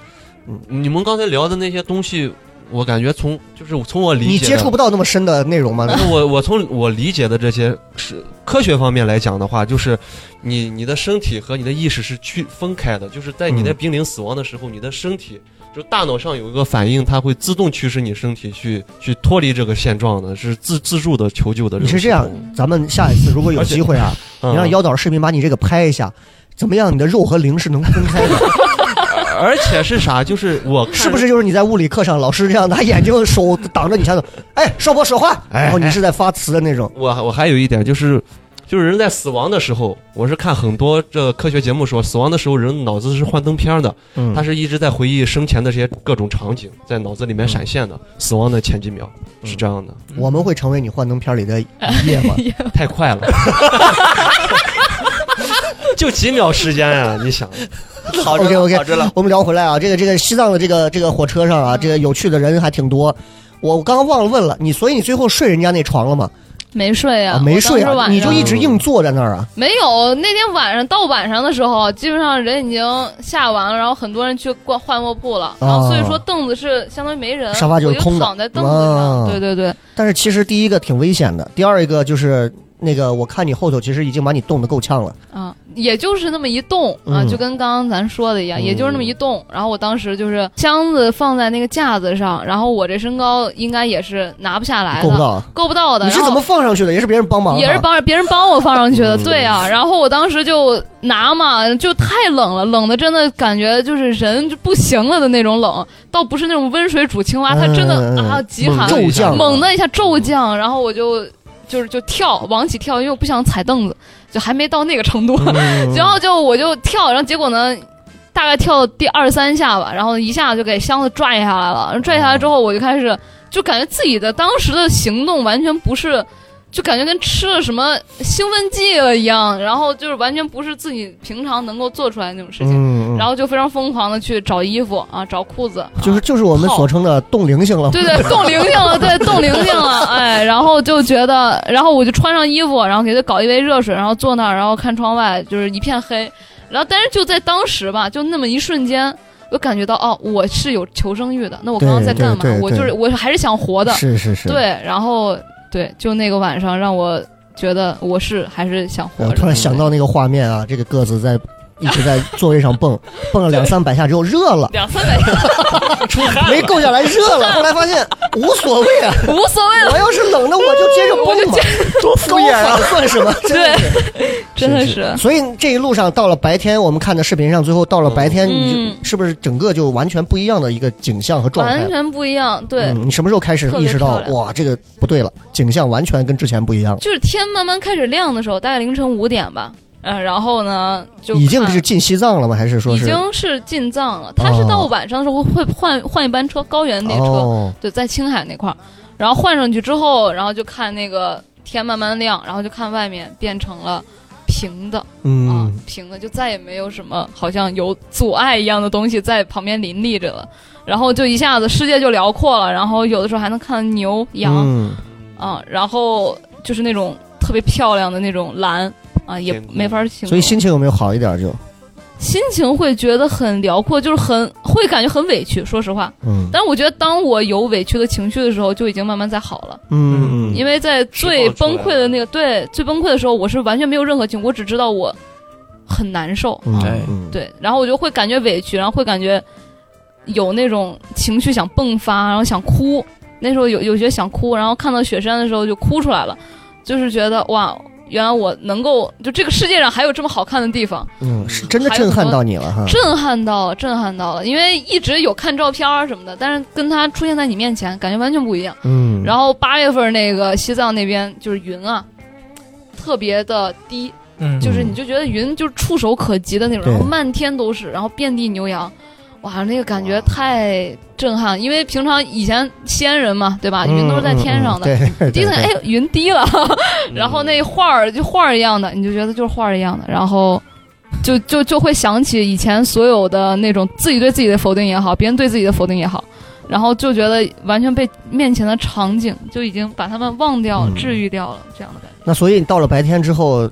Speaker 5: 你们刚才聊的那些东西，我感觉从就是从我理解
Speaker 3: 你接
Speaker 5: 的
Speaker 3: 触不到那么深的内容吗？
Speaker 5: 但是我我从我理解的这些是科学方面来讲的话，就是你你的身体和你的意识是区分开的，就是在你在
Speaker 3: 嗯
Speaker 5: 濒临死亡的时候，你的身体就大脑上有一个反应，它会自动驱使你身体去去脱离这个现状的，是自自助的求救的
Speaker 3: 你
Speaker 5: 种
Speaker 3: 是这
Speaker 5: 系
Speaker 3: 样
Speaker 5: 统。，
Speaker 3: 咱们下一次如果有
Speaker 5: 而且
Speaker 3: 机会啊，
Speaker 5: 嗯
Speaker 3: 你让妖导视频把你这个拍一下，怎么样？你的肉和灵是能分开的，
Speaker 5: 而且是啥？就是我看
Speaker 3: 是不是？就是你在物理课上，老师这样拿眼睛手挡着你前头，哎，邵博说话，然
Speaker 5: 哎
Speaker 3: 后你是在发词的那种。
Speaker 5: 我我还有一点就是，就是人在死亡的时候，我是看很多这科学节目说，死亡的时候人脑子是幻灯片的，
Speaker 3: 嗯
Speaker 5: 他是一直在回忆生前的这些各种场景，在脑子里面闪
Speaker 4: 嗯
Speaker 5: 现的。死亡的前几秒是这样的，
Speaker 3: 我们会成为你幻灯片里的一页吗？
Speaker 5: 太快了， 就几秒时间呀、你想，
Speaker 7: 好着
Speaker 3: OK
Speaker 7: 了
Speaker 3: OK，
Speaker 7: 好着了。嗯
Speaker 3: 我们聊回来啊，这个这个西藏的这个这个火车上啊，这个有趣的人还挺多。我刚刚忘了问了你，所以你最后睡人家那床了吗？
Speaker 6: 没睡呀、
Speaker 3: 啊，没睡
Speaker 6: 我当时晚
Speaker 3: 啊，
Speaker 6: 上
Speaker 3: 你就一直硬坐在那儿啊。
Speaker 6: 没有。那天晚上到晚上的时候，基本上人已经下完了，然后很多人去逛换卧铺了，然后所以说凳子是相当于没人，
Speaker 3: 啊沙发就
Speaker 6: 我
Speaker 3: 是
Speaker 6: 就
Speaker 3: 空的
Speaker 6: 躺在凳子上。
Speaker 3: 啊
Speaker 6: 对对对，
Speaker 3: 但是其实第一个挺危险的，第二一个就是那个，我看你后头其实已经把你冻得够呛了。
Speaker 6: 啊，也就是那么一动啊，
Speaker 3: 嗯
Speaker 6: 就跟刚刚咱说的一样，
Speaker 5: 嗯
Speaker 6: 也就是那么一动。然后我当时就是箱子放在那个架子上，然后我这身高应该也是拿不下来的，
Speaker 3: 够不到啊，
Speaker 6: 够不到的。
Speaker 3: 你是怎么放上去的？也是别人帮忙啊的，
Speaker 6: 然后也是帮别人帮我放上去的，
Speaker 5: 嗯
Speaker 6: 对啊。然后我当时就拿嘛，就太冷了，冷的真的感觉就是人就不行了的那种冷，倒不是那种温水煮青蛙，它真的、
Speaker 3: 嗯嗯嗯
Speaker 6: 啊极寒，
Speaker 3: 骤降，
Speaker 6: 猛的一下骤降，然后我就就是就跳往起跳，因为我不想踩凳子，就还没到那个程度。
Speaker 3: 嗯，
Speaker 6: 然后就我就跳，然后结果呢，大概跳第二三下吧，然后一下就给箱子拽下来了。然后拽下来之后，我就开始就感觉自己的当时的行动完全不是，就感觉跟吃了什么兴奋剂了一样，然后就是完全不是自己平常能够做出来的那种事情。
Speaker 3: 嗯，嗯
Speaker 6: 然后就非常疯狂的去找衣服啊，找裤子，啊
Speaker 3: 就是就是我们所称的冻龄性了。
Speaker 6: 对对，冻龄性了，对，冻龄性了，哎，然后就觉得，然后我就穿上衣服，然后给他搞一杯热水，然后坐那儿，然后看窗外，就是一片黑，然后但是就在当时吧，就那么一瞬间。我感觉到哦，我是有求生欲的。那我刚刚在干嘛
Speaker 3: 对对？对
Speaker 6: 我就是
Speaker 3: 对
Speaker 6: 我还是想活的。
Speaker 3: 是是是。
Speaker 6: 对，然后对，就那个晚上让我觉得我是还是想活
Speaker 3: 我
Speaker 6: 着。
Speaker 3: 突然想到那个画面啊，这个个子在一直在座位上 蹦，蹦了两三百下之后热了，
Speaker 6: 两三百
Speaker 3: 没够下来热了，后来发现无所谓 啊，
Speaker 6: 无所谓了，
Speaker 3: 我要是冷了我就接着蹦嘛，多敷衍啊，算 什么？真的
Speaker 6: 对，真的
Speaker 3: 是
Speaker 6: 是
Speaker 3: 所以这一路上到了白天，我们看的视频上，最后到了白天，
Speaker 6: 嗯
Speaker 3: 你就是不是整个就完全不一样的一个景象和状态
Speaker 6: 完？全不一样，对。
Speaker 3: 嗯，你什么时候开始意识到
Speaker 6: 特别漂亮
Speaker 3: 哇，这个不对了，景象完全跟之前不一样了，
Speaker 6: 就是天慢慢开始亮的时候，大概凌晨五点吧。嗯、然后呢，就
Speaker 3: 已经
Speaker 6: 看
Speaker 3: 是进西藏了吗？还是说
Speaker 6: 已
Speaker 3: 是
Speaker 6: 经是进藏了。他是到晚上的时候会换换一班车，高原那车，
Speaker 3: 哦，
Speaker 6: 对，在青海那块儿。然后换上去之后，然后就看那个天慢慢亮，然后就看外面变成了平的、啊
Speaker 3: 嗯，，
Speaker 6: 平的，就再也没有什么好像有阻碍一样的东西在旁边林立着了。然后就一下子世界就辽阔了，然后有的时候还能看牛羊，
Speaker 3: 嗯，
Speaker 6: 啊，然后就是那种特别漂亮的那种蓝啊，也
Speaker 5: 天空
Speaker 6: 没法形容。
Speaker 3: 所以心情有没有好一点？就
Speaker 6: 心情会觉得很辽阔，就是很会感觉很委屈，说实话。
Speaker 3: 嗯
Speaker 6: 但是我觉得，当我有委屈的情绪的时候，就已经慢慢在好了。
Speaker 3: 嗯嗯
Speaker 6: 因为在最
Speaker 5: 释放
Speaker 6: 崩
Speaker 5: 出来
Speaker 6: 溃的那个，对，最崩溃的时候，我是完全没有任何情绪，我只知道我很难受。
Speaker 3: 嗯，
Speaker 4: 对
Speaker 3: 嗯，
Speaker 6: 对，然后我就会感觉委屈，然后会感觉有那种情绪想迸发，然后想哭。那时候有有些想哭，然后看到雪山的时候就哭出来了，就是觉得哇，原来我能够就这个世界上还有这么好看的地方，
Speaker 3: 嗯，是真的震撼到你了哈。
Speaker 6: 震撼到了，震撼到了。因为一直有看照片儿什么的，但是跟它出现在你面前，感觉完全不一样。
Speaker 3: 嗯，
Speaker 6: 然后八月份那个西藏那边就是云啊，特别的低，
Speaker 4: 嗯，
Speaker 6: 就是你就觉得云就是触手可及的那种，
Speaker 3: 对
Speaker 6: 然后漫天都是，然后遍地牛羊，哇，那个感觉太震撼！因为平常以前西安人嘛，对吧？云都是在天上的，
Speaker 3: 嗯，嗯嗯对，
Speaker 6: 第一次
Speaker 3: 对
Speaker 6: 哎，云低了，
Speaker 5: 嗯
Speaker 6: 然后那画儿就画儿一样的，你就觉得就是画儿一样的，然后。就就就会想起以前所有的那种自己对自己的否定也好，别人对自己的否定也好，然后就觉得完全被面前的场景就已经把他们忘掉、
Speaker 3: 嗯
Speaker 6: 治愈掉了，这样的感觉。
Speaker 3: 那所以你到了白天之后，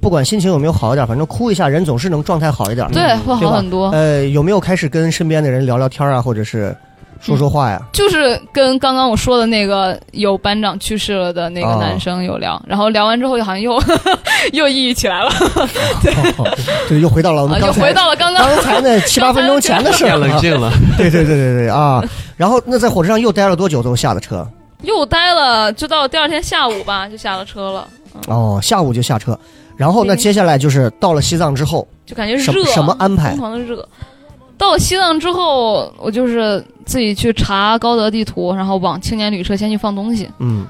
Speaker 3: 不管心情有没有好一点，反正哭一下，人总是能状态好一点。
Speaker 6: 对，哦会
Speaker 3: 嗯对
Speaker 6: 好
Speaker 3: 吧
Speaker 6: 很多。
Speaker 3: 呃，有没有开始跟身边的人聊聊天啊，或者是说说话呀？
Speaker 6: 就是跟刚刚我说的那个有班长去世了的那
Speaker 3: 啊
Speaker 6: 个男生有聊，然后聊完之后好像又 又抑郁起来了，
Speaker 3: 对，又回到了我
Speaker 6: 啊
Speaker 3: 们
Speaker 6: 又
Speaker 3: 刚
Speaker 6: 回
Speaker 3: 才
Speaker 6: 到了刚刚
Speaker 3: 刚才那七八分钟前的事
Speaker 5: 变
Speaker 3: 儿了
Speaker 5: 冷。静 了，
Speaker 3: 对对对对对啊！
Speaker 6: 嗯
Speaker 3: 然后那在火车上又待了多久？都下的车
Speaker 6: 又待了，就到第二天下午吧，就下了车了，
Speaker 3: 哦，下午就下车。然后那接下来就是到了西藏之后，
Speaker 6: 就感觉
Speaker 3: 什
Speaker 6: 热啊
Speaker 3: 么，什么安排
Speaker 6: 疯？狂的热。到了西藏之后，我就是自己去查高德地图，然后往青年旅社先去放东西。
Speaker 3: 嗯，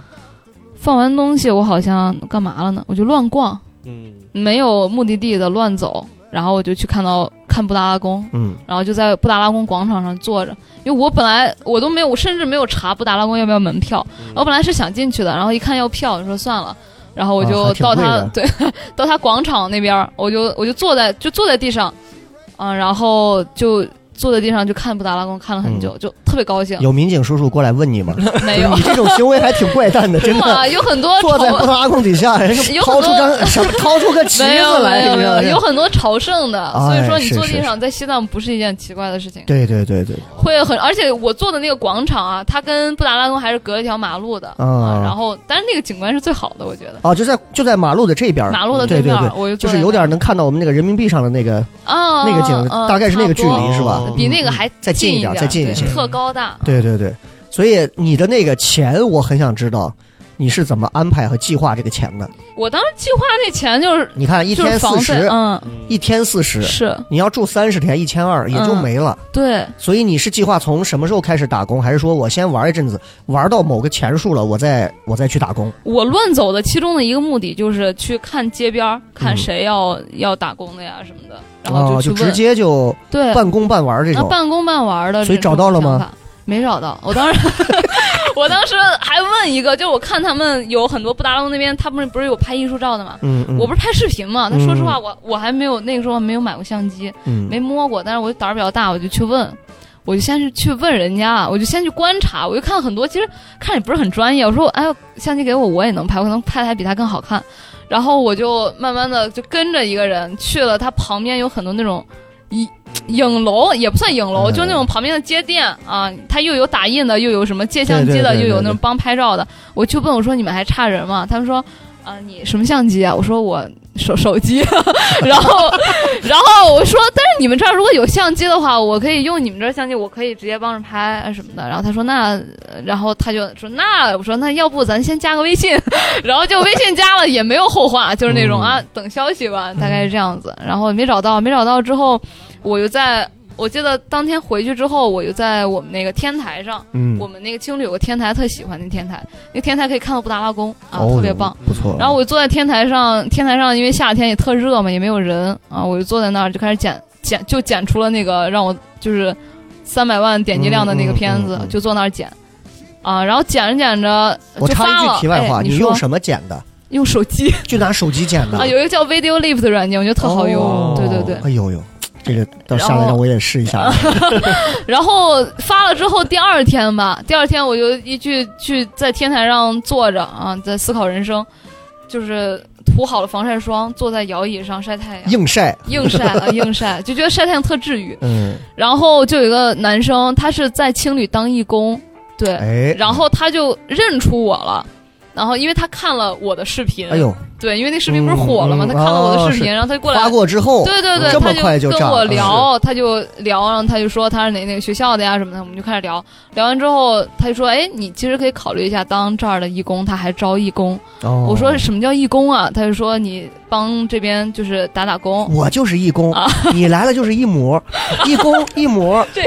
Speaker 6: 放完东西，我好像干嘛了呢？我就乱逛，
Speaker 5: 嗯，
Speaker 6: 没有目的地的乱走，然后我就去看到看布达拉宫，
Speaker 3: 嗯，
Speaker 6: 然后就在布达拉宫广场上坐着，因为我本来我都没有，我甚至没有查布达拉宫要不要门票，
Speaker 3: 嗯
Speaker 6: 我本来是想进去的，然后一看要票，我说算了，然后我
Speaker 3: 啊
Speaker 6: 就
Speaker 3: 还挺
Speaker 6: 到他、
Speaker 3: 贵的
Speaker 6: 对到他广场那边儿，我就我就坐在就坐在地上，啊，然后就坐在地上就看布达拉宫看了很久，就特别高兴，
Speaker 3: 嗯有民警叔叔过来问你吗？
Speaker 6: 没有
Speaker 3: 你这种行为还挺怪 诞的，真的。
Speaker 6: 哇，有很多
Speaker 3: 坐在布
Speaker 6: 朝
Speaker 3: 达拉宫底下，人是
Speaker 6: 有
Speaker 3: 掏
Speaker 6: 很
Speaker 3: 出
Speaker 6: 多
Speaker 3: 张什么掏出个旗
Speaker 6: 没有
Speaker 3: 子来，
Speaker 6: 没有
Speaker 3: 你
Speaker 6: 没
Speaker 3: 知道
Speaker 6: 有
Speaker 3: 吗
Speaker 6: 有很多朝圣的，所
Speaker 3: 哎
Speaker 6: 以说你
Speaker 3: 是
Speaker 6: 坐
Speaker 3: 是
Speaker 6: 地上在西藏不是一件奇怪的事情。
Speaker 3: 对对对对，
Speaker 6: 会很，而且我坐的那个广场啊，它跟布达拉宫还是隔一条马路的、
Speaker 3: 啊
Speaker 6: 啊。然后，但是那个景观是最好的，我觉得。
Speaker 3: 哦，就在就在马路的这边儿，
Speaker 6: 马路的
Speaker 3: 啊对对
Speaker 6: 面儿，
Speaker 3: 对，
Speaker 6: 我就
Speaker 3: 就
Speaker 6: 坐在
Speaker 3: 是有点能看到我们那个人民币上的那个
Speaker 6: 那儿啊，
Speaker 3: 那个景，
Speaker 6: 啊
Speaker 3: 大概是那个距
Speaker 6: 差不
Speaker 3: 离
Speaker 6: 多嗯
Speaker 3: 是吧？嗯
Speaker 6: 比那个还
Speaker 3: 再近
Speaker 6: 一
Speaker 3: 一点再近一
Speaker 6: 对
Speaker 3: 些
Speaker 6: 特高大。
Speaker 3: 对对对，所以你的那个钱，我很想知道你是怎么安排和计划这个钱的。
Speaker 6: 我当时计划那钱就是
Speaker 3: 你看一
Speaker 6: 就是
Speaker 3: 天
Speaker 6: 房
Speaker 3: 四
Speaker 6: 费，
Speaker 3: 十，
Speaker 6: 嗯，
Speaker 3: 一天四十，
Speaker 6: 是嗯
Speaker 3: 你要住三十天，一千二也就没了。
Speaker 6: 对，
Speaker 3: 所以你是计划从什么时候开始打工，还是说我先玩一阵子，玩到某个钱数了，我再我再去打工？
Speaker 6: 我乱走的其中的一个目的就是去看街边儿，看谁要、要打工的呀什么的，然后
Speaker 3: 嗯哦，
Speaker 6: 啊去
Speaker 3: 就
Speaker 6: 问，
Speaker 3: 直接就
Speaker 6: 对，
Speaker 3: 半工半玩这
Speaker 6: 那
Speaker 3: 种。
Speaker 6: 半工半玩的这种想法，
Speaker 3: 所以找到了吗
Speaker 6: 没找到，我 当时，我当时还问一个，就是我看他们有很多布达拉宫那边，他们不是有拍艺术照的嘛？
Speaker 3: 嗯嗯，
Speaker 6: 我不是拍视频嘛？但
Speaker 3: 嗯
Speaker 6: 说实话，我我还没有那个时候还没有买过相机，
Speaker 3: 嗯
Speaker 6: 没摸过，但是我胆儿比较大，我就去问，我就先是去问人家，我就先去观察，我就看很多，其实看也不是很专业。我说，哎呦，相机给我，我也能拍，我可能拍的还比他更好看。然后我就慢慢的就跟着一个人去了，他旁边有很多那种 影影楼，也不算影楼，
Speaker 3: 嗯
Speaker 6: 就那种旁边的街店啊，他又有打印的，又有什么借相
Speaker 3: 对
Speaker 6: 机
Speaker 3: 对
Speaker 6: 的，
Speaker 3: 对
Speaker 6: 又有
Speaker 3: 对
Speaker 6: 那种
Speaker 3: 对
Speaker 6: 帮拍照的。我去问我说你们还差人吗？他们说。啊，你什么相机啊？我说我手手机， 然后 然后我说，但是你们这儿如果有相机的话，我可以用你们这儿相机，我可以直接帮着拍啊什么的。然后他说那，呃然后他就说那，我说那要不咱先加个微信， 然后就微信加了，也没有后话， 就是那种啊等消息吧，大概是这样子。然后没找到，没找到之后，我又在。我记得当天回去之后，我就在我们那个天台上，
Speaker 3: 嗯
Speaker 6: 我们那个青旅有个天台，特喜欢那天台，那天台可以看到布达拉宫啊，
Speaker 3: 哦
Speaker 6: 特别棒。
Speaker 3: 不错。
Speaker 6: 然后我就坐在天台上，天台上因为夏天也特热嘛，也没有人啊，我就坐在那儿就开始剪剪，就剪出了那个让我就是三百万点击量的那个片子，
Speaker 3: 嗯嗯嗯嗯
Speaker 6: 就坐那儿剪啊，然后剪着剪着
Speaker 3: 我
Speaker 6: 就
Speaker 3: 插
Speaker 6: 发
Speaker 3: 一
Speaker 6: 了。
Speaker 3: 句题外话，
Speaker 6: 哎、
Speaker 3: 你
Speaker 6: 说
Speaker 3: 用什么剪的？
Speaker 6: 用手机
Speaker 3: 就拿手机剪的
Speaker 6: 啊，有一个叫 Video Leap 的软件，我觉得特好用，
Speaker 3: 哦
Speaker 6: 对对对。
Speaker 3: 哎呦呦，这个到下
Speaker 6: 然
Speaker 3: 来
Speaker 6: 后
Speaker 3: 让我也试一 下。
Speaker 6: 然后发了之后，第二天吧，第二天我就一去去在天台上坐着啊，在思考人生，就是涂好了防晒霜，坐在摇椅上晒太阳，
Speaker 3: 硬晒，
Speaker 6: 硬 晒啊硬晒，就觉得晒太阳特治愈。
Speaker 3: 嗯，
Speaker 6: 然后就有一个男生，他是在青旅当义工，对，
Speaker 3: 哎，
Speaker 6: 然后他就认出我了。然后，因为他看了我的视频，
Speaker 3: 哎呦，
Speaker 6: 对，因为那视频不是火了吗？
Speaker 3: 嗯嗯
Speaker 6: 他看了我
Speaker 3: 哦
Speaker 6: 的视频，
Speaker 3: 是
Speaker 6: 然后他就过来
Speaker 3: 花过之后，
Speaker 6: 对对对，
Speaker 3: 这么快
Speaker 6: 他
Speaker 3: 就炸
Speaker 6: 就跟
Speaker 3: 了啊
Speaker 6: 我聊，他就聊，然后他就说他是哪哪个学校的呀什么的，我们就开始聊。聊完之后，他就说：“哎，你其实可以考虑一下当这儿的义工，他还招义工。
Speaker 3: 哦
Speaker 6: 我说：“什么叫义工啊？”他就说：“你帮这边就是打打工。
Speaker 3: 我就是义工，
Speaker 6: 啊
Speaker 3: 你来了就是义母，义工义母，嘿，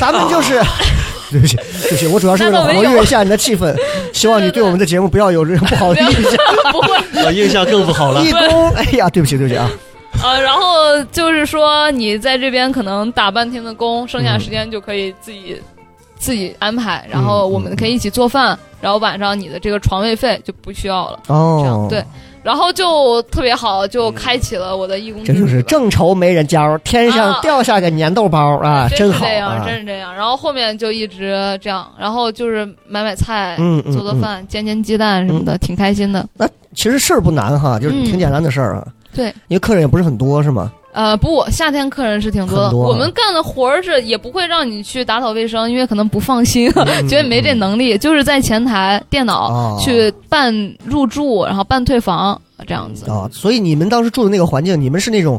Speaker 3: 咱们就是。
Speaker 6: 哦
Speaker 3: 对不起，对不起，我主要是为了活跃一下你的气氛，希望你对我们的节目不要有这种不好的印象。
Speaker 6: 不会
Speaker 5: 我印象更不好了。
Speaker 3: 义工，哎呀，对不起，对不起啊，
Speaker 6: 啊，然后就是说你在这边可能打半天的工，剩
Speaker 3: 嗯
Speaker 6: 下时间就可以自己、自己安排，然后
Speaker 3: 嗯
Speaker 6: 我们可以一起做饭，然后晚上你的这个床位费就不需要了。这
Speaker 3: 哦
Speaker 6: 样，对，，然后就特别好，就开启了我的义工之
Speaker 3: 这
Speaker 6: 旅
Speaker 3: 就
Speaker 6: 吧。
Speaker 3: 是正愁没人教，天上
Speaker 6: 嗯啊
Speaker 3: 掉下个粘豆包啊，
Speaker 6: 真是
Speaker 3: 好
Speaker 6: 这样，
Speaker 3: 啊，
Speaker 6: 真是这样。然后后面就一直这样，然后就是买买菜，
Speaker 3: 嗯嗯
Speaker 6: 做做饭，煎煎鸡蛋什么的，挺开心的。
Speaker 3: 其实事儿不难哈，就是挺简单的事儿啊。
Speaker 6: 嗯对，
Speaker 3: 因为客人也不是很多，是吗？
Speaker 6: 呃，不，夏天客人是挺多的。
Speaker 3: 很多啊
Speaker 6: 我们干的活儿是也不会让你去打扫卫生，因为可能不放心，
Speaker 3: 嗯
Speaker 6: 觉得没这能力，就是在前台电
Speaker 3: 哦
Speaker 6: 脑去办入住，然后办退房这样子。
Speaker 3: 啊，所以你们当时住的那个环境，你们是那种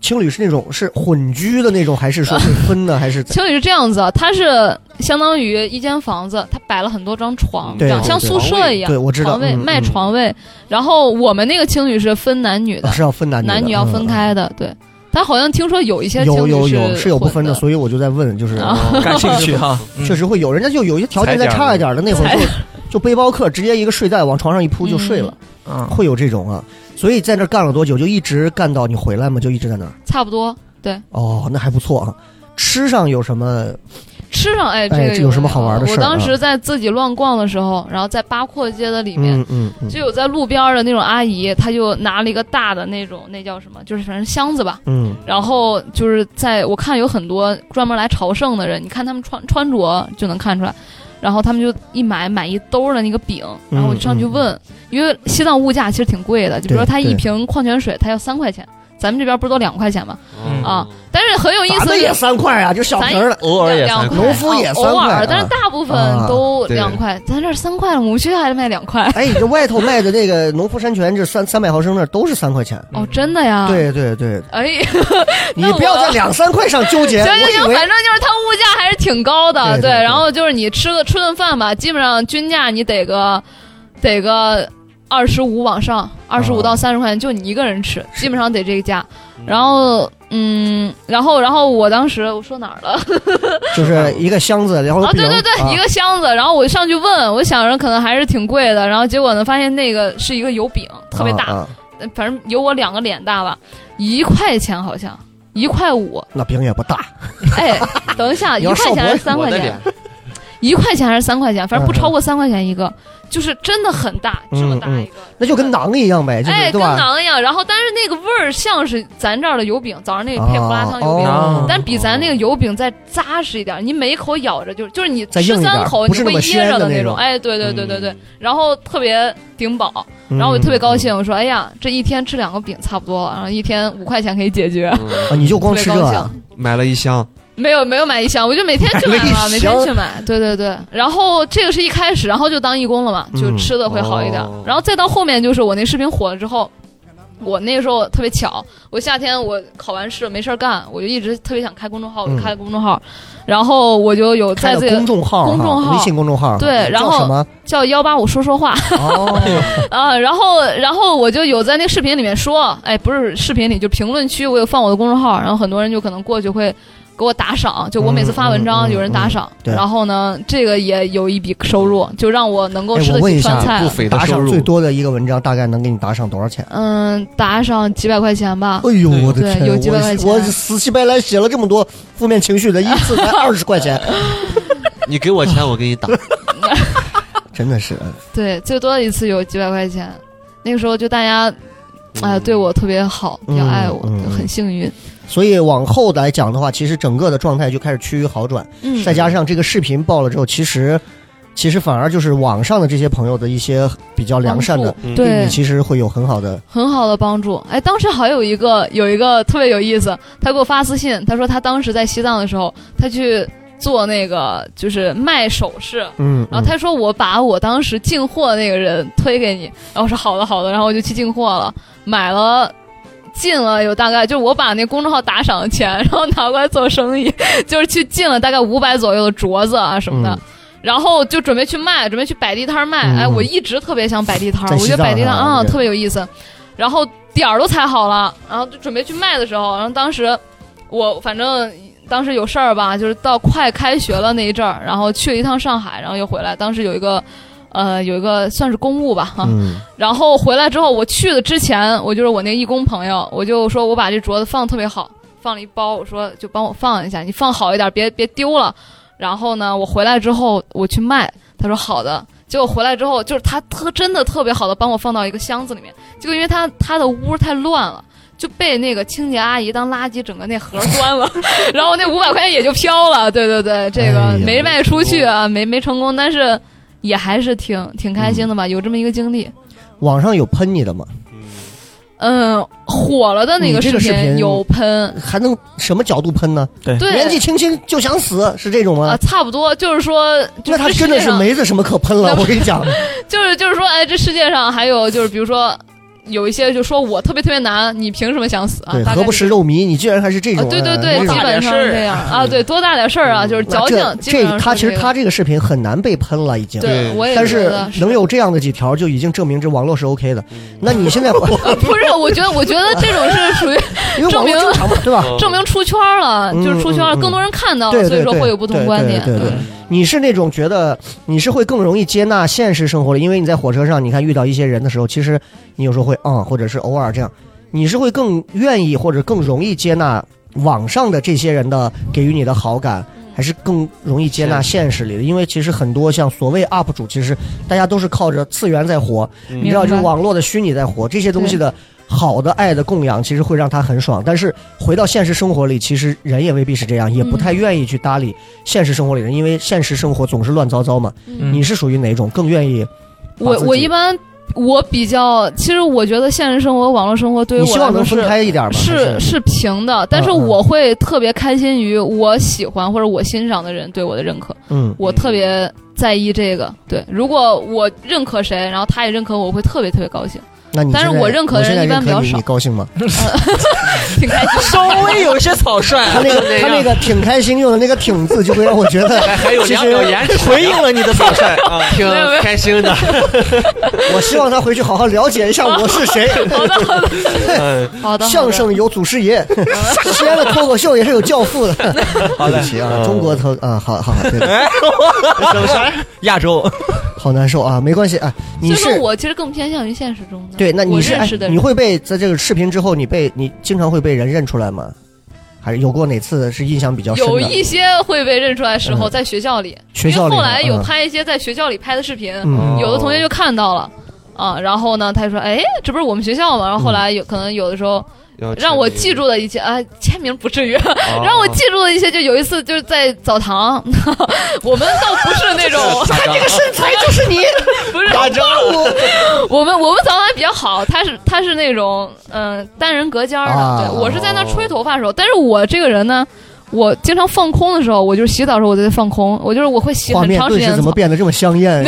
Speaker 3: 情侣是那种是混居的那种，还是说是分的，还是怎
Speaker 6: 情侣是这样子啊，它是相当于一间房子，它摆了很多张床，
Speaker 3: 对
Speaker 6: 这样
Speaker 3: 对
Speaker 6: 像
Speaker 3: 对
Speaker 6: 宿舍一样
Speaker 3: 对，，我知道
Speaker 6: 床位
Speaker 3: 嗯
Speaker 6: 卖
Speaker 3: 嗯
Speaker 6: 床位。然后我们那个情侣是分男女的
Speaker 3: 啊，是要分男女的，
Speaker 6: 男女要分
Speaker 3: 嗯。嗯
Speaker 6: 开的。对，他好像听说有一些情
Speaker 3: 有
Speaker 6: 侣
Speaker 3: 有有
Speaker 6: 是
Speaker 3: 有不
Speaker 6: 混
Speaker 3: 分的，
Speaker 6: 的，啊
Speaker 3: 所以我就在问，就是
Speaker 4: 感兴趣哈，嗯
Speaker 3: 确实会有人家就有一些条件再差一点的，那会儿就就背包客直接一个睡袋往床上一铺就睡了，
Speaker 6: 嗯
Speaker 4: 啊，
Speaker 3: 会有这种啊。所以在那儿干了多久？就一直干到你回来嘛，就一直在那儿。
Speaker 6: 差不多。
Speaker 3: 哦，那还不错啊。吃上有什么？
Speaker 6: 吃上哎，
Speaker 3: 哎
Speaker 6: 这
Speaker 3: 这
Speaker 6: 个
Speaker 3: 有什么好玩的事儿
Speaker 6: 我
Speaker 3: 啊
Speaker 6: 当时在自己乱逛的时候，然后在八廓街的里面。
Speaker 3: 嗯嗯嗯，
Speaker 6: 就有在路边儿的那种阿姨，她就拿了一个大的那种，那叫什么？就是反正箱子吧。
Speaker 3: 嗯
Speaker 6: 然后就是在我看有很多专门来朝圣的人，你看他们穿穿着就能看出来。然后他们就一买买一兜儿的那个饼，然后我就上去
Speaker 3: 嗯
Speaker 6: 问，因为西藏物价其实挺贵的，就比如说他一瓶矿泉水，他要三块钱，咱们这边不是都两块钱吗？
Speaker 4: 嗯
Speaker 6: 啊，但是很有意
Speaker 3: 咱
Speaker 6: 思
Speaker 3: 们也
Speaker 6: 是，
Speaker 3: 三块啊，就小瓶儿的。
Speaker 5: 偶尔也
Speaker 6: 两
Speaker 5: 三
Speaker 6: 块，
Speaker 3: 农夫也
Speaker 6: 啊
Speaker 3: 三块
Speaker 6: 偶
Speaker 3: 啊
Speaker 6: 尔，但是大部分都
Speaker 5: 啊对
Speaker 6: 两块，咱这儿三块了，我们学校还得卖两块。
Speaker 3: 哎，这外头卖的这个农夫山泉，这三三百毫升那都是三块钱。
Speaker 6: 哦，真的呀？。
Speaker 3: 嗯对对对，
Speaker 6: 哎，
Speaker 3: 你
Speaker 6: 那我
Speaker 3: 不要在两三块上纠结。
Speaker 6: 行行
Speaker 3: 我以
Speaker 6: 行，
Speaker 3: 为
Speaker 6: 反正就是它物价还是挺高的，
Speaker 3: 对对对
Speaker 6: 然后就是你吃个吃顿饭吧，基本上均价你得个得个二十五往上，二十
Speaker 3: 哦
Speaker 6: 五到三十块钱，就你一个人吃，基本上得这个价。
Speaker 3: 嗯
Speaker 6: 然后嗯，然后然后我当时我说哪儿了？
Speaker 3: 就是一个箱子，然后
Speaker 6: 啊，
Speaker 3: 饼
Speaker 6: 对对对，
Speaker 3: 啊
Speaker 6: 一个箱子，然后我上去问，我想着可能还是挺贵的，然后结果呢，发现那个是一个油饼，特别大，
Speaker 3: 啊啊
Speaker 6: 呃反正有我两个脸大吧，一块钱好像。一块五，
Speaker 3: 那饼也不大，
Speaker 6: 哎，等一下，
Speaker 3: 你
Speaker 6: 一
Speaker 3: 要
Speaker 6: 块钱还是三
Speaker 5: 我
Speaker 6: 块
Speaker 5: 的
Speaker 6: 钱
Speaker 5: 脸？，
Speaker 6: 一块钱还是三块钱，反正不
Speaker 3: 嗯嗯
Speaker 6: 超过三块钱一个，就是真的很大，
Speaker 3: 嗯
Speaker 6: 这么大一个，
Speaker 3: 那就跟馕一样呗，就是、对
Speaker 6: 哎，跟
Speaker 3: 吧？
Speaker 6: 馕一样。然后，但是那个味儿像是咱这儿的油饼，早上那个配胡辣汤油饼，
Speaker 3: 啊哦
Speaker 4: 哦
Speaker 6: 但比咱那个油饼再扎实一点。你每一口咬着，就是就是你
Speaker 3: 再硬
Speaker 6: 吃
Speaker 3: 一点
Speaker 6: 三口
Speaker 3: 不
Speaker 6: 你
Speaker 3: 是
Speaker 6: 会
Speaker 3: 那么
Speaker 6: 噎
Speaker 3: 鲜
Speaker 6: 着
Speaker 3: 的那
Speaker 6: 那
Speaker 3: 种
Speaker 6: 种，哎，对对对对对。然后特别顶饱，
Speaker 3: 嗯
Speaker 6: 然后我就特别高兴，我说哎呀，这一天吃两个饼差不多了，然后一天五块钱可以解决。
Speaker 5: 嗯
Speaker 3: 啊，你就光
Speaker 6: 特
Speaker 3: 吃
Speaker 6: 别
Speaker 3: 这
Speaker 6: 高
Speaker 3: 个
Speaker 6: 兴
Speaker 3: 啊，，
Speaker 5: 买了一箱，
Speaker 6: 没有没有买一箱，我就每天去买
Speaker 3: 买了一箱
Speaker 6: 嘛，每天去买。对对对，然后这个是一开始，然后就当义工了嘛，
Speaker 3: 嗯
Speaker 6: 就吃的会好一点。
Speaker 5: 哦
Speaker 6: 然后再到后面就是我那视频火了之后，我那个时候特别巧，我夏天我考完试没事儿干，我就一直特别想开公众号，我就
Speaker 3: 嗯
Speaker 6: 开了公众号，然后我就有
Speaker 3: 开
Speaker 6: 在
Speaker 3: 了
Speaker 6: 自己
Speaker 3: 公
Speaker 6: 的
Speaker 3: 众号哈，
Speaker 6: 公众号
Speaker 3: 微信公众号，
Speaker 6: 对然后
Speaker 3: 叫什 么？
Speaker 6: 叫幺八五说说话
Speaker 3: 哦，
Speaker 6: 啊，然后然后我就有在那个视频里面说，哎，不是视频里，就评论区我有放我的公众号，然后很多人就可能过去会。给我打赏，就我每次发文章
Speaker 3: 嗯嗯嗯
Speaker 6: 有人打赏，
Speaker 3: 嗯对
Speaker 6: 然后呢，这个也有一笔收入，就让我能够
Speaker 3: 哎
Speaker 6: 吃得
Speaker 3: 我问
Speaker 6: 起
Speaker 3: 一下
Speaker 6: 川菜
Speaker 5: 啊不
Speaker 6: 了。
Speaker 5: 菲的
Speaker 3: 打
Speaker 5: 收
Speaker 3: 赏
Speaker 5: 入
Speaker 3: 最多的一个文章大概能给你打赏多少钱？
Speaker 6: 嗯，打赏几百块钱吧。
Speaker 3: 哎呦，
Speaker 4: 对
Speaker 3: 我的
Speaker 6: 对
Speaker 3: 天！
Speaker 6: 有几百块钱
Speaker 3: 我我死乞白赖写了这么多负面情绪的，一次才二十块 钱，
Speaker 5: 你给我钱，我给你打。
Speaker 3: 真的是
Speaker 6: 对，最多一次有几百块钱。那个时候就大家，哎、
Speaker 5: 嗯
Speaker 6: 对我特别好，比较爱我，
Speaker 3: 嗯嗯
Speaker 6: 就很幸运。
Speaker 3: 所以往后来讲的话，其实整个的状态就开始趋于好转，
Speaker 6: 嗯，
Speaker 3: 再加上这个视频爆了之后，其实其实反而就是网上的这些朋友的一些比较良善的
Speaker 6: 帮，助
Speaker 5: 嗯
Speaker 3: 对
Speaker 6: 对
Speaker 3: 你，其实会有很好的。
Speaker 6: 很好的帮助。哎，当时还有一个有一个特别有意思，他给我发私信，他说他当时在西藏的时候，他去做那个就是卖首饰。
Speaker 3: 嗯，
Speaker 6: 然后他说我把我当时进货那个人推给你，然后我说好的好的，然后我就去进货了，买了。进了有大概，就是我把那公众号打赏的钱，然后拿过来做生意，就是去进了大概五百左右的镯子啊什么的，
Speaker 3: 嗯
Speaker 6: 然后就准备去卖，准备去摆地摊儿卖。
Speaker 3: 嗯
Speaker 6: 哎，我一直特别想摆地摊
Speaker 3: 在
Speaker 6: 儿，
Speaker 3: 西
Speaker 6: 我觉得摆地摊
Speaker 3: 藏
Speaker 6: 儿
Speaker 3: 是吧
Speaker 6: 啊、
Speaker 3: 对
Speaker 6: 特别有意思。然后点儿都踩好了，然后就准备去卖的时候，然后当时我反正当时有事儿吧，就是到快开学了那一阵儿，然后去了一趟上海，然后又回来。当时有一个，呃，有一个算是公务吧，哈、
Speaker 3: 嗯
Speaker 6: 然后回来之后，我去的之前，我就是我那义工朋友，我就说我把这镯子放得特别好，放了一包，我说就帮我放一下，你放好一点，别别丢了。然后呢，我回来之后我去卖，他说好的。结果回来之后，就是他特真的特别好的帮我放到一个箱子里面，结果因为他他的屋太乱了。就被那个清洁阿姨当垃圾，整个那盒端了， 然后那五百块钱也就飘了。对对对，这
Speaker 3: 哎
Speaker 6: 个
Speaker 3: 呀
Speaker 6: 没卖出去啊，没没成功，但是也还是挺挺开心的
Speaker 3: 嗯
Speaker 6: 吧，有这么一个经历。
Speaker 3: 网上有喷你的吗？
Speaker 6: 嗯，火了的那
Speaker 3: 你嗯
Speaker 6: 个
Speaker 3: 这个视频
Speaker 6: 有喷
Speaker 3: 还能什么角度喷呢？
Speaker 6: 对
Speaker 3: 年纪轻轻就想死，是这种
Speaker 6: 啊，
Speaker 3: 吗？
Speaker 6: 差不多就是说，就
Speaker 3: 那
Speaker 6: 是
Speaker 3: 他
Speaker 6: 这啊世
Speaker 3: 真的
Speaker 6: 界
Speaker 3: 是
Speaker 6: 上，
Speaker 3: 没子什么可喷了，我跟你讲，
Speaker 6: 就是就是说，哎，这世界上还有就是比如说有一些就说我特别特别难，你凭什么想死啊？
Speaker 3: 对，
Speaker 6: 大概
Speaker 3: 何不
Speaker 6: 是
Speaker 3: 食肉糜？你竟然还是这
Speaker 6: 啊
Speaker 3: 种，
Speaker 6: 对对对，
Speaker 3: 哎
Speaker 6: 基本上是这样啊，对，多大点事儿啊，就是
Speaker 3: 那
Speaker 6: 矫情
Speaker 3: 这。
Speaker 6: 基本上
Speaker 3: 这
Speaker 6: 是
Speaker 3: 他其实
Speaker 6: 这个
Speaker 3: 他这个视频很难被喷了，已经。嗯
Speaker 6: 对，我也
Speaker 3: 但
Speaker 6: 觉
Speaker 3: 是
Speaker 6: 得
Speaker 3: 能有这样的几条，就已经证明这网络是 OK 的。那你现在，
Speaker 6: 不是？我觉得我觉得这种是属于
Speaker 3: 因为网
Speaker 6: 证明
Speaker 3: 络正常嘛，对吧？
Speaker 6: 啊
Speaker 5: 哦
Speaker 6: 证明出圈了，
Speaker 3: 嗯
Speaker 6: 就是出圈了，
Speaker 3: 嗯嗯
Speaker 6: 更多人看到
Speaker 3: 对
Speaker 6: 了，
Speaker 3: 对
Speaker 6: 所以说
Speaker 3: 对
Speaker 6: 会有不同
Speaker 3: 对
Speaker 6: 观
Speaker 3: 对
Speaker 6: 点。嗯
Speaker 3: 对对你是那种觉得你是会更容易接纳现实生活的，因为你在火车上，你看遇到一些人的时候，其实你有时候会啊、嗯或者是偶尔这样，你是会更愿意或者更容易接纳网上的这些人的给予你的好感，还是更容易接纳现实里的？因为其实很多像所谓 UP 主，其实大家都是靠着次元在活，
Speaker 5: 嗯
Speaker 3: 你知道，
Speaker 6: 明
Speaker 3: 就
Speaker 6: 白
Speaker 3: 是网络的虚拟在活，这些东西的好的爱的供养，其实会让他很爽。但是回到现实生活里，其实人也未必是这样，
Speaker 6: 嗯
Speaker 3: 也不太愿意去搭理现实生活里的人，因为现实生活总是乱糟糟嘛。
Speaker 6: 嗯
Speaker 3: 你是属于哪种？更愿意把
Speaker 6: 我
Speaker 3: 自己
Speaker 6: 我一般我比较，其实我觉得现实生活、网络生活对于
Speaker 3: 你
Speaker 6: 我
Speaker 3: 希
Speaker 6: 来
Speaker 3: 望
Speaker 6: 说
Speaker 3: 能分
Speaker 6: 是
Speaker 3: 开一点吗？还
Speaker 6: 是
Speaker 3: 是
Speaker 6: 是平的，但是
Speaker 3: 嗯嗯
Speaker 6: 我会特别开心于我喜欢或者我欣赏的人对我的认可，
Speaker 3: 嗯，
Speaker 6: 我特别在意这个。对，如果我认可谁，然后他也认可我，我会特别特别高兴，
Speaker 3: 那你
Speaker 6: 但是
Speaker 3: 现在
Speaker 6: 我认可的人
Speaker 3: 现在
Speaker 6: 一般
Speaker 3: 认可
Speaker 6: 比较
Speaker 3: 你
Speaker 6: 少
Speaker 3: 你高兴 吗？
Speaker 6: 挺开心的。
Speaker 4: 稍微有些草率，
Speaker 3: 他那个他那个挺开心用的那个挺字，就会让我觉得
Speaker 5: 还有
Speaker 3: 其
Speaker 5: 两
Speaker 3: 实
Speaker 5: 秒延迟，
Speaker 7: 回应了你的草 率，
Speaker 5: 啊，挺
Speaker 6: 没有没有
Speaker 5: 开心的。
Speaker 3: 我希望他回去好好了解一下我是谁。
Speaker 6: 好的，好的，
Speaker 5: 嗯，
Speaker 6: 好的。
Speaker 3: 相声有祖师爷， 西安的脱口秀也是有教父的。
Speaker 5: 好
Speaker 3: 对
Speaker 5: 嘞
Speaker 3: 不起啊，
Speaker 5: 嗯
Speaker 3: 中国脱啊，好好好，对的，
Speaker 4: 哎
Speaker 7: 亚
Speaker 3: 哦
Speaker 7: 洲
Speaker 3: 好难受 啊，没关系啊，你
Speaker 6: 所以说
Speaker 3: 是
Speaker 6: 我其实更偏向于现实中的。
Speaker 3: 对，那
Speaker 6: 我
Speaker 3: 你是
Speaker 6: 认
Speaker 3: 哎
Speaker 6: 识的，
Speaker 3: 你
Speaker 6: 人，
Speaker 3: 会被在这个视频之后，你被你经常会被人认出来吗？还是有过哪次是印象比较深
Speaker 6: 有
Speaker 3: 的？嗯
Speaker 6: 一些会被认出来的时候，在学校里，
Speaker 3: 学
Speaker 6: 因
Speaker 3: 校
Speaker 6: 为
Speaker 3: 里
Speaker 6: 后
Speaker 3: 呢
Speaker 6: 来有
Speaker 3: 嗯
Speaker 6: 拍一些在学校里拍的视频，
Speaker 3: 嗯，
Speaker 6: 有的同学就看到了。啊，然后呢，他说：“哎，这不是我们学校吗？”然后
Speaker 3: 嗯
Speaker 6: 后来有可能有的时候 让我记住的一些啊，签名不至于，
Speaker 3: 哦
Speaker 5: 哦
Speaker 6: 让我记住的一些，就有一次就是在澡堂， 我们倒不 是那种，
Speaker 5: 看这个是
Speaker 3: 才就是你，
Speaker 6: 不是
Speaker 5: 打仗
Speaker 6: 我们我们澡堂还比较好，他是他是那种嗯、呃单人隔间儿的，
Speaker 3: 啊
Speaker 6: 对我是在那吹头发的时候，但是我这个人呢。我经常放空的时候，我就是洗澡的时候，我就在放空，我就是我会洗
Speaker 3: 画
Speaker 6: 很
Speaker 3: 面
Speaker 6: 长时
Speaker 3: 顿时
Speaker 6: 间 的
Speaker 3: 怎么
Speaker 6: 澡，
Speaker 3: 变得这么香艳？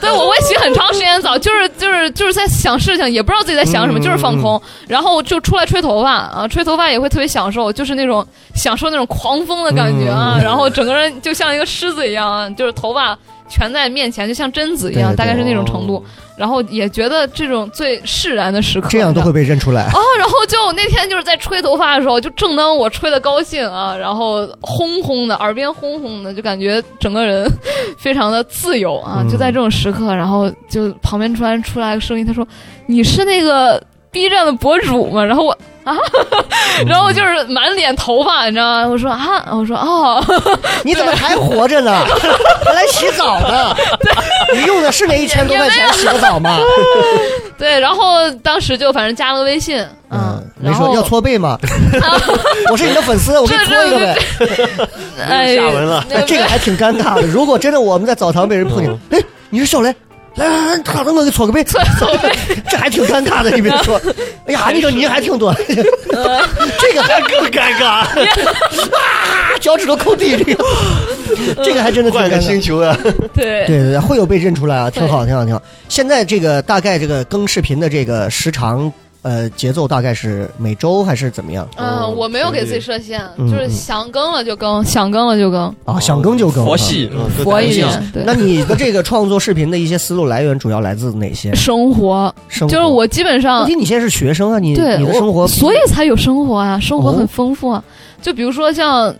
Speaker 6: 对我会洗很长时间澡，就是就是就是在想事情，也不知道自己在想什么，
Speaker 3: 嗯
Speaker 6: 就是放空，然后就出来吹头发啊，吹头发也会特别享受，就是那种享受那种狂风的感觉啊，
Speaker 3: 嗯
Speaker 6: 然后整个人就像一个狮子一样啊，就是头发全在面前，就像贞子一样，
Speaker 3: 对对
Speaker 6: 大概是那种程度，然后也觉得这种最释然的时刻，
Speaker 3: 这样都会被认出 来。
Speaker 6: 啊，然后就那天就是在吹头发的时候，就正当我吹的高兴啊，然后轰轰的，耳边轰轰的，就感觉整个人非常的自由
Speaker 3: 嗯
Speaker 6: 啊。就在这种时刻，然后就旁边突然出来个声音，他说：“你是那个 B 站的博主吗？”然后我。 啊，
Speaker 3: 嗯
Speaker 6: 然后就是满脸头发，你知道吗？我说啊，我说哦，
Speaker 3: 你怎么还活着呢？ 还来洗澡 呢？你用的是那一千多块钱洗个澡吗？
Speaker 6: 对，然后当时就反正加了个微信，嗯
Speaker 3: 嗯，，没
Speaker 6: 然后
Speaker 3: 说要搓背吗？我是你的粉丝，我给你搓一个呗。
Speaker 6: 哎，
Speaker 5: 下文了
Speaker 3: 哎，这个还挺尴尬的。如果真的我们在澡堂被人碰见，哎，你是小雷，来来来，他能不能给搓个背？
Speaker 6: 搓搓背，
Speaker 3: 这还挺尴尬的，你别说。哎呀，你说你还挺多， 这个还更尴尬， 啊，脚趾头抠地，这个这个还真的挺
Speaker 5: 换
Speaker 3: 尴
Speaker 5: 个星
Speaker 3: 尬。
Speaker 5: 球啊！
Speaker 6: 对
Speaker 3: 对对对，会有被认出来啊，
Speaker 6: 对
Speaker 3: 挺好，挺好，挺好。现在这个大概这个更视频的这个时长，呃，节奏大概是每周还是怎么样
Speaker 6: 嗯，我没有给自己设限，
Speaker 3: 嗯
Speaker 6: 就是想更了就更，想更了就更，
Speaker 3: 啊？想更就更。
Speaker 7: 佛系，
Speaker 5: 嗯就
Speaker 6: 佛
Speaker 5: 感
Speaker 6: 一
Speaker 5: 谢
Speaker 6: 点。对
Speaker 3: 那，你的这个创作视频的一些思路来源主要来自哪些？
Speaker 6: 生活
Speaker 3: 生活
Speaker 6: 就是我基本
Speaker 3: 问
Speaker 6: 上
Speaker 3: 题你现在是学生啊，你
Speaker 6: 对
Speaker 3: 你的
Speaker 6: 我
Speaker 3: 生活比，
Speaker 6: 所以才有生活啊，生活
Speaker 3: 哦
Speaker 6: 很丰富啊。就比如说像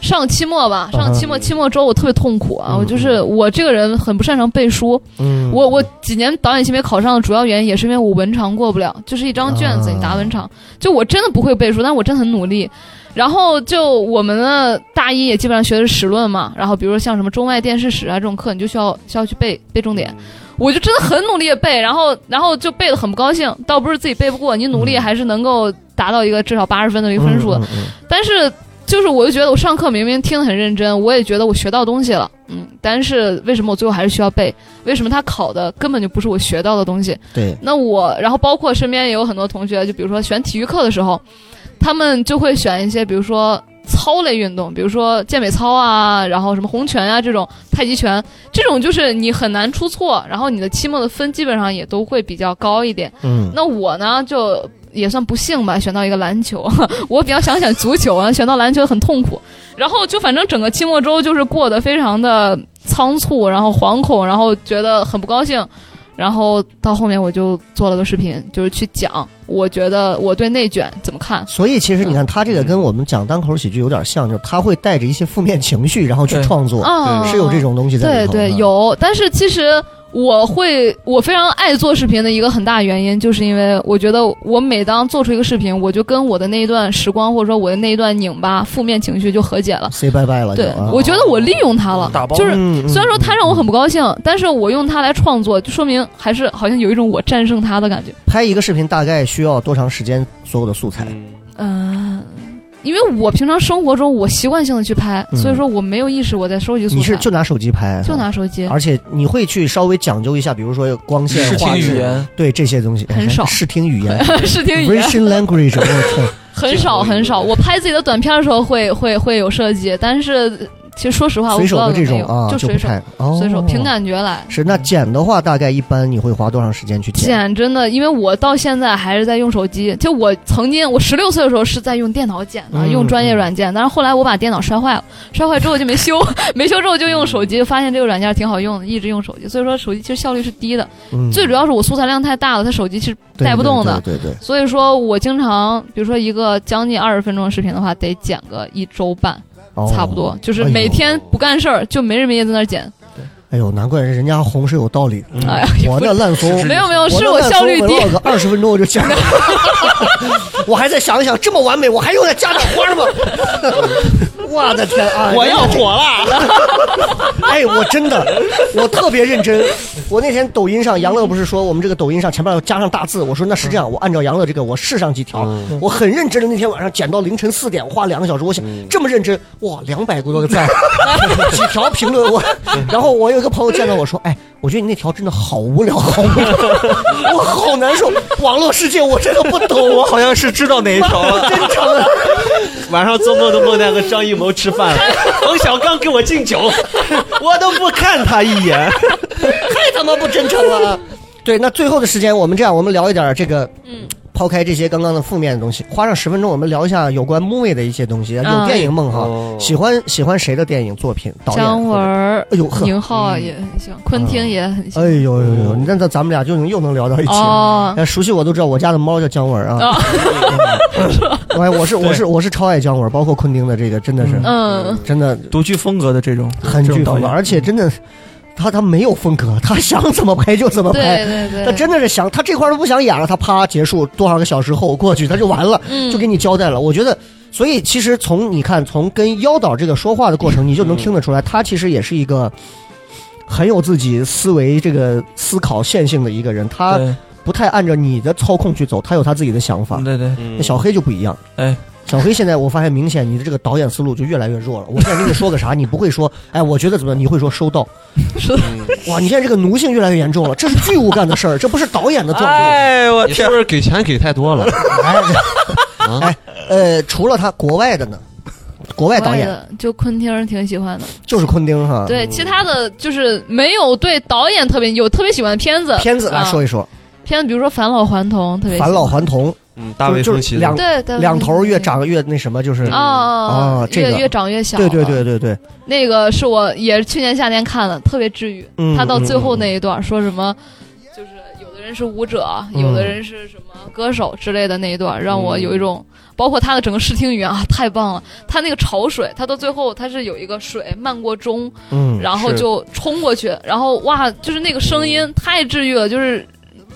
Speaker 6: 上期末吧，上期末期末周我特别痛苦啊，
Speaker 3: 啊嗯
Speaker 6: 我就是我这个人很不擅长背书，
Speaker 3: 嗯
Speaker 6: 我我几年导演系没考上的主要原因也是因为我文长过不了，就是一张卷子
Speaker 3: 啊
Speaker 6: 你答文长，就我真的不会背书，但我真的很努力。然后就我们的大一也基本上学的是史论嘛，然后比如说像什么中外电视史啊这种课，你就需要需要去背背重
Speaker 3: 嗯
Speaker 6: 点。我就真的很努力地背，然后然后就背的很不高兴，倒不是自己背不过，你努力
Speaker 3: 嗯
Speaker 6: 还是能够达到一个至少八十分的一个分数的。
Speaker 3: 嗯嗯
Speaker 6: 但是就是我就觉得我上课明明听得很认真，我也觉得我学到东西了，嗯，但是为什么我最后还是需要背？为什么他考的根本就不是我学到的东西？
Speaker 3: 嗯对，
Speaker 6: 那我，然后包括身边也有很多同学，就比如说选体育课的时候，他们就会选一些，比如说操类运动，比如说健美操啊，然后什么红拳啊这种，太极拳这种，就是你很难出错，然后你的期末的分基本上也都会比较高一点。
Speaker 3: 嗯，
Speaker 6: 那我呢，就也算不幸吧，选到一个篮球。 我比较想选足球啊，选到篮球很痛苦。然后就反正整个期末周就是过得非常的仓促，然后惶恐，然后觉得很不高兴。然后到后面我就做了个视频，就是去讲我觉得我对内卷怎么看。
Speaker 3: 所以其实你看他这个跟我们讲单口喜剧有点像，就是他会带着一些负面情绪，然后去
Speaker 4: 对
Speaker 3: 创作，
Speaker 6: 啊，
Speaker 3: 是有这种东西在
Speaker 6: 对
Speaker 3: 里头的。
Speaker 6: 对，有，但是其实我会，我非常爱做视频的一个很大原因，就是因为我觉得我每当做出一个视频，我就跟我的那一段时光，或者说我的那一段拧巴、负面情绪就和解了。
Speaker 3: say bye bye 了就
Speaker 6: 对
Speaker 3: 啊，，
Speaker 6: 我觉得我利用它了
Speaker 4: 打，包
Speaker 6: 就是
Speaker 3: 嗯嗯
Speaker 6: 虽然说它让我很不高兴，但是我用它来创作，就说明还是好像有一种我战胜它的感觉。
Speaker 3: 拍一个视频大概需要多长时间？所有的素材，
Speaker 5: 嗯
Speaker 6: 嗯。因为我平常生活中我习惯性的去拍，
Speaker 3: 嗯
Speaker 6: 所以说我没有意识我在收集素材，
Speaker 3: 你是就拿手机拍，啊
Speaker 6: 就拿手机，
Speaker 3: 而且你会去稍微讲究一下，比如说光线、
Speaker 4: 视听
Speaker 3: 画质
Speaker 4: 语言，
Speaker 3: 对这些东西
Speaker 6: 很少
Speaker 3: 视听语言
Speaker 6: 视 听语言。
Speaker 3: ，vision language，我 天，
Speaker 6: 很少很少，我拍自己的短片的时候会会会有设计，但是其实说实话，我
Speaker 3: 随
Speaker 6: 不知
Speaker 3: 手
Speaker 6: 道
Speaker 3: 的
Speaker 6: 有
Speaker 3: 这
Speaker 6: 没
Speaker 3: 种
Speaker 6: 有，
Speaker 3: 啊
Speaker 6: 就
Speaker 3: 就
Speaker 6: 随
Speaker 3: 不
Speaker 6: 手
Speaker 3: 太，哦，
Speaker 6: 随手凭感觉来。
Speaker 3: 是，那剪的话，大概一般你会花多长时间去剪？
Speaker 6: 剪真的，因为我到现在还是在用手机。就我曾经，我十六岁的时候是在用电脑剪的，
Speaker 3: 嗯
Speaker 6: 用专业软件。但是后来我把电脑摔坏了，摔坏之后就 没修，没修之后就用手
Speaker 3: 嗯
Speaker 6: 机，发现这个软件挺好用的，一直用手机。所以说手机其实效率是低的，
Speaker 3: 嗯
Speaker 6: 最主要是我素材量太大了，它手机其实
Speaker 3: 对
Speaker 6: 带不动的。
Speaker 3: 对对对对
Speaker 6: 所以说我经常，比如说一个将近二十分钟的视频的话，得剪个一周半。
Speaker 3: 哦
Speaker 6: 差不多，就是每天不干事儿，就没日没夜在那儿剪。
Speaker 3: 哎呦，难怪人家红是有道理的。嗯
Speaker 6: 哎呀，
Speaker 3: 我那烂怂，
Speaker 6: 没有没有，是
Speaker 3: 我那烂
Speaker 6: 效率
Speaker 3: 怂
Speaker 6: 低
Speaker 3: 我。唠个二十分钟我就 讲了，我还在想一想，这么完美，我还用得加点花吗？ 我的天啊！
Speaker 7: 我要火了，
Speaker 3: 哎，我真的，我特别认真。我那天抖音上，杨乐不是说我们这个抖音上前面要加上大字，我说那是这样，我按照杨乐这个，我试上几条。我很认真的那天晚上剪到凌晨四点，我花两个小时，我想这么认真，哇，两百多个赞， 几条评论我。然后我有一个朋友见到我说，哎，我觉得你那条真的好无聊，好无聊， 我好难受。网络世界我真的不懂，我
Speaker 7: 我好像是知道哪一条了。
Speaker 3: 真诚的。
Speaker 5: 晚上做梦都梦见和张艺谋吃 饭，冯小刚给我敬酒，我都不看他一眼，
Speaker 3: 太他他妈不真诚啊！ 对，那最后的时间，我们这样，我们聊一点这个，
Speaker 6: 嗯，
Speaker 3: 抛开这些刚刚的负面的东西，花上十分钟，我们聊一下有关 movie 的一些东西。有
Speaker 6: 嗯
Speaker 3: 电影梦哈，
Speaker 5: 哦
Speaker 3: 喜欢喜欢谁的电影作品？导演
Speaker 6: 姜文
Speaker 3: 或者
Speaker 6: 儿、
Speaker 3: 哎呦呵，
Speaker 6: 宁浩也很喜欢，昆汀也很喜
Speaker 3: 哎
Speaker 6: 欢。
Speaker 3: 呦呦呦，
Speaker 4: 嗯
Speaker 3: 你那咱咱们俩就能又能聊到一起了。
Speaker 6: 哦，
Speaker 3: 哎熟悉我都知道，我家的猫叫姜文啊。
Speaker 6: 哦
Speaker 3: 哎，我是我是我是超爱姜文，包括昆汀的这个，真的是
Speaker 6: 嗯，
Speaker 3: 真的
Speaker 4: 独具风格的这种
Speaker 3: 很
Speaker 4: 这
Speaker 3: 具
Speaker 4: 种导
Speaker 3: 风格，
Speaker 4: 演，
Speaker 3: 而且真的，他他没有风格，他想怎么拍就怎么
Speaker 6: 对
Speaker 3: 拍。
Speaker 6: 对对，
Speaker 3: 他真的是想，他哎这块儿都不想演了，他啪结束，多少个小时后过去，他就完了，
Speaker 6: 嗯
Speaker 3: 就给你交代了。我觉得，所以其实从你看，从跟妖导这个说话的过程，你就能听得出来，他其实也是一个很有自己思维、这个思考线性的一个人。他
Speaker 4: 对
Speaker 3: 不太按照你的操控去走，他有他自己的想法。
Speaker 4: 对对，
Speaker 5: 嗯
Speaker 3: 那小黑就不一样，
Speaker 4: 哎，
Speaker 3: 小黑现在我发现明显你的这个导演思路就越来越弱了。我现在跟你说个啥，你不会说，哎，我觉得怎么样，你会说收到。
Speaker 5: 嗯
Speaker 3: 哇，你现在这个奴性越来越严重了，这是剧务干的事儿，这不是导演的作风。
Speaker 4: 哎，我
Speaker 5: 你是
Speaker 4: 天
Speaker 5: 不，是给钱给太 多了？
Speaker 3: 哎，
Speaker 5: 啊
Speaker 3: 哎，呃，除了他，国外的呢？国外导
Speaker 6: 国外
Speaker 3: 演嗯
Speaker 6: 的就昆汀儿挺喜欢的，
Speaker 3: 就是昆汀哈。
Speaker 6: 对，其他的就是没有对导演特别有特别喜欢的片子，
Speaker 3: 片子来
Speaker 6: 啊
Speaker 3: 说一说，
Speaker 6: 片子，比如说《返老还童》特别
Speaker 3: 《
Speaker 6: 喜欢
Speaker 3: 返老还童
Speaker 5: 嗯，大卫
Speaker 3: 就是
Speaker 5: 芬奇的
Speaker 3: 两
Speaker 6: 对对》，
Speaker 3: 两头越长越那什么，就是
Speaker 6: 哦哦
Speaker 3: 啊这个
Speaker 6: 越越长越小，
Speaker 3: 对对对，对对，
Speaker 6: 那个是我也是去年夏天看的，特别治愈。
Speaker 3: 嗯
Speaker 6: 他到最后那一段说什么，就是有的人是舞者，
Speaker 3: 嗯
Speaker 6: 有的人是什么歌手之类的那一段，让我有一种，
Speaker 3: 嗯
Speaker 6: 包括他的整个视听语言啊，太棒了。他那个潮水，他到最后他是有一个水漫过钟，
Speaker 3: 嗯，
Speaker 6: 然后
Speaker 5: 是
Speaker 6: 就冲过去，然后哇，就是那个声音太治愈了，就是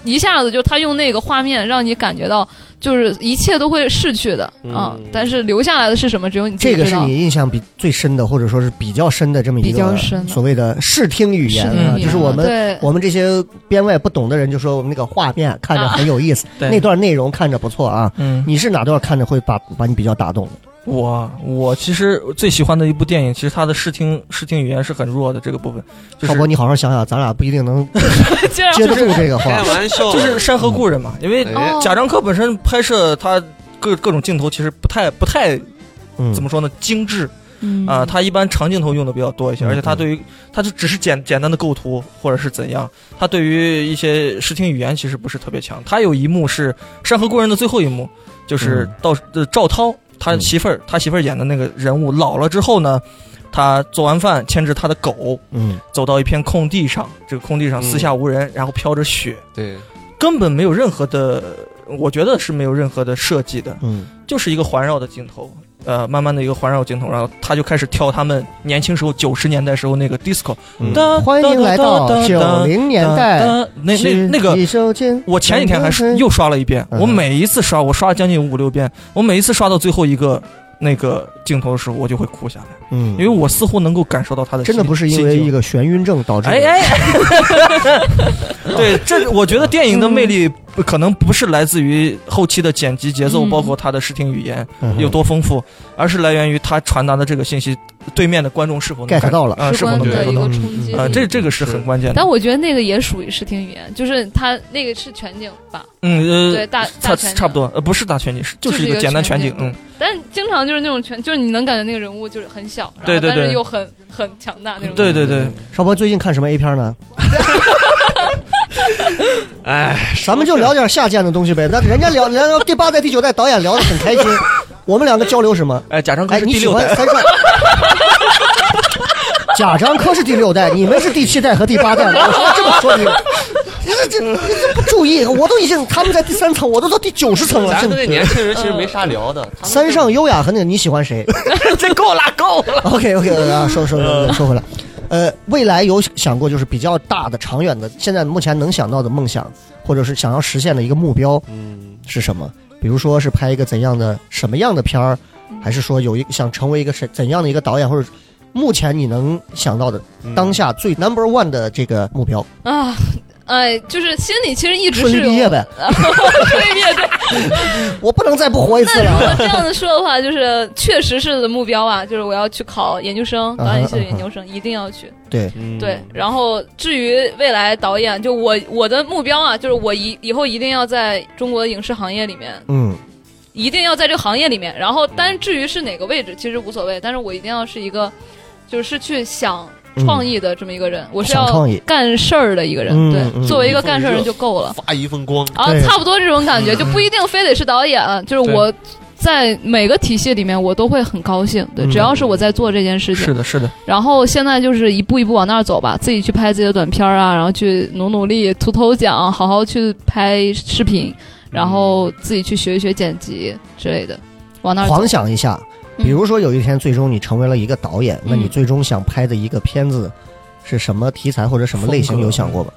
Speaker 6: 一下子就他用那个画面让你感觉到，就是一切都会逝去的啊
Speaker 5: 嗯，
Speaker 6: 但是留下来的是什么，只有你自己
Speaker 3: 这个
Speaker 6: 知
Speaker 3: 是
Speaker 6: 道。
Speaker 3: 你印象比最深的，或者说是比较深的这么一
Speaker 6: 比较
Speaker 3: 个
Speaker 6: 深的
Speaker 3: 所谓的视听语言
Speaker 6: 是
Speaker 3: 啊，
Speaker 6: 的
Speaker 3: 就是我们
Speaker 6: 对
Speaker 3: 我们这些编外不懂的人就说我们那个画面看着很有意思，
Speaker 4: 对
Speaker 3: 那段内容看着不错啊。
Speaker 4: 嗯，
Speaker 3: 你是哪段看着会把把你比较打动的？
Speaker 4: 我我其实最喜欢的一部电影，其实它的视听视听语言是很弱的这个部分，就
Speaker 3: 浩博，
Speaker 4: 是
Speaker 3: 你好好想想，咱俩不一定能
Speaker 6: 接着
Speaker 3: 接得住这个
Speaker 5: 开
Speaker 3: 话。
Speaker 5: 玩笑，
Speaker 4: 就是《山河故人》嘛，因为
Speaker 5: 哎
Speaker 6: 哦
Speaker 4: 贾樟柯本身拍摄他各各种镜头其实不太不太
Speaker 3: 嗯，
Speaker 4: 怎么说呢精致
Speaker 6: 嗯
Speaker 4: 啊，他一般长镜头用的比较多一些，
Speaker 3: 嗯
Speaker 4: 而且他对于他就只是简简单的构图或者是怎样，他对于一些视听语言其实不是特别强。他有一幕是《山河故人》的最后一幕，就是
Speaker 3: 嗯
Speaker 4: 到呃赵涛他
Speaker 3: 嗯
Speaker 4: 媳妇儿他媳妇儿演的那个人物老了之后呢，他做完饭牵着他的狗
Speaker 3: 嗯
Speaker 4: 走到一片空地上，这个空地上
Speaker 5: 嗯
Speaker 4: 四下无人，然后飘着雪，
Speaker 5: 对，
Speaker 4: 根本没有任何的，我觉得是没有任何的设计的，
Speaker 3: 嗯
Speaker 4: 就是一个环绕的镜头，呃，慢慢的一个环绕镜头，然后他就开始跳他们年轻时候九十年代时候那个 disco，
Speaker 3: 嗯，欢迎来到九零年代。
Speaker 4: 呃那那那个。
Speaker 3: 一首经
Speaker 4: 我前几天还是又刷了一遍，
Speaker 3: 嗯
Speaker 4: 我每一次刷，我刷了将近五六遍，我每一次刷到最后一个那个镜头的时候，我就会哭下来，
Speaker 3: 嗯，
Speaker 4: 因为我似乎能够感受到他的
Speaker 3: 真的
Speaker 4: 心
Speaker 3: 不是因为
Speaker 4: 心境
Speaker 3: 一个眩晕症导致的。
Speaker 4: 哎哎， 对，这我觉得电影的
Speaker 3: 嗯
Speaker 4: 魅力不可能不是来自于后期的剪辑节奏，
Speaker 6: 嗯
Speaker 4: 包括它的视听语言
Speaker 3: 嗯
Speaker 4: 有多丰富，而是来源于它传达的这个信息，对面的观众是否能
Speaker 3: get
Speaker 4: 感
Speaker 3: 到了
Speaker 4: 啊，是
Speaker 6: 直
Speaker 4: 否
Speaker 6: 观
Speaker 4: 能
Speaker 6: 的
Speaker 4: 感受
Speaker 6: 一
Speaker 4: 到
Speaker 6: 个
Speaker 3: 嗯
Speaker 6: 冲击力。
Speaker 4: 啊，这这个是很关键的
Speaker 6: 但。我觉得那个也属于视听语言，就是它那个是全景吧，
Speaker 4: 嗯
Speaker 6: 对
Speaker 4: 呃，
Speaker 6: 大
Speaker 4: 差
Speaker 6: 大全景
Speaker 4: 差不。多，呃，不是大全景，是就
Speaker 6: 就是
Speaker 4: 一
Speaker 6: 是一
Speaker 4: 个
Speaker 6: 个
Speaker 4: 简单全景
Speaker 6: 全，景
Speaker 4: 嗯，
Speaker 6: 但经常就是那种全，就是你能感觉那个人物就是很小，然后
Speaker 4: 对对对
Speaker 6: 但是又很很强大那种。
Speaker 4: 对对对，
Speaker 3: 嗯少博最近看什么 A 片呢？
Speaker 5: 哎，
Speaker 3: 咱们就聊点下贱的东西呗。那人家聊聊聊第八代、第九代导演聊得很开 心，我们两个交流什么？
Speaker 4: 哎，贾樟柯
Speaker 3: 哎，
Speaker 4: 是
Speaker 3: 你
Speaker 4: 第
Speaker 3: 喜
Speaker 4: 六
Speaker 3: 欢
Speaker 4: 代，
Speaker 3: 三少？贾樟柯是第六代，你们是第七代和第八代。我说这么说你，你这这你这不注意，我都已经他们在第三层，我都到第九十层了。
Speaker 5: 咱
Speaker 3: 这
Speaker 5: 们这年轻人其实
Speaker 6: 嗯
Speaker 5: 没啥聊的，他们
Speaker 3: 三上优雅和那个你喜欢谁
Speaker 4: 啊 这够了够了，嗯
Speaker 3: ？OK OK，啊，说说说说回来，呃，未来有想过就是比较大的、长远的，现在目前能想到的梦想，或者是想要实现的一个目标
Speaker 5: 嗯，
Speaker 3: 是什么？比如说是拍一个怎样的、什么样的片儿，还是说有一想成为一个怎怎样的一个导演，或者目前你能想到的
Speaker 5: 嗯
Speaker 3: 当下最 number one 的这个目标，
Speaker 6: 啊，哎，就是心里其实一直
Speaker 3: 顺
Speaker 6: 是哦
Speaker 3: 利
Speaker 6: 有
Speaker 3: 毕业。呗。
Speaker 6: 顺利毕业对。
Speaker 3: 我不能再不活一次
Speaker 6: 那哦如
Speaker 3: 了。
Speaker 4: 啊
Speaker 6: 果这样子说的话，就是确实是的目标啊，就是我要去考研究生，
Speaker 4: 啊
Speaker 6: 导演系的研究生一定要去。
Speaker 3: 对，
Speaker 5: 嗯
Speaker 6: 对，然后至于未来导演，就我我的目标啊，就是我以以后一定要在中国的影视行业里面，
Speaker 3: 嗯，
Speaker 6: 一定要在这个行业里面。然后，但至于是哪个位置，其实无所谓，但是我一定要是一个，就是去想创意的这么一个人，我
Speaker 3: 嗯
Speaker 6: 是
Speaker 3: 想
Speaker 6: 要
Speaker 3: 创意
Speaker 6: 干事儿的一个人。
Speaker 3: 嗯嗯
Speaker 6: 对，作为一个干事儿人就够了。
Speaker 5: 发一份光，
Speaker 6: 啊
Speaker 3: 对，
Speaker 6: 差不多这种感觉，就不一定非得是导演，就是我在每个体系里面，我都会很高兴。对，
Speaker 3: 嗯
Speaker 6: 只要是我在做这件事情，
Speaker 4: 是的，是的，
Speaker 6: 然后现在就是一步一步往那儿走吧，自己去拍自己的短片儿啊，然后去努努力，图头奖，好好去拍视频，然后自己去学一学剪辑之类的，往那儿
Speaker 3: 嗯
Speaker 6: 走
Speaker 3: 狂想一下，比如说有一天最终你成为了一个导演，那你
Speaker 6: 嗯
Speaker 3: 最终想拍的一个片子是什么题材或者什么类型？
Speaker 4: 风格
Speaker 3: 有想过吗？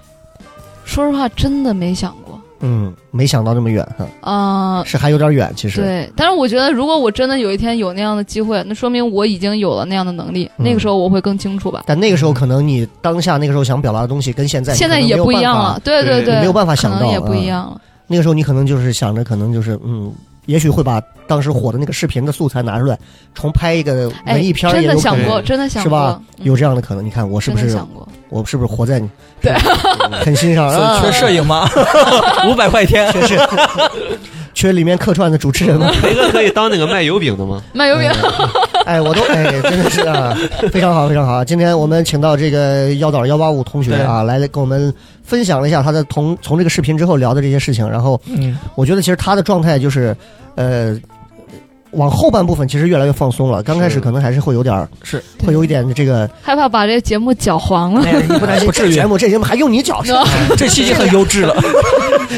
Speaker 6: 说实话，真的没想过。
Speaker 3: 嗯，没想到那么远哈，
Speaker 6: 啊、
Speaker 3: 是还有点远，其实。
Speaker 6: 对，但是我觉得，如果我真的有一天有那样的机会，那说明我已经有了那样的能力，
Speaker 3: 嗯
Speaker 6: 那个时候我会更清楚吧。
Speaker 3: 但那个时候可能你当下那个时候想表达的东西跟现在
Speaker 6: 现在
Speaker 3: 你可能
Speaker 6: 也
Speaker 3: 没有
Speaker 6: 不一样
Speaker 3: 办法
Speaker 6: 了，。对
Speaker 5: 对
Speaker 6: 对，
Speaker 3: 你没有办法想
Speaker 6: 可能
Speaker 3: 到
Speaker 6: 也不
Speaker 3: 嗯
Speaker 6: 一样了。
Speaker 3: 那个时候你可能就是想着，可能就是嗯，也许会把当时火的那个视频的素材拿出来，重拍一个
Speaker 6: 哎
Speaker 3: 文艺，片儿
Speaker 6: 真
Speaker 3: 也
Speaker 6: 的
Speaker 3: 有可
Speaker 6: 想过，
Speaker 3: 能，
Speaker 6: 真的想
Speaker 3: 是
Speaker 6: 过
Speaker 3: 吧，
Speaker 6: 嗯
Speaker 3: 有这样的可能。你看我是
Speaker 6: 真
Speaker 3: 不
Speaker 6: 的
Speaker 3: 是
Speaker 6: 想过。
Speaker 3: 我是不是活在你
Speaker 6: 对
Speaker 3: 很欣赏
Speaker 4: 所
Speaker 3: 啊
Speaker 4: 以？缺摄影 吗？五百块钱，
Speaker 3: 缺是缺里面客串的主持 人吗？
Speaker 5: 雷哥可以当那个卖油饼的吗？
Speaker 6: 卖油饼，
Speaker 3: 哎，我都哎，真的是啊，非常好，非常好。今天我们请到这个妖导幺八五同学啊，来跟我们分享了一下他的从从这个视频之后聊的这些事情。然后
Speaker 4: 嗯，
Speaker 3: 我觉得其实他的状态就是，呃，往后半部分其实越来越放松了。刚开始
Speaker 5: 是
Speaker 3: 可能还是会有点儿
Speaker 4: 是
Speaker 3: 会有一点这个，
Speaker 6: 害怕把这个节目搅黄了。
Speaker 3: 哎、你不担心
Speaker 4: 不至于哎
Speaker 3: 这节目这节目还用你搅？
Speaker 4: 这期已经很优 质了。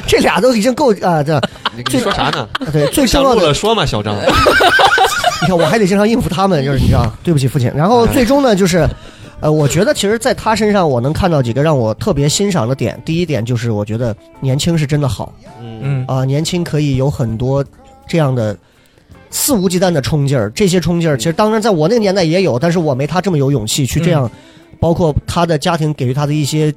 Speaker 3: 这俩都已经够啊，这
Speaker 5: 你你说啥呢？
Speaker 3: 对最重
Speaker 5: 想
Speaker 3: 要
Speaker 5: 录
Speaker 3: 的
Speaker 5: 了说嘛，小张，
Speaker 3: 你看，我还得经常应付他们，就是你知道，对不起父亲。然后最终呢，就是，呃，我觉得其实在他身上，我能看到几个让我特别欣赏的点。第一点就是，我觉得年轻是真的好
Speaker 5: 嗯，
Speaker 4: 嗯，
Speaker 3: 啊、年轻可以有很多这样的肆无忌惮的冲劲儿。这些冲劲儿，其实当然在我那个年代也有，但是我没他这么有勇气
Speaker 4: 嗯
Speaker 3: 去这样。包括他的家庭给予他的一些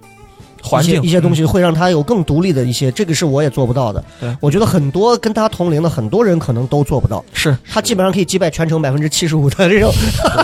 Speaker 4: 环
Speaker 3: 一
Speaker 4: 境嗯
Speaker 3: 些一些东西，会让他有更独立的一些，这个是我也做不到的
Speaker 4: 对。
Speaker 3: 我觉得很多跟他同龄的很多人可能都做不到。
Speaker 4: 嗯是
Speaker 3: 他基本上可以击败全城百分之七十五的这种，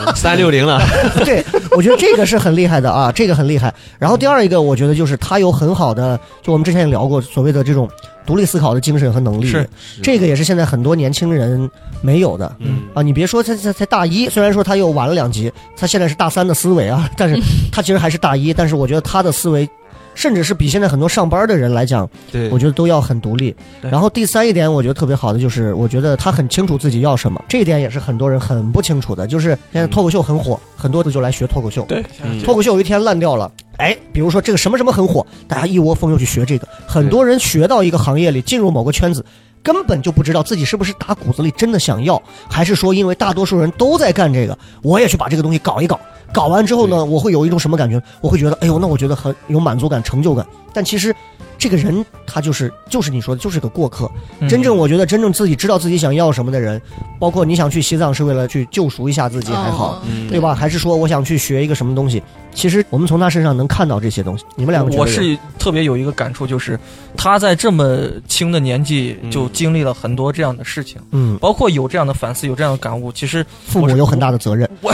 Speaker 3: 嗯
Speaker 5: 三六零了，
Speaker 3: 对我觉得这个是很厉害的啊，这个很厉害。然后第二一个，我觉得就是他有很好的，就我们之前也聊过所谓的这种独立思考的精神和能力，
Speaker 4: 是
Speaker 3: 这个也是现在很多年轻人没有的。
Speaker 5: 嗯，
Speaker 3: 啊，你别说他才才大一，虽然说他又晚了两级，他现在是大三的思维啊，但是他其实还是大一，但是我觉得他的思维，甚至是比现在很多上班的人来讲，
Speaker 5: 对，
Speaker 3: 我觉得都要很独立。
Speaker 4: 对
Speaker 3: 然后第三一点，我觉得特别好的就是，我觉得他很清楚自己要什么，这一点也是很多人很不清楚的。就是现在脱口秀很火，很多的就来学脱口秀。
Speaker 4: 对
Speaker 5: 嗯
Speaker 3: 脱口秀有一天烂掉了，哎，比如说这个什么什么很火，大家一窝蜂又去学这个，很多人学到一个行业里，进入某个圈子。根本就不知道自己是不是打骨子里真的想要，还是说因为大多数人都在干这个，我也去把这个东西搞一搞。搞完之后呢，我会有一种什么感觉？我会觉得，哎呦，那我觉得很有满足感、成就感。但其实，这个人他就是就是你说的，就是个过客。
Speaker 4: 嗯
Speaker 3: 真正我觉得，真正自己知道自己想要什么的人，包括你想去西藏是为了去救赎一下自己还好，
Speaker 6: 哦
Speaker 5: 嗯
Speaker 3: 对吧？还是说我想去学一个什么东西？其实我们从他身上能看到这些东西。你们两个觉得
Speaker 4: 我
Speaker 3: 有
Speaker 4: 是特别有一个感触，就是他在这么轻的年纪
Speaker 5: 嗯
Speaker 4: 就经历了很多这样的事情，
Speaker 3: 嗯，
Speaker 4: 包括有这样的反思，有这样的感悟。其实
Speaker 3: 父母有很大的责任。
Speaker 4: 我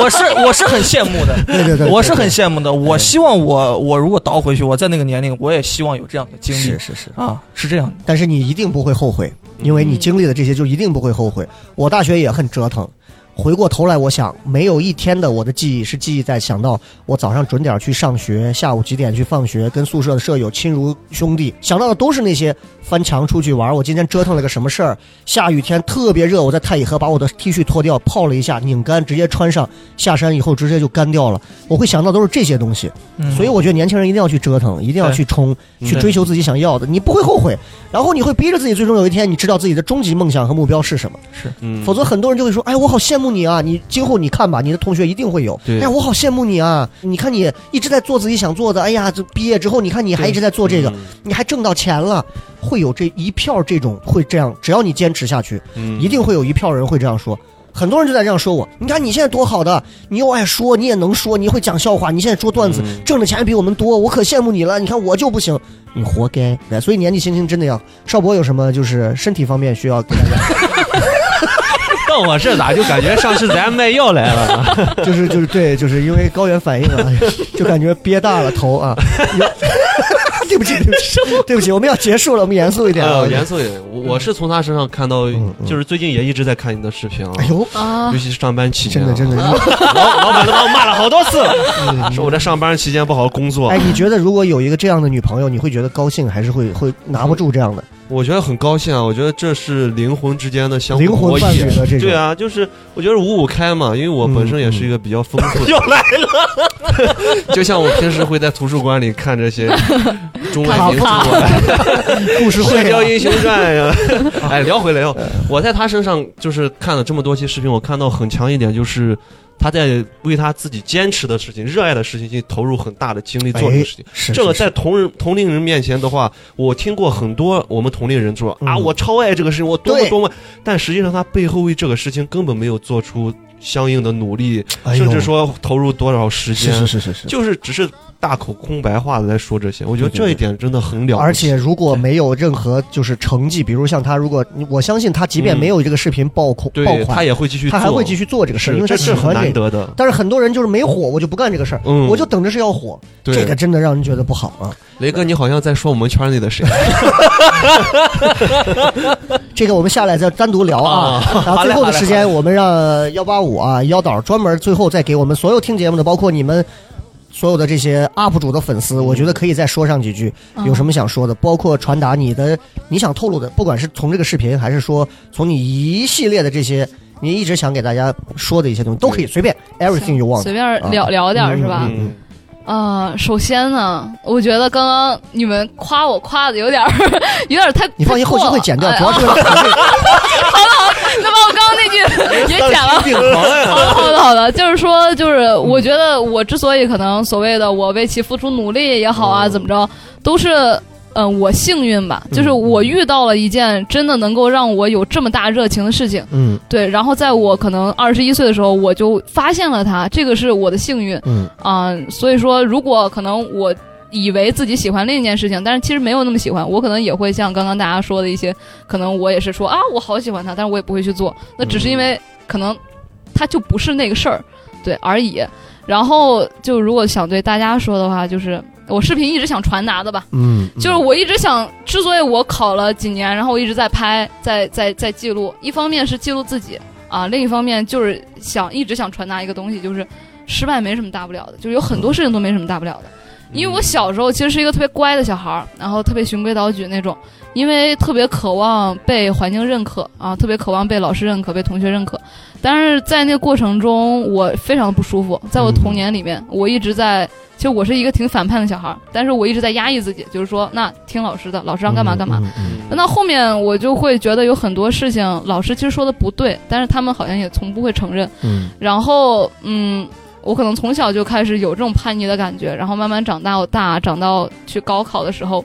Speaker 4: 我是我是很羡慕的，
Speaker 3: 对对对，
Speaker 4: 我是很羡慕的。我希望我我如果倒回去，我在那个年龄，我也希望有这样的经历
Speaker 3: 是是是，
Speaker 4: 啊，是这样的。
Speaker 3: 但是你一定不会后悔，因为你经历了这些，就一定不会后悔。我大学也很折腾。回过头来，我想，没有一天的我的记忆是记忆在想到我早上准点去上学，下午几点去放学，跟宿舍的舍友亲如兄弟，想到的都是那些翻墙出去玩，我今天折腾了个什么事儿，下雨天特别热，我在太乙河把我的 T 恤脱掉，泡了一下，拧干，直接穿上，下山以后直接就干掉了。我会想到都是这些东西，
Speaker 4: 嗯
Speaker 3: 所以我觉得年轻人一定要去折腾，一定要去冲，
Speaker 5: 对嗯
Speaker 3: 去追求自己想要的，你不会后悔。然后你会逼着自己，最终有一天你知道自己的终极梦想和目标是什么。
Speaker 5: 嗯
Speaker 3: 否则很多人就会说：“哎，我好羡慕你啊！你今后你看吧，你的同学一定会有。
Speaker 5: 对
Speaker 3: 哎，我好羡慕你啊！你看你一直在做自己想做的，哎呀，这毕业之后你看你还一直在
Speaker 5: 嗯
Speaker 3: 做这个，，你还挣到钱了，会有这一票这种会这样，只要你坚持下去，
Speaker 5: 嗯
Speaker 3: 一定会有一票人会这样说。很多人就在这样说我，你看你现在多好的，你又爱说，你也能说，你会讲笑话，你现在说段子，
Speaker 5: 嗯
Speaker 3: 挣的钱还比我们多，我可羡慕你了。你看我就不行，你活该。对所以年纪轻轻真的要，少博有什么就是身体方面需要给大家，
Speaker 5: 到我这咋就感觉像是咱卖药来了？
Speaker 3: 就是 就是对，就是因为高原反应啊，就感觉憋大了头啊。有对不起，对不起，对不起，我们要结束了，我们严肃一点啊
Speaker 5: 呃，。严肃一点，我我是从他身上看到
Speaker 3: 嗯，嗯
Speaker 5: 就是最近也一直在看你的视频啊，
Speaker 3: 哎呦，
Speaker 6: 啊
Speaker 5: 尤，其是上班期间
Speaker 3: 真
Speaker 5: 啊，
Speaker 3: 的真的，你
Speaker 5: 老老板都把我骂了好多次了， 说我在上班期间不好好工作
Speaker 3: 哎，，你觉得如果有一个这样的女朋友，你会觉得高兴，还是会会拿不住这样的
Speaker 5: 我觉得很高兴啊，我觉得这是灵魂之间的相
Speaker 3: 灵
Speaker 5: 互
Speaker 3: 魂
Speaker 5: 博
Speaker 3: 伴侣
Speaker 5: 弈。
Speaker 3: 的这种
Speaker 5: 嗯对？啊，就是我觉得五五开嘛，因为我本身也是一个比较丰富的，
Speaker 7: 又来了，
Speaker 5: 就像我平时会在图书馆里看这些中
Speaker 3: 卡
Speaker 5: 外名著
Speaker 3: 卡
Speaker 5: 啊，
Speaker 3: 故事
Speaker 5: 《
Speaker 3: 会
Speaker 5: 射雕
Speaker 3: 啊，
Speaker 5: 英雄传》呀。哎，聊回来哟，我在他身上就是看了这么多期视频，我看到很强一点就是他在为他自己坚持的事情、热爱的事情去投入很大的精
Speaker 3: 哎
Speaker 5: 力做这个事情。
Speaker 3: 是
Speaker 5: 这个
Speaker 3: 是
Speaker 5: 在同人同龄人面前的话，我听过很多我们同龄人说、啊，
Speaker 3: 嗯
Speaker 5: 我超爱这个事情，我多么
Speaker 3: 对
Speaker 5: 多么，但实际上他背后为这个事情根本没有做出相应的努力，
Speaker 3: 哎呦
Speaker 5: 甚至说投入多少时
Speaker 3: 是
Speaker 5: 间，
Speaker 3: 是是是是。
Speaker 5: 就是只是大口空白话的在说这些。我觉得
Speaker 3: 对对
Speaker 5: 这一点真的很了不起，
Speaker 3: 而且如果没有任何就是成绩，比如像他，如果我相信他，即便
Speaker 5: 嗯
Speaker 3: 没有这个视频爆款爆
Speaker 5: 对他
Speaker 3: 款，
Speaker 5: 也会继续做，
Speaker 3: 他还会继续做这个事，
Speaker 5: 是
Speaker 3: 因为他
Speaker 5: 这
Speaker 3: 喜
Speaker 5: 是很
Speaker 3: 欢
Speaker 5: 难
Speaker 3: 这个。
Speaker 5: 得的。
Speaker 3: 但是很多人就是没火，我就不干这个事儿，
Speaker 5: 嗯
Speaker 3: 我就等着是要火，
Speaker 5: 对
Speaker 3: 这个真的让人觉得不好啊。
Speaker 5: 雷哥，你好像在说我们圈内的谁？啊
Speaker 3: 这个我们下来再单独聊啊。
Speaker 5: 啊
Speaker 3: 然后最后
Speaker 5: 好
Speaker 3: 的
Speaker 5: 嘞好嘞
Speaker 3: 时间，我们让幺八五啊幺导专门最后再给我们所有听节目的，包括你们。所有的这些 UP 主的粉丝，
Speaker 6: 嗯
Speaker 3: 我觉得可以再说上几句，
Speaker 6: 啊
Speaker 3: 有什么想说的，包括传达你的你想透露的，不管是从这个视频，还是说从你一系列的这些你一直想给大家说的一些东西，都可以随便 everything you want 啊
Speaker 6: 随。便聊聊点儿是吧？
Speaker 5: 嗯，
Speaker 6: 啊，首先呢，我觉得刚刚你们夸我夸的有点儿 有点儿太，
Speaker 3: 你放心，
Speaker 6: 太
Speaker 3: 后
Speaker 6: 过
Speaker 3: 期会
Speaker 6: 了
Speaker 3: 剪掉，
Speaker 6: 哎
Speaker 3: 主要
Speaker 6: 啊
Speaker 3: 是为了
Speaker 6: 好了好了，那把我刚刚那句 也剪了。
Speaker 5: 病狂
Speaker 6: 好
Speaker 5: 呀！
Speaker 6: 的好的好的，就是说，就是
Speaker 3: 嗯
Speaker 6: 我觉得我之所以可能所谓的我为其付出努力也好
Speaker 3: 哦
Speaker 6: 啊，
Speaker 5: 嗯
Speaker 6: 怎么着，都是嗯、我幸运吧，就是
Speaker 3: 嗯
Speaker 6: 我遇到了一件真的能够让我有这么大热情的事情，
Speaker 3: 嗯
Speaker 6: 对，然后在我可能二十一岁的时候，我就发现了它，这个是我的幸运
Speaker 3: 嗯
Speaker 6: 啊、所以说，如果可能我。以为自己喜欢另一件事情，但是其实没有那么喜欢。我可能也会像刚刚大家说的一些，可能我也是说啊，我好喜欢它，但是我也不会去做。那只是因为可能它就不是那个事儿，对而已。然后就如果想对大家说的话，就是我视频一直想传达的吧，
Speaker 3: 嗯，
Speaker 6: 就是我一直想，之所以我考了几年，然后我一直在拍，在在在记录，一方面是记录自己啊，另一方面就是想一直想传达一个东西，就是失败没什么大不了的，就是有很多事情都没什么大不了的。因为我小时候其实是一个特别乖的小孩儿，然后特别循规蹈矩那种，因为特别渴望被环境认可啊，特别渴望被老师认可、被同学认可。但是在那个过程中，我非常不舒服。在我
Speaker 3: 嗯
Speaker 6: 童年里面，我一直在，其实我是一个挺反叛的小孩儿，但是我一直在压抑自己，就是说，那听老师的，老师让干嘛干嘛。
Speaker 3: 嗯嗯
Speaker 6: 那后面我就会觉得有很多事情，老师其实说的不对，但是他们好像也从不会承认。
Speaker 3: 嗯
Speaker 6: 然后，嗯，我可能从小就开始有这种叛逆的感觉，然后慢慢长大，我大长到去高考的时候，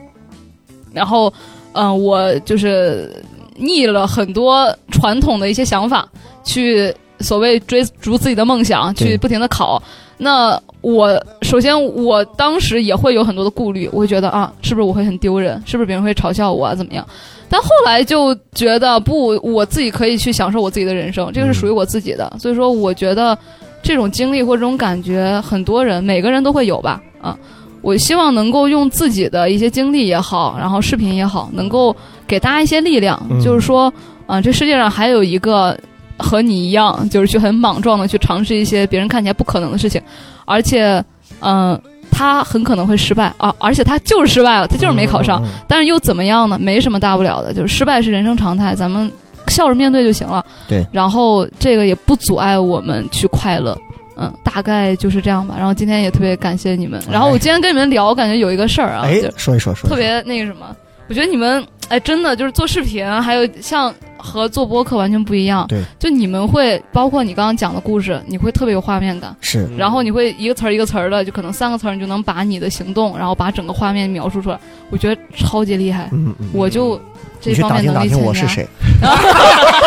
Speaker 6: 然后，嗯、我就是逆了很多传统的一些想法，去所谓追逐自己的梦想，
Speaker 3: 对
Speaker 6: 去不停的考。那我首先我当时也会有很多的顾虑，我会觉得啊，是不是我会很丢人？是不是别人会嘲笑我啊？怎么样？但后来就觉得不，我自己可以去享受我自己的人生，这个是属于我自己的。所以说，我觉得这种经历或这种感觉，很多人每个人都会有吧？啊，我希望能够用自己的一些经历也好，然后视频也好，能够给大家一些力量，
Speaker 3: 嗯
Speaker 6: 就是说，啊、这世界上还有一个和你一样，就是去很莽撞的去尝试一些别人看起来不可能的事情，而且，嗯、他很可能会失败啊，而且他就是失败了，他就是没考
Speaker 3: 嗯
Speaker 6: 上。
Speaker 3: 嗯嗯
Speaker 6: 但是又怎么样呢？没什么大不了的，就是失败是人生常态，咱们笑着面对就行了。
Speaker 3: 对，
Speaker 6: 然后这个也不阻碍我们去快乐。嗯，大概就是这样吧。然后今天也特别感谢你们。然后我今天跟你们聊，我感觉有一个事儿啊，
Speaker 3: 哎
Speaker 6: 就，
Speaker 3: 说一说说一说
Speaker 6: 特别那个什么，我觉得你们哎，真的就是做视频啊，还有像和做播客完全不一样。
Speaker 3: 对，
Speaker 6: 就你们会包括你刚刚讲的故事，你会特别有画面感。
Speaker 3: 是
Speaker 6: 然后你会一个词儿一个词儿的，就可能三个词儿，你就能把你的行动，然后把整个画面描述出来。我觉得超级厉害，
Speaker 3: 嗯嗯，
Speaker 6: 我就这
Speaker 3: 你去
Speaker 6: 方
Speaker 3: 打
Speaker 6: 面
Speaker 3: 听
Speaker 6: 能
Speaker 3: 打
Speaker 6: 力
Speaker 3: 听我
Speaker 6: 欠
Speaker 3: 是
Speaker 6: 佳。
Speaker 3: 谁。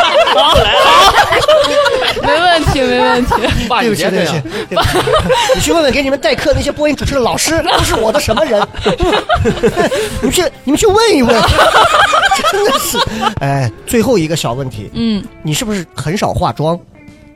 Speaker 6: 没问题，没问题。
Speaker 5: 爸，
Speaker 3: 对不
Speaker 5: 你
Speaker 3: 起，对
Speaker 5: 别这
Speaker 3: 不
Speaker 5: 样
Speaker 3: 起，，对不起 你去问问给你们代课那些播音主持的老师，都是我的什么人？ 你们去，你们去问一问， 真的是。哎，最后一个小问题，
Speaker 6: 嗯，
Speaker 3: 你是不是很少化妆？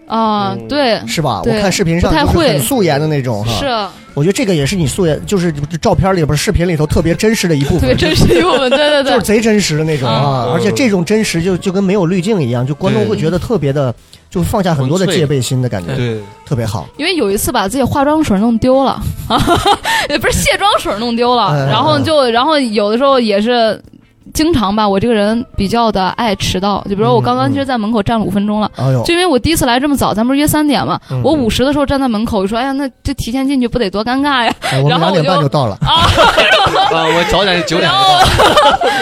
Speaker 6: 啊
Speaker 5: 嗯，
Speaker 6: 对，
Speaker 3: 是吧？我
Speaker 6: 对
Speaker 3: 看视频上
Speaker 6: 不太
Speaker 3: 就是
Speaker 6: 会
Speaker 3: 很素颜的那种哈，
Speaker 6: 是
Speaker 3: 我觉得这个也是你素颜，就是照片里边、视频里头特别真实的一部
Speaker 6: 特
Speaker 3: 分
Speaker 6: 别，真实一部分，对对
Speaker 3: 就是
Speaker 6: 对，
Speaker 3: 贼真实的那种啊，
Speaker 5: 嗯
Speaker 3: 而且这种真实就就跟没有滤镜一样，就观众
Speaker 5: 对
Speaker 3: 会觉得特别的，就放下很多的
Speaker 5: 纯粹
Speaker 3: 戒备心的感觉，
Speaker 5: 对，
Speaker 3: 特别好。
Speaker 6: 因为有一次把自己化妆水弄丢了， 也不是卸妆水弄丢了，
Speaker 3: 嗯
Speaker 6: 然后就然后有的时候也是。经常吧，我这个人比较的爱迟到。就比如说我刚刚
Speaker 3: 嗯嗯
Speaker 6: 其实在门口站了五分钟了，
Speaker 3: 哎呦，
Speaker 6: 就因为我第一次来这么早，咱不是约三点嘛，
Speaker 3: 嗯
Speaker 6: 我五十的时候站在门口，我说：“哎呀，那这提前进去不得多尴 尬呀
Speaker 3: 哎我们
Speaker 6: 然后
Speaker 3: 两
Speaker 6: 我
Speaker 3: 点半
Speaker 6: 就
Speaker 3: 就到了，
Speaker 6: 啊！”
Speaker 5: 啊，我早点九点
Speaker 6: 然
Speaker 5: 钟
Speaker 6: 后，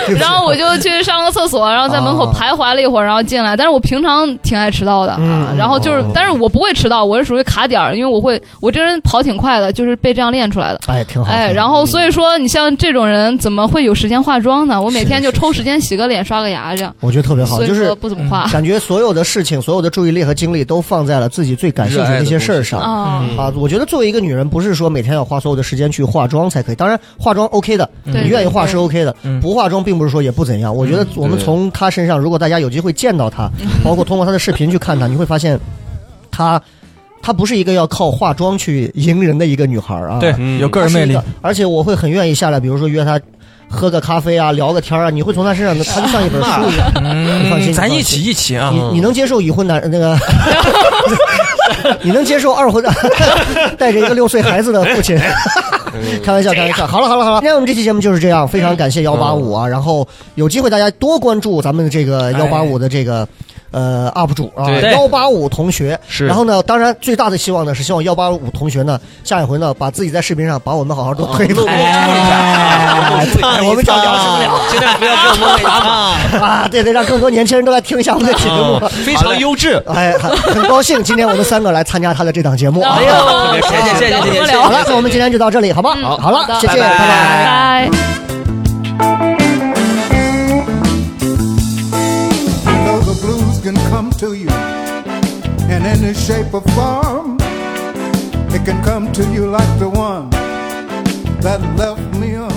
Speaker 3: 对不起
Speaker 6: 然后我就去上个厕 所，然后在门口
Speaker 3: 啊
Speaker 6: 徘徊了一会儿，然后进来。但是我平常挺爱迟到的，
Speaker 3: 嗯
Speaker 6: 啊
Speaker 3: 嗯
Speaker 6: 然后就是
Speaker 5: 哦，
Speaker 6: 但是我不会迟到，我是属于卡点儿，因为我会，我这人跑挺快的，就是被这样练出来的。
Speaker 3: 哎，挺好。
Speaker 6: 哎，然后所以说，你像这种人怎么会有时间化妆呢？我每
Speaker 3: 是
Speaker 6: 天就是抽时间洗个脸、刷个牙这样，
Speaker 3: 我觉得特别好，
Speaker 6: 所以
Speaker 3: 就是
Speaker 6: 说啊不怎么化
Speaker 3: 感觉所有的事情、所有的注意力和精力都放在了自己最感兴趣的那些事儿上。
Speaker 6: 啊。
Speaker 5: 嗯
Speaker 3: 啊，我觉得作为一个女人，不是说每天要花所有的时间去化妆才可以。当然，化妆 OK 的，
Speaker 6: 嗯对
Speaker 3: 你愿意化是 OK 的
Speaker 4: 嗯，
Speaker 3: 不化妆并不是说也不怎样。我觉得我们
Speaker 5: 对
Speaker 3: 从她身上，如果大家有机会见到她，
Speaker 4: 嗯
Speaker 3: 包括通过她的视频去看她，你会发现，她，她不是一个要靠化妆去迎人的一个女孩儿啊。
Speaker 4: 对，
Speaker 5: 嗯
Speaker 4: 有个人魅
Speaker 3: 她是一。
Speaker 4: 力
Speaker 3: 个。而且我会很愿意下来，比如说约她喝个咖啡啊，聊个天儿啊，你会从她身上，她就像一本书一样。你放心
Speaker 4: 嗯，
Speaker 3: 你
Speaker 4: 咱
Speaker 3: 放
Speaker 4: 一
Speaker 3: 心
Speaker 4: 起一起啊
Speaker 3: 你，你能接受已婚男那个？ 你能接受二婚的 带着一个六岁孩子的父亲？开玩笑，开玩笑。好了，好了，好了。那我们这期节目就是这样，非常感谢幺八五啊，然后有机会大家多关注咱们的这个幺八五的这个。呃，UP 主啊，
Speaker 5: 对
Speaker 3: 幺八五同学
Speaker 5: 是
Speaker 3: 然后呢，当然最大的希望呢是希望幺八五同学呢，下一回呢把自己在视频上把我们好好都推推，
Speaker 4: 哎
Speaker 3: 哎我们叫聊什么聊
Speaker 5: 尽量不要给我们打码，
Speaker 3: 啊，对对，让更多年轻人都来听一下我们的节目。
Speaker 5: 非常优质。
Speaker 3: 哎，很高兴今天我们三个来参加他的这档节目啊。
Speaker 6: 呦
Speaker 7: 谢谢谢谢谢谢谢谢
Speaker 3: 好了，那我们今天就到这里，好吗？
Speaker 6: 嗯
Speaker 3: 好
Speaker 6: 好
Speaker 3: 了，
Speaker 6: 的
Speaker 3: 谢
Speaker 7: 拜
Speaker 3: 谢，
Speaker 7: 拜
Speaker 3: 拜拜
Speaker 6: 拜拜。
Speaker 2: You know the blues can come to you in any shape or form. It can come to you like the one that left me on.